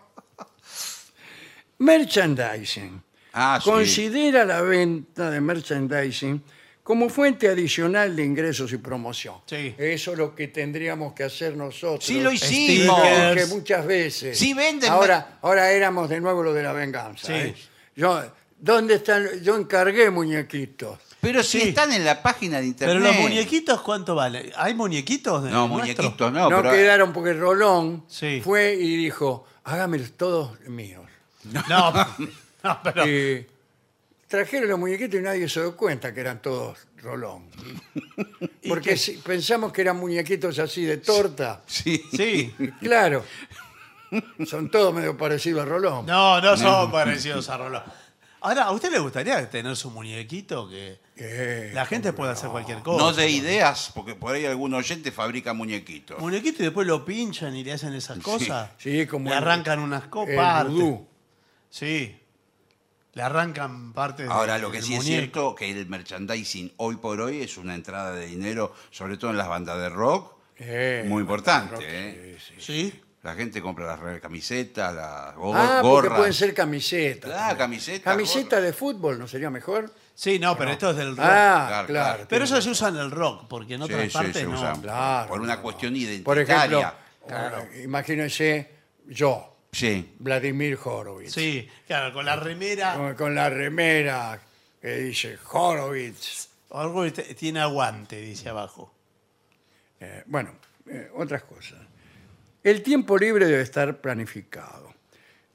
A: Merchandising.
B: Ah, sí.
A: Considera la venta de merchandising como fuente adicional de ingresos y promoción.
C: Sí.
A: Eso es lo que tendríamos que hacer nosotros.
B: Sí, lo
A: Porque
B: hicimos.
C: Stickers.
A: que muchas veces.
B: Sí, venden mer-
A: Ahora, ahora éramos de nuevo lo de la venganza.
C: Sí.
A: ¿eh? Yo, ¿dónde están? Yo encargué muñequitos.
B: Pero si
C: Sí.
B: están en la página de internet.
C: Pero los muñequitos, ¿cuánto vale? ¿Hay muñequitos? de-
B: No,
C: nuestros?
B: muñequitos
A: No,
B: no, pero. eh,
A: quedaron porque Rolón
C: Sí.
A: fue y dijo, hágamelos todos míos.
C: No, no, pero.
A: Eh, trajeron los muñequitos y nadie se dio cuenta que eran todos Rolón. Porque si- pensamos que eran muñequitos así de torta.
B: Sí.
C: Sí.
A: Claro. Son todos medio parecidos a Rolón.
C: No, no son parecidos a Rolón. Ahora, ¿a usted le gustaría tener su muñequito? Que
A: Eh,
C: la gente pueda hacer cualquier cosa.
B: No de ideas, porque por ahí algún oyente fabrica muñequitos.
C: Muñequito y después lo pinchan y le hacen esas cosas.
A: sí, como
C: le
A: el-
C: arrancan unas
A: el
C: copas.
A: vudú.
C: Sí. Le arrancan partes de-
B: Ahora, lo que
C: del
B: sí es
C: muñeco.
B: cierto que el merchandising hoy por hoy es una entrada de dinero, sobre todo en las bandas de rock
A: Eh,
B: Muy importante.
A: rock,
B: ¿eh?
C: Sí.
B: La gente compra las re- camisetas, las go-
A: Ah, porque
B: gorras.
A: pueden ser camisetas.
B: Claro,
A: también.
B: camisetas,
A: Camiseta
B: gorras.
A: de fútbol, ¿no sería mejor?
C: Sí, no, pero esto es del rock.
A: Ah, claro.
B: Claro, claro.
C: pero eso se usa en el rock, porque en
B: Sí,
C: otras
B: sí,
C: partes
B: se
C: no.
B: usan.
A: Claro,
B: Por una
A: no,
B: cuestión identitaria.
A: Por ejemplo, ah, imagínense yo,
B: Sí.
A: Vladimir Horowitz,
C: Sí, claro, con la
B: Ah.
C: remera
A: con, con la remera que dice Horowitz.
C: o algo que te- tiene aguante, dice abajo.
A: Eh, bueno, eh, otras cosas. El tiempo libre debe estar planificado.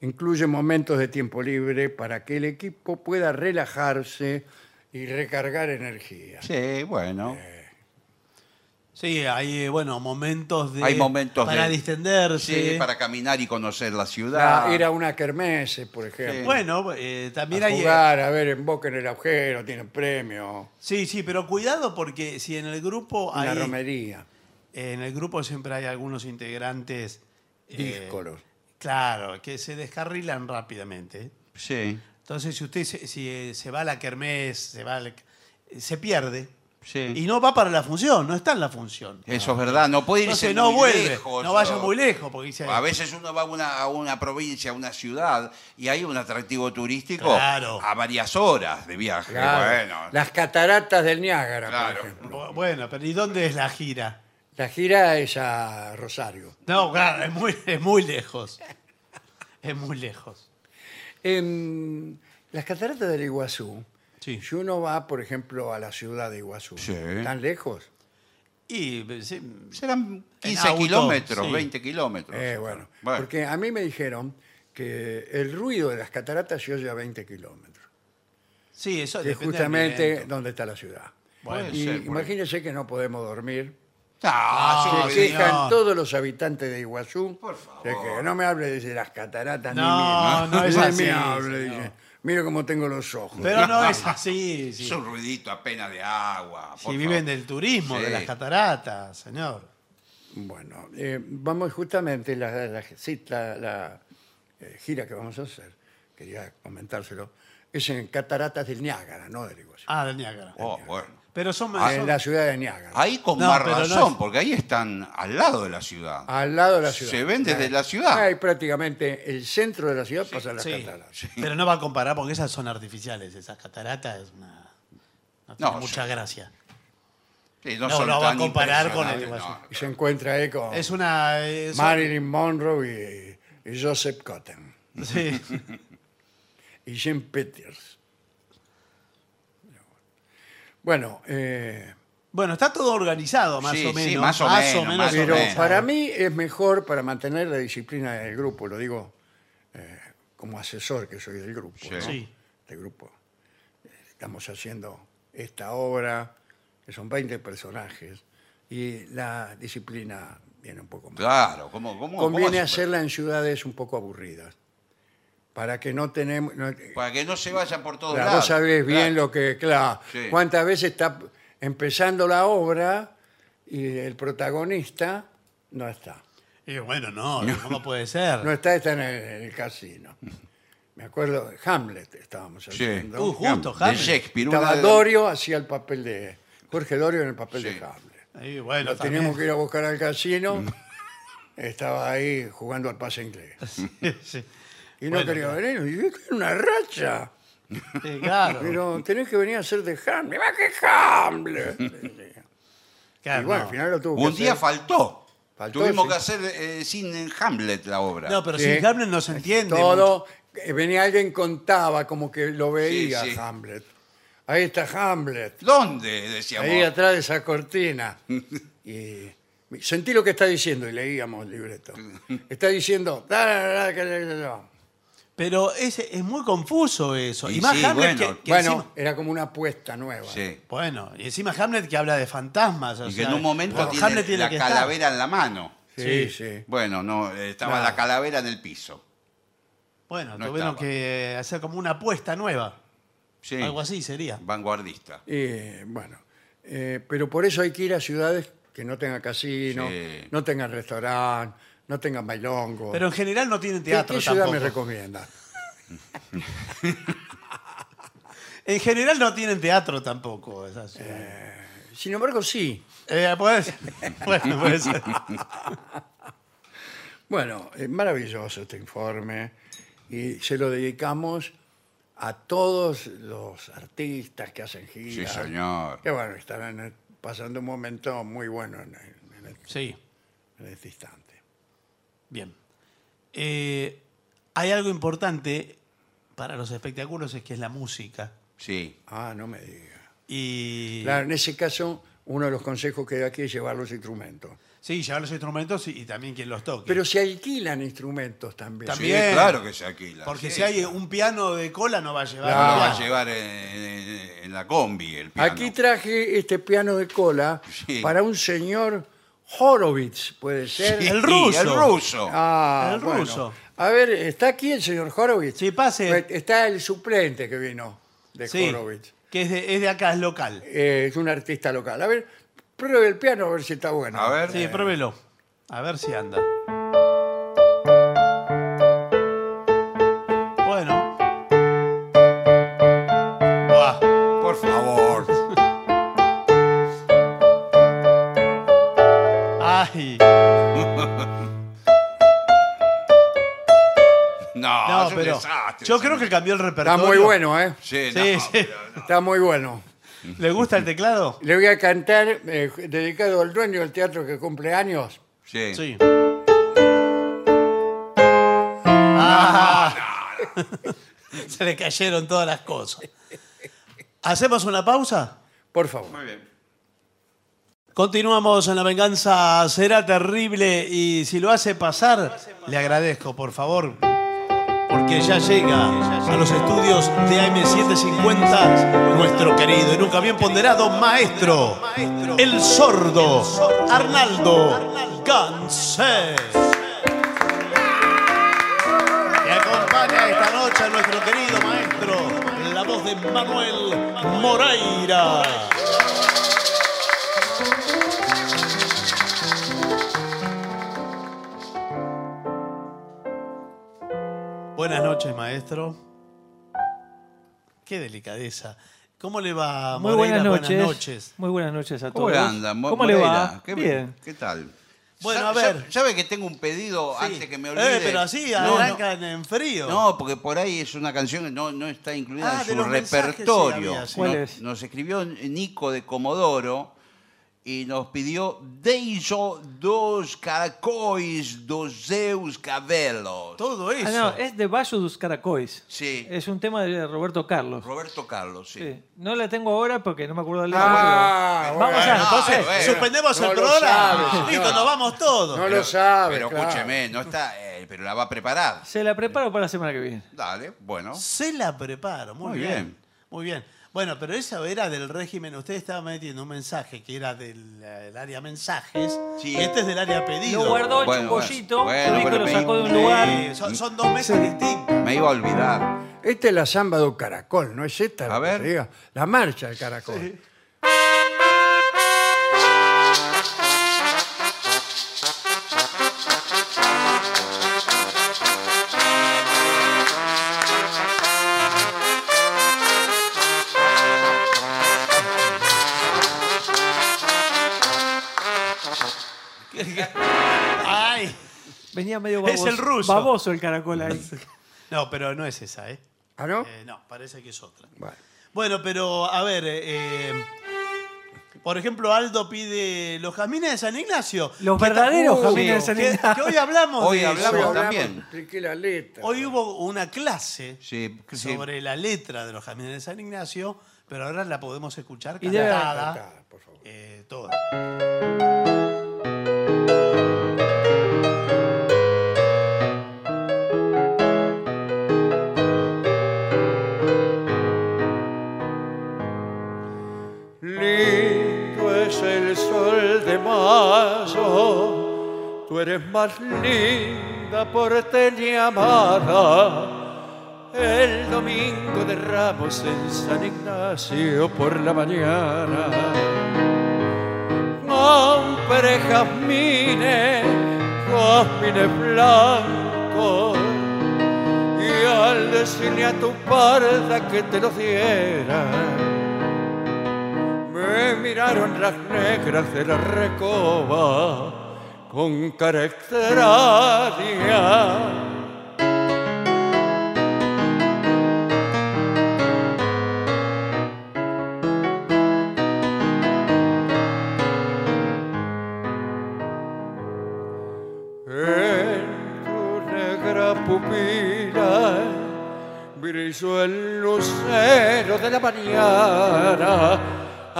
A: Incluye momentos de tiempo libre para que el equipo pueda relajarse y recargar energía.
B: Sí, bueno.
C: Sí, hay, eh, bueno, momentos de...
B: Hay momentos
C: Para
B: de-
C: distenderse.
B: Sí, para caminar y conocer la ciudad.
A: Ah, ir a una kermesse, por ejemplo.
C: Bueno, eh, también
A: a
C: hay... eh,
A: jugar, a ver, en boca en el agujero, tienen premio,
C: Sí, sí, pero cuidado porque si en el grupo
A: una
C: hay...
A: romería,
C: En el grupo siempre hay algunos integrantes... eh,
A: díscolos.
C: Claro, que se descarrilan rápidamente.
B: Sí,
C: Entonces, si usted se, si, eh, se va a la kermés, se va al- se pierde.
B: sí.
C: Y no va para la función, no está en la función.
B: Eso es verdad, no puede irse
C: Entonces no
B: muy
C: vuelve,
B: lejos,
C: no vaya
B: o-
C: muy lejos, porque dice,
B: A veces uno va a una, a una provincia, a una ciudad, y hay un atractivo turístico
C: Claro.
B: a varias horas de viaje.
A: Claro.
B: Bueno,
A: Las cataratas del Niágara,
B: Claro.
A: por ejemplo.
C: "Bu- bueno, pero ¿y dónde es la gira?
A: La gira es a Rosario.
C: No, claro, es muy, es muy lejos. Es muy lejos.
A: En las cataratas del Iguazú,
C: Sí.
A: si uno va, por ejemplo, a la ciudad de Iguazú,
B: Sí.
A: tan lejos,
C: Y eh, sí,
B: serán 15
C: En auto,
B: kilómetros,
C: sí.
B: 20 kilómetros.
A: eh, bueno, porque a mí me dijeron que el ruido de las cataratas se oye a 20 kilómetros,
C: sí, eso
A: que es
C: depende del
A: justamente
C: viento.
A: donde está la ciudad.
B: Puede
A: Y
B: ser, por ahí.
A: imagínense que no podemos dormir.
B: Ah,
C: Ah,
A: se
B: sí,
C: sí.
B: sí.
A: quejan
C: señor.
A: todos los habitantes de Iguazú.
B: Por favor.
A: de que no me hable de las cataratas ni
C: No,
A: mí.
C: no es
A: Ni
C: así,
A: me hable,
C: señor.
A: dice. Mire cómo tengo los ojos.
C: Pero no es así. sí.
B: Es un ruidito apenas de agua. por
C: Si viven
B: favor.
C: del turismo, de
B: Sí.
C: las cataratas, señor.
A: Bueno, eh, vamos justamente la, la- sí, la- la, eh, gira que vamos a hacer, quería comentárselo, es en Cataratas del Niágara, no del Iguazú.
C: Ah, del Niágara.
B: Oh, bueno.
C: Pero son,
A: en
C: son-
A: la ciudad de Niágara,
B: Ah, Ahí con
C: No,
B: más
C: pero no
B: razón,
C: es-
B: porque ahí están al lado de la ciudad.
A: al lado de la ciudad.
B: Se ven desde
A: Ahí-
B: la ciudad.
A: Ahí prácticamente el centro de la ciudad pasa a las
C: sí,
A: cataratas.
C: Pero no va a comparar porque esas son artificiales, esas cataratas es una- no tiene
B: No,
C: mucha
B: sí.
C: gracia.
B: Sí,
C: No,
B: son
C: no va a
B: tan
C: comparar con el
B: impresionantes,
C: Iguazú.
A: Y se encuentra ahí con
C: Es una es-
A: Marilyn Monroe y, y Joseph Cotton
C: sí.
A: y Jim Peters. Bueno, eh,
C: Bueno, está todo organizado más
B: Sí,
C: o
B: sí,
C: menos,
B: más o menos, más o
A: Pero
B: menos.
A: para mí es mejor para mantener la disciplina del grupo, lo digo eh, como asesor que soy del grupo.
B: Sí.
A: ¿no?
C: Sí.
A: Del grupo. Eh, Estamos haciendo esta obra, que son 20 personajes, y la disciplina viene un poco más.
B: Claro, ¿cómo, cómo, cómo
A: Conviene
B: se-
A: hacerla en ciudades un poco aburridas, para que no tenemos... no- eh,
B: Para que no se vayan por todos
A: Claro,
B: lados.
A: vos sabés bien
B: Claro.
A: lo que, claro,
B: Sí.
A: cuántas veces está empezando la obra y el protagonista no está.
C: Y bueno, no, ¿cómo puede ser?
A: No está, está en el, en el casino. Me acuerdo, Hamlet estábamos
B: Sí.
A: haciendo.
C: Uh, justo,
B: De
C: Hamlet.
B: Shakespeare. una
A: Estaba
B: de-
A: Dorio, hacía el papel de... Jorge Dorio en el papel
B: Sí. Mm.
A: de Hamlet.
C: Y bueno,
A: Lo
C: también.
A: teníamos que ir a buscar al casino. Estaba ahí jugando al pase inglés.
C: Sí,
A: Y no
C: Bueno,
A: quería venir. Y dije, "Es una racha.
C: sí, Eh, claro.
A: Pero tenés que venir a hacer de Hamlet. ¡Va que Hamlet!
C: claro,
A: Y bueno, al
C: no.
A: final lo tuvo
B: Un
A: que
B: día
A: hacer.
B: faltó.
A: Faltó,
B: Tuvimos
A: sí.
B: que hacer eh, sin Hamlet la obra.
C: No, pero
A: Sí.
C: sin Hamlet no se entiende.
A: Todo, eh, venía alguien, contaba, como que lo veía
B: Sí, sí.
A: Hamlet. Ahí está Hamlet,
B: ¿Dónde? Decíamos.
A: ahí atrás de esa cortina. y sentí lo que está diciendo y leíamos el libreto. Está diciendo... "Da, da, da, que le- le- le".
C: Pero es, es muy confuso eso. Y,
B: Y
C: más
B: sí,
C: Hamlet
B: bueno.
C: que, que
A: Bueno,
C: encima-
A: era como una apuesta nueva.
B: Sí.
C: bueno, y encima Hamlet que habla de fantasmas. o
B: Y que
C: sea,
B: en un momento
C: bueno,
B: tiene,
C: Hamlet tiene
B: la
C: que estar.
B: calavera en la mano.
A: sí.
C: Sí.
A: sí.
B: Bueno, no, eh, estaba
A: Claro.
B: la calavera en el piso.
C: Bueno,
B: No
C: tuvieron
B: estaba.
C: que hacer como una apuesta nueva.
B: Sí.
C: Algo así sería.
B: Vanguardista.
A: Eh, bueno, eh, pero por eso hay que ir a ciudades que no tengan casino,
B: Sí.
A: no tengan restaurante, no tengan bailongo.
C: Pero en general no tienen
A: ¿Qué-
C: teatro
A: ¿Qué ciudad
C: tampoco.
A: me recomienda?
C: En general no tienen teatro tampoco. esas ciudades.
A: Sin embargo, sí.
C: Eh, puede ser. Bueno, pues, puede ser.
A: Bueno, es maravilloso este informe y se lo dedicamos a todos los artistas que hacen
B: Sí,
A: giras.
B: señor.
A: Que bueno, estarán eh, pasando un momento muy bueno en, en- en este-
C: Sí,
A: en este instante.
C: bien. Eh, hay algo importante para los espectáculos, es que es la música.
B: Sí.
A: Ah, no me diga.
C: Y
A: Claro, en ese caso, uno de los consejos que da aquí es llevar los instrumentos.
C: sí, llevar los instrumentos y, y también quien los toque.
A: Pero se alquilan instrumentos también.
B: Sí,
C: Bien.
B: claro que se alquila.
C: Porque
B: sí.
C: si hay un piano de cola no va a llevar.
B: No lo
C: un
B: va a
C: piano.
B: llevar en, en- en la combi el piano.
A: Aquí traje este piano de cola
B: Sí.
A: para un señor Horowitz, puede ser.
B: Sí,
C: el ruso.
B: El ruso.
A: Ah,
C: El
A: bueno.
C: ruso.
A: A ver, ¿está aquí el señor Horowitz?
C: Sí, pase.
A: Pues Está el suplente que vino de
C: Sí,
A: Horowitz.
C: que es de, es de acá, es local.
A: Eh, es un artista local. A ver, pruebe el piano a ver si está bueno.
B: A ver.
C: Sí, pruébelo. A ver si anda. Bueno. Buah.
B: Por favor.
C: Ay.
B: No,
C: No,
B: es un
C: pero
B: desastre.
C: yo creo que cambió el
A: Está
C: repertorio.
A: muy bueno, ¿eh?
B: Sí,
C: Sí,
B: no,
C: sí.
B: pero no.
A: Está muy bueno.
C: ¿Le gusta el teclado?
A: Le voy a cantar eh, dedicado al dueño del teatro que cumple años.
B: Sí.
C: Sí. Ah. Se le cayeron todas las cosas. ¿Hacemos una pausa?
A: Por favor.
B: Muy bien.
C: Continuamos en la venganza, será terrible y si lo hace pasar, le agradezco, por favor, porque ya llega a los estudios de AM750 nuestro querido y nunca bien ponderado maestro, el sordo Arnaldo Gansé. Que acompaña esta noche a nuestro querido maestro, la voz de Manuel Moreira. Buenas noches, maestro. Qué delicadeza. ¿Cómo le va,
E: Muy
C: Moreira?
E: buenas noches.
C: noches.
E: Muy buenas noches a
B: ¿Cómo
E: todos.
B: le anda? Mo-
E: ¿Cómo le va?
B: Moreira? ¿Qué,
E: Bien.
B: ¿Qué tal?
C: Bueno,
B: Sa-
C: a ver.
B: sa- ¿Sabe que tengo un pedido
C: Sí.
B: antes que me
C: Eh,
B: olvide?
C: pero así
B: No, no.
C: arrancan en frío.
B: No, porque por ahí es una canción que no, no está incluida
C: Ah, de
B: en su
C: los mensajes sí
B: repertorio.
C: había, sí.
E: ¿Cuál
B: No-
E: es?
B: Nos escribió Nico de Comodoro y nos pidió Deiso dos caracois dos zeus cabelos.
C: Todo eso.
E: Ah, no, es de Bayo dos Caracois.
B: Sí.
E: Es un tema de Roberto Carlos.
B: Roberto Carlos, sí.
E: Sí. No la tengo ahora porque no me acuerdo del
A: Ah,
E: nombre. Vamos
A: bueno,
E: a entonces.
B: Ah, bueno.
C: Suspendemos
A: No
C: el
A: lo
C: programa.
A: sabe,
C: Listo,
A: señor.
C: nos vamos todos.
A: No lo sabe.
B: Pero
A: claro.
B: escúcheme, no está, eh, pero la va a preparar.
E: Se la preparo para la semana que viene.
B: Dale, bueno.
C: Se la preparo. Muy,
B: Muy
C: bien.
B: bien.
C: Muy bien. Bueno, pero eso era del régimen. Usted estaba metiendo un mensaje que era del, eh, el área mensajes.
B: Sí.
C: y Este es del área pedido.
E: Lo guardó
B: Bueno,
E: el chumbollito,
B: bueno, bueno,
E: Nico
B: pero
E: lo
B: me-
E: sacó de un
C: Sí, Eh,
E: lugar.
C: son, son dos mesas distintas.
B: Me iba a olvidar.
A: Esta es la samba do caracol, ¿no es esta?
B: A
A: lo que
B: ver.
A: se diga? La marcha del caracol.
C: Ay.
E: Venía medio
C: Es
E: baboso.
C: el ruso.
E: Baboso el caracol ahí.
C: No, pero no es esa, ¿eh?
A: ¿Ah, no?
C: Eh, no, parece que es otra.
A: Bueno.
C: Bueno, pero a ver, eh, eh, por ejemplo, Aldo pide los jazmines de San Ignacio.
E: Los
C: Que ta-
E: verdaderos
C: Uh,
E: jazmines de San
C: que-
E: Ignacio.
C: Que, hoy hablamos
B: Hoy
C: de eso.
B: hablamos
A: Hablamos,
B: también.
A: expliqué la letra.
C: Hoy hubo una clase
B: Sí, sí.
C: sobre la letra de los jazmines de San Ignacio, pero ahora la podemos escuchar
E: Y debe-
C: cantada.
A: Cantada, por favor.
C: eh, toda.
F: Lindo es el sol de mayo, tú eres más linda porteña amada. El domingo de Ramos en San Ignacio por la mañana. Compré jazmines, jazmines blancos y al decirle a tu parda que te los diera, me me miraron las negras de la recoba con cara extraña. En tu negra pupila brilló el lucero de la mañana.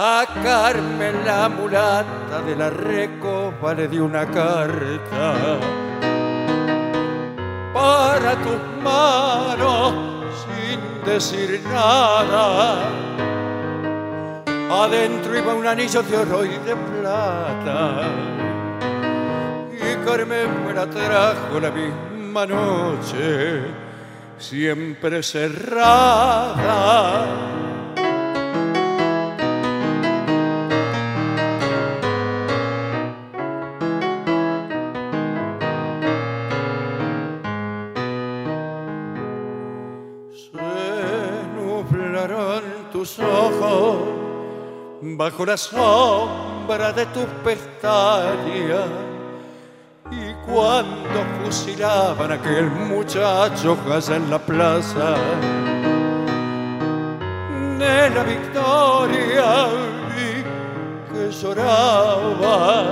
F: A Carmen la mulata de la recoba le di una carta para tus manos sin decir nada. Adentro iba un anillo de oro y de plata y Carmen me la trajo la misma noche, siempre cerrada. Se nublarán tus ojos bajo la sombra de tus pestañas. Y cuando fusilaban a aquel muchacho allá en la plaza de la victoria vi que lloraba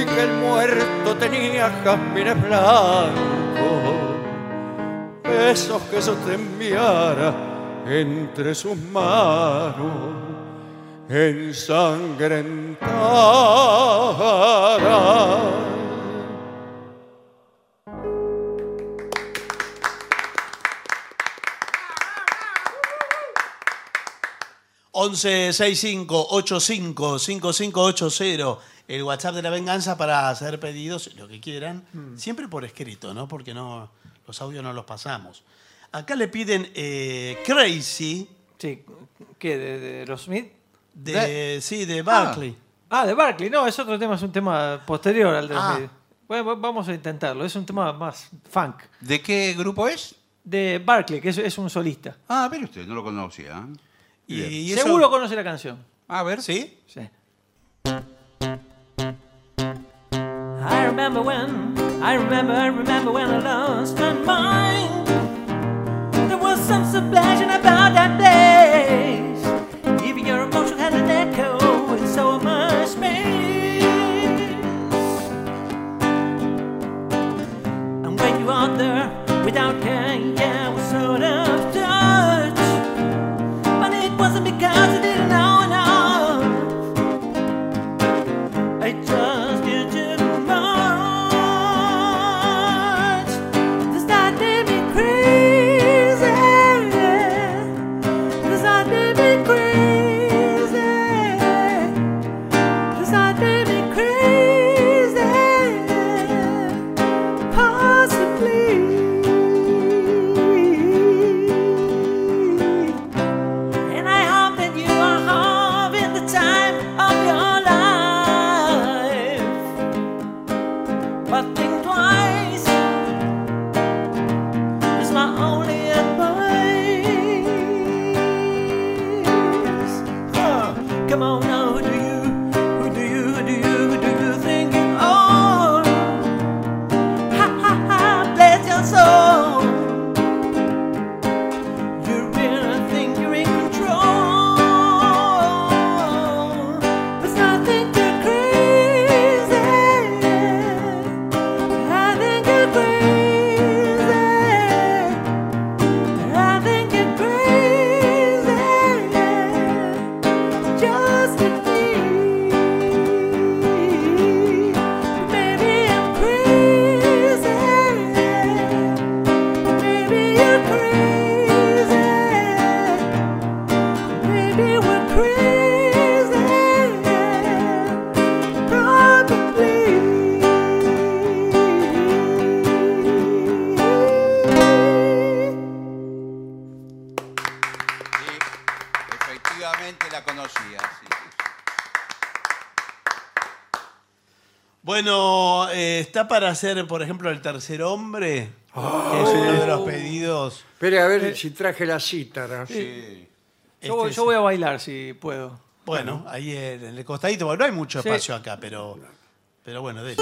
F: y que el muerto tenía jazmines blancos, esos que yo te enviara entre sus manos ensangrentada.
C: ochenta el WhatsApp de la venganza para hacer pedidos, lo que quieran, siempre por escrito, ¿no? Porque no, los audios no los pasamos. Acá le piden eh, Crazy
E: Sí, ¿qué? ¿De, de los Smith?
C: de, sí, de Barclay.
E: Ah, de Barclay. No, es otro tema, es un tema posterior al de los
C: Ah.
E: Smith. Bueno, va- vamos a intentarlo. Es un tema más funk.
B: ¿De qué grupo es?
E: De Barclay, que es, es un solista.
B: Ah, pero usted, no lo conocía. ¿eh?
C: Y- y eso-
E: Seguro conoce la canción.
B: A ver.
C: ¿Sí?
E: Sí.
D: I remember when, I remember, I remember when I lost my mind. There was some subpassion about that place. Even your emotion had an echo, and so much space. And when you are there without care, yeah, we sort of touch. But it wasn't because I didn't know enough. I just did too much. Does that make me crazy? Does that make me crazy? Does that make me crazy? Possibly. And I hope that you are having the time of your life. But think twice is my only advice. Huh. Come on now, who do you, who do you, who do you, who do you think you are? Ha ha ha, bless your soul. You really think you're in control. But I think you're crazy. I think you're crazy. I think you're crazy. Just to be. Maybe I'm crazy. Maybe you're crazy. Maybe we're crazy. Probably.
B: Sí, efectivamente la conocía. sí, sí.
C: Bueno, eh, está para hacer, por ejemplo, el tercer hombre, que es uno de los pedidos.
F: Eh.
A: Espere a ver si traje la cítara.
B: Sí.
E: Yo, voy-
C: Este
E: yo voy a bailar si puedo.
C: Bueno, ahí en el costadito, bueno, no hay mucho
E: Sí.
C: espacio acá, pero, pero bueno, dele.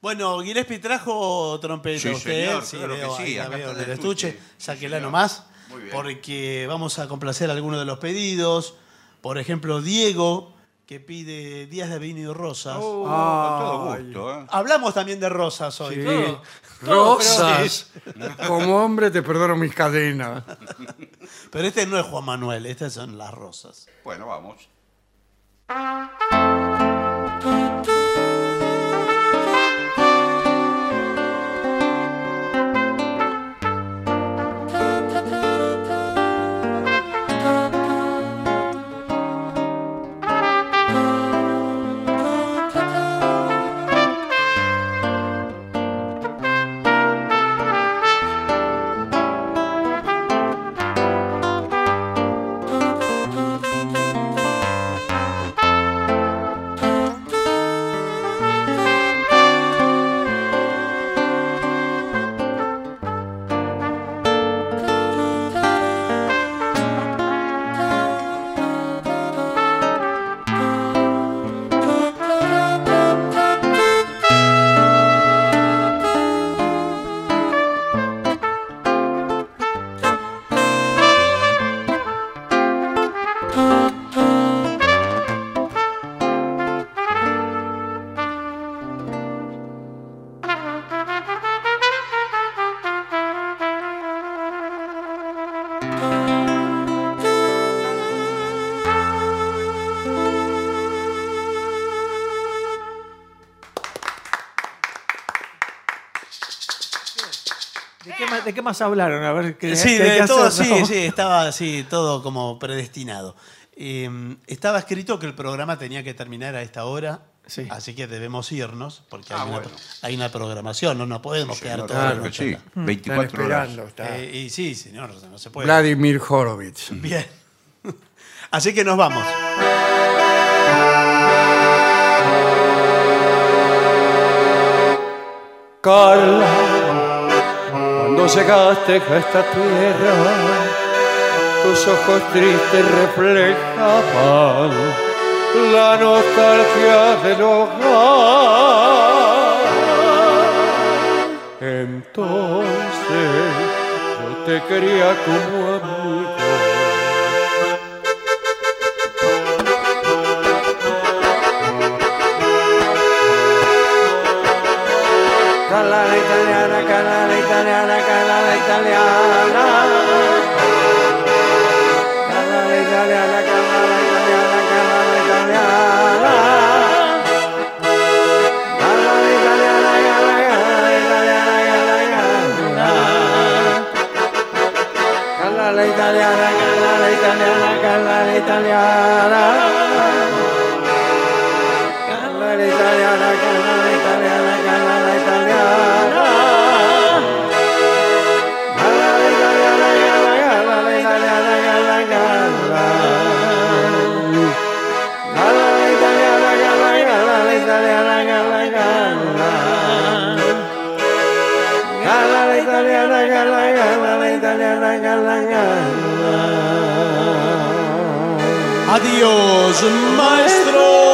C: Bueno, Gillespie trajo trompeta
B: Sí,
C: usted.
B: señor, claro que sí,
C: ahí la
B: acá
C: veo
B: está el
C: en el estuche.
B: estuche. Sí,
C: Sáquela
B: señor.
C: nomás,
B: Muy bien.
C: porque vamos a complacer algunos de los pedidos. Por ejemplo, Diego, que pide Días de Vino y Rosas.
E: Oh.
B: con
G: Ah,
B: todo gusto. ¿eh?
C: Hablamos también de rosas hoy.
G: Sí.
E: Todo, todo,
G: Rosas. Como hombre te perdono mis cadenas.
C: Pero este no es Juan Manuel, estas son las rosas.
B: Bueno, vamos.
E: ¿De qué, más, de qué más hablaron? A ver, ¿qué,
C: Sí,
E: qué hay
C: de
E: que
C: todo,
E: hacer,
C: sí,
E: ¿no?
C: sí, estaba así, todo como predestinado. Eh, estaba escrito que el programa tenía que terminar a esta hora,
E: Sí.
C: así que debemos irnos, porque
B: Ah,
C: hay, una,
B: bueno.
C: hay una programación, no nos podemos quedar
B: Señor,
C: toda
B: claro
C: la
B: que
C: noche
B: sí.
C: acá.
G: Están
B: 24 horas.
G: esperando. está.
C: Eh, y sí, señor, no se puede.
G: Vladimir Horowitz.
C: Bien. Así que nos vamos.
A: Carla, cuando llegaste a esta tierra, tus ojos tristes reflejaban la nostalgia del hogar. Entonces yo te quería como amigo. Calada italiana, calada italiana, calada italiana. Calada italiana, calada italiana, calada italiana. Calada italiana, calada, calada italiana, calada italiana. Calada la italiana, calla la italiana, calla la italiana. Calla la italiana, calla la italiana, calla la italiana. Calla la italiana, calla, calla la italiana, calla, calla. Calla la italiana, calla, calla la italiana, calla, calla. Calla la italiana, calla, calla la italiana, calla, calla.
C: Adiós, maestro.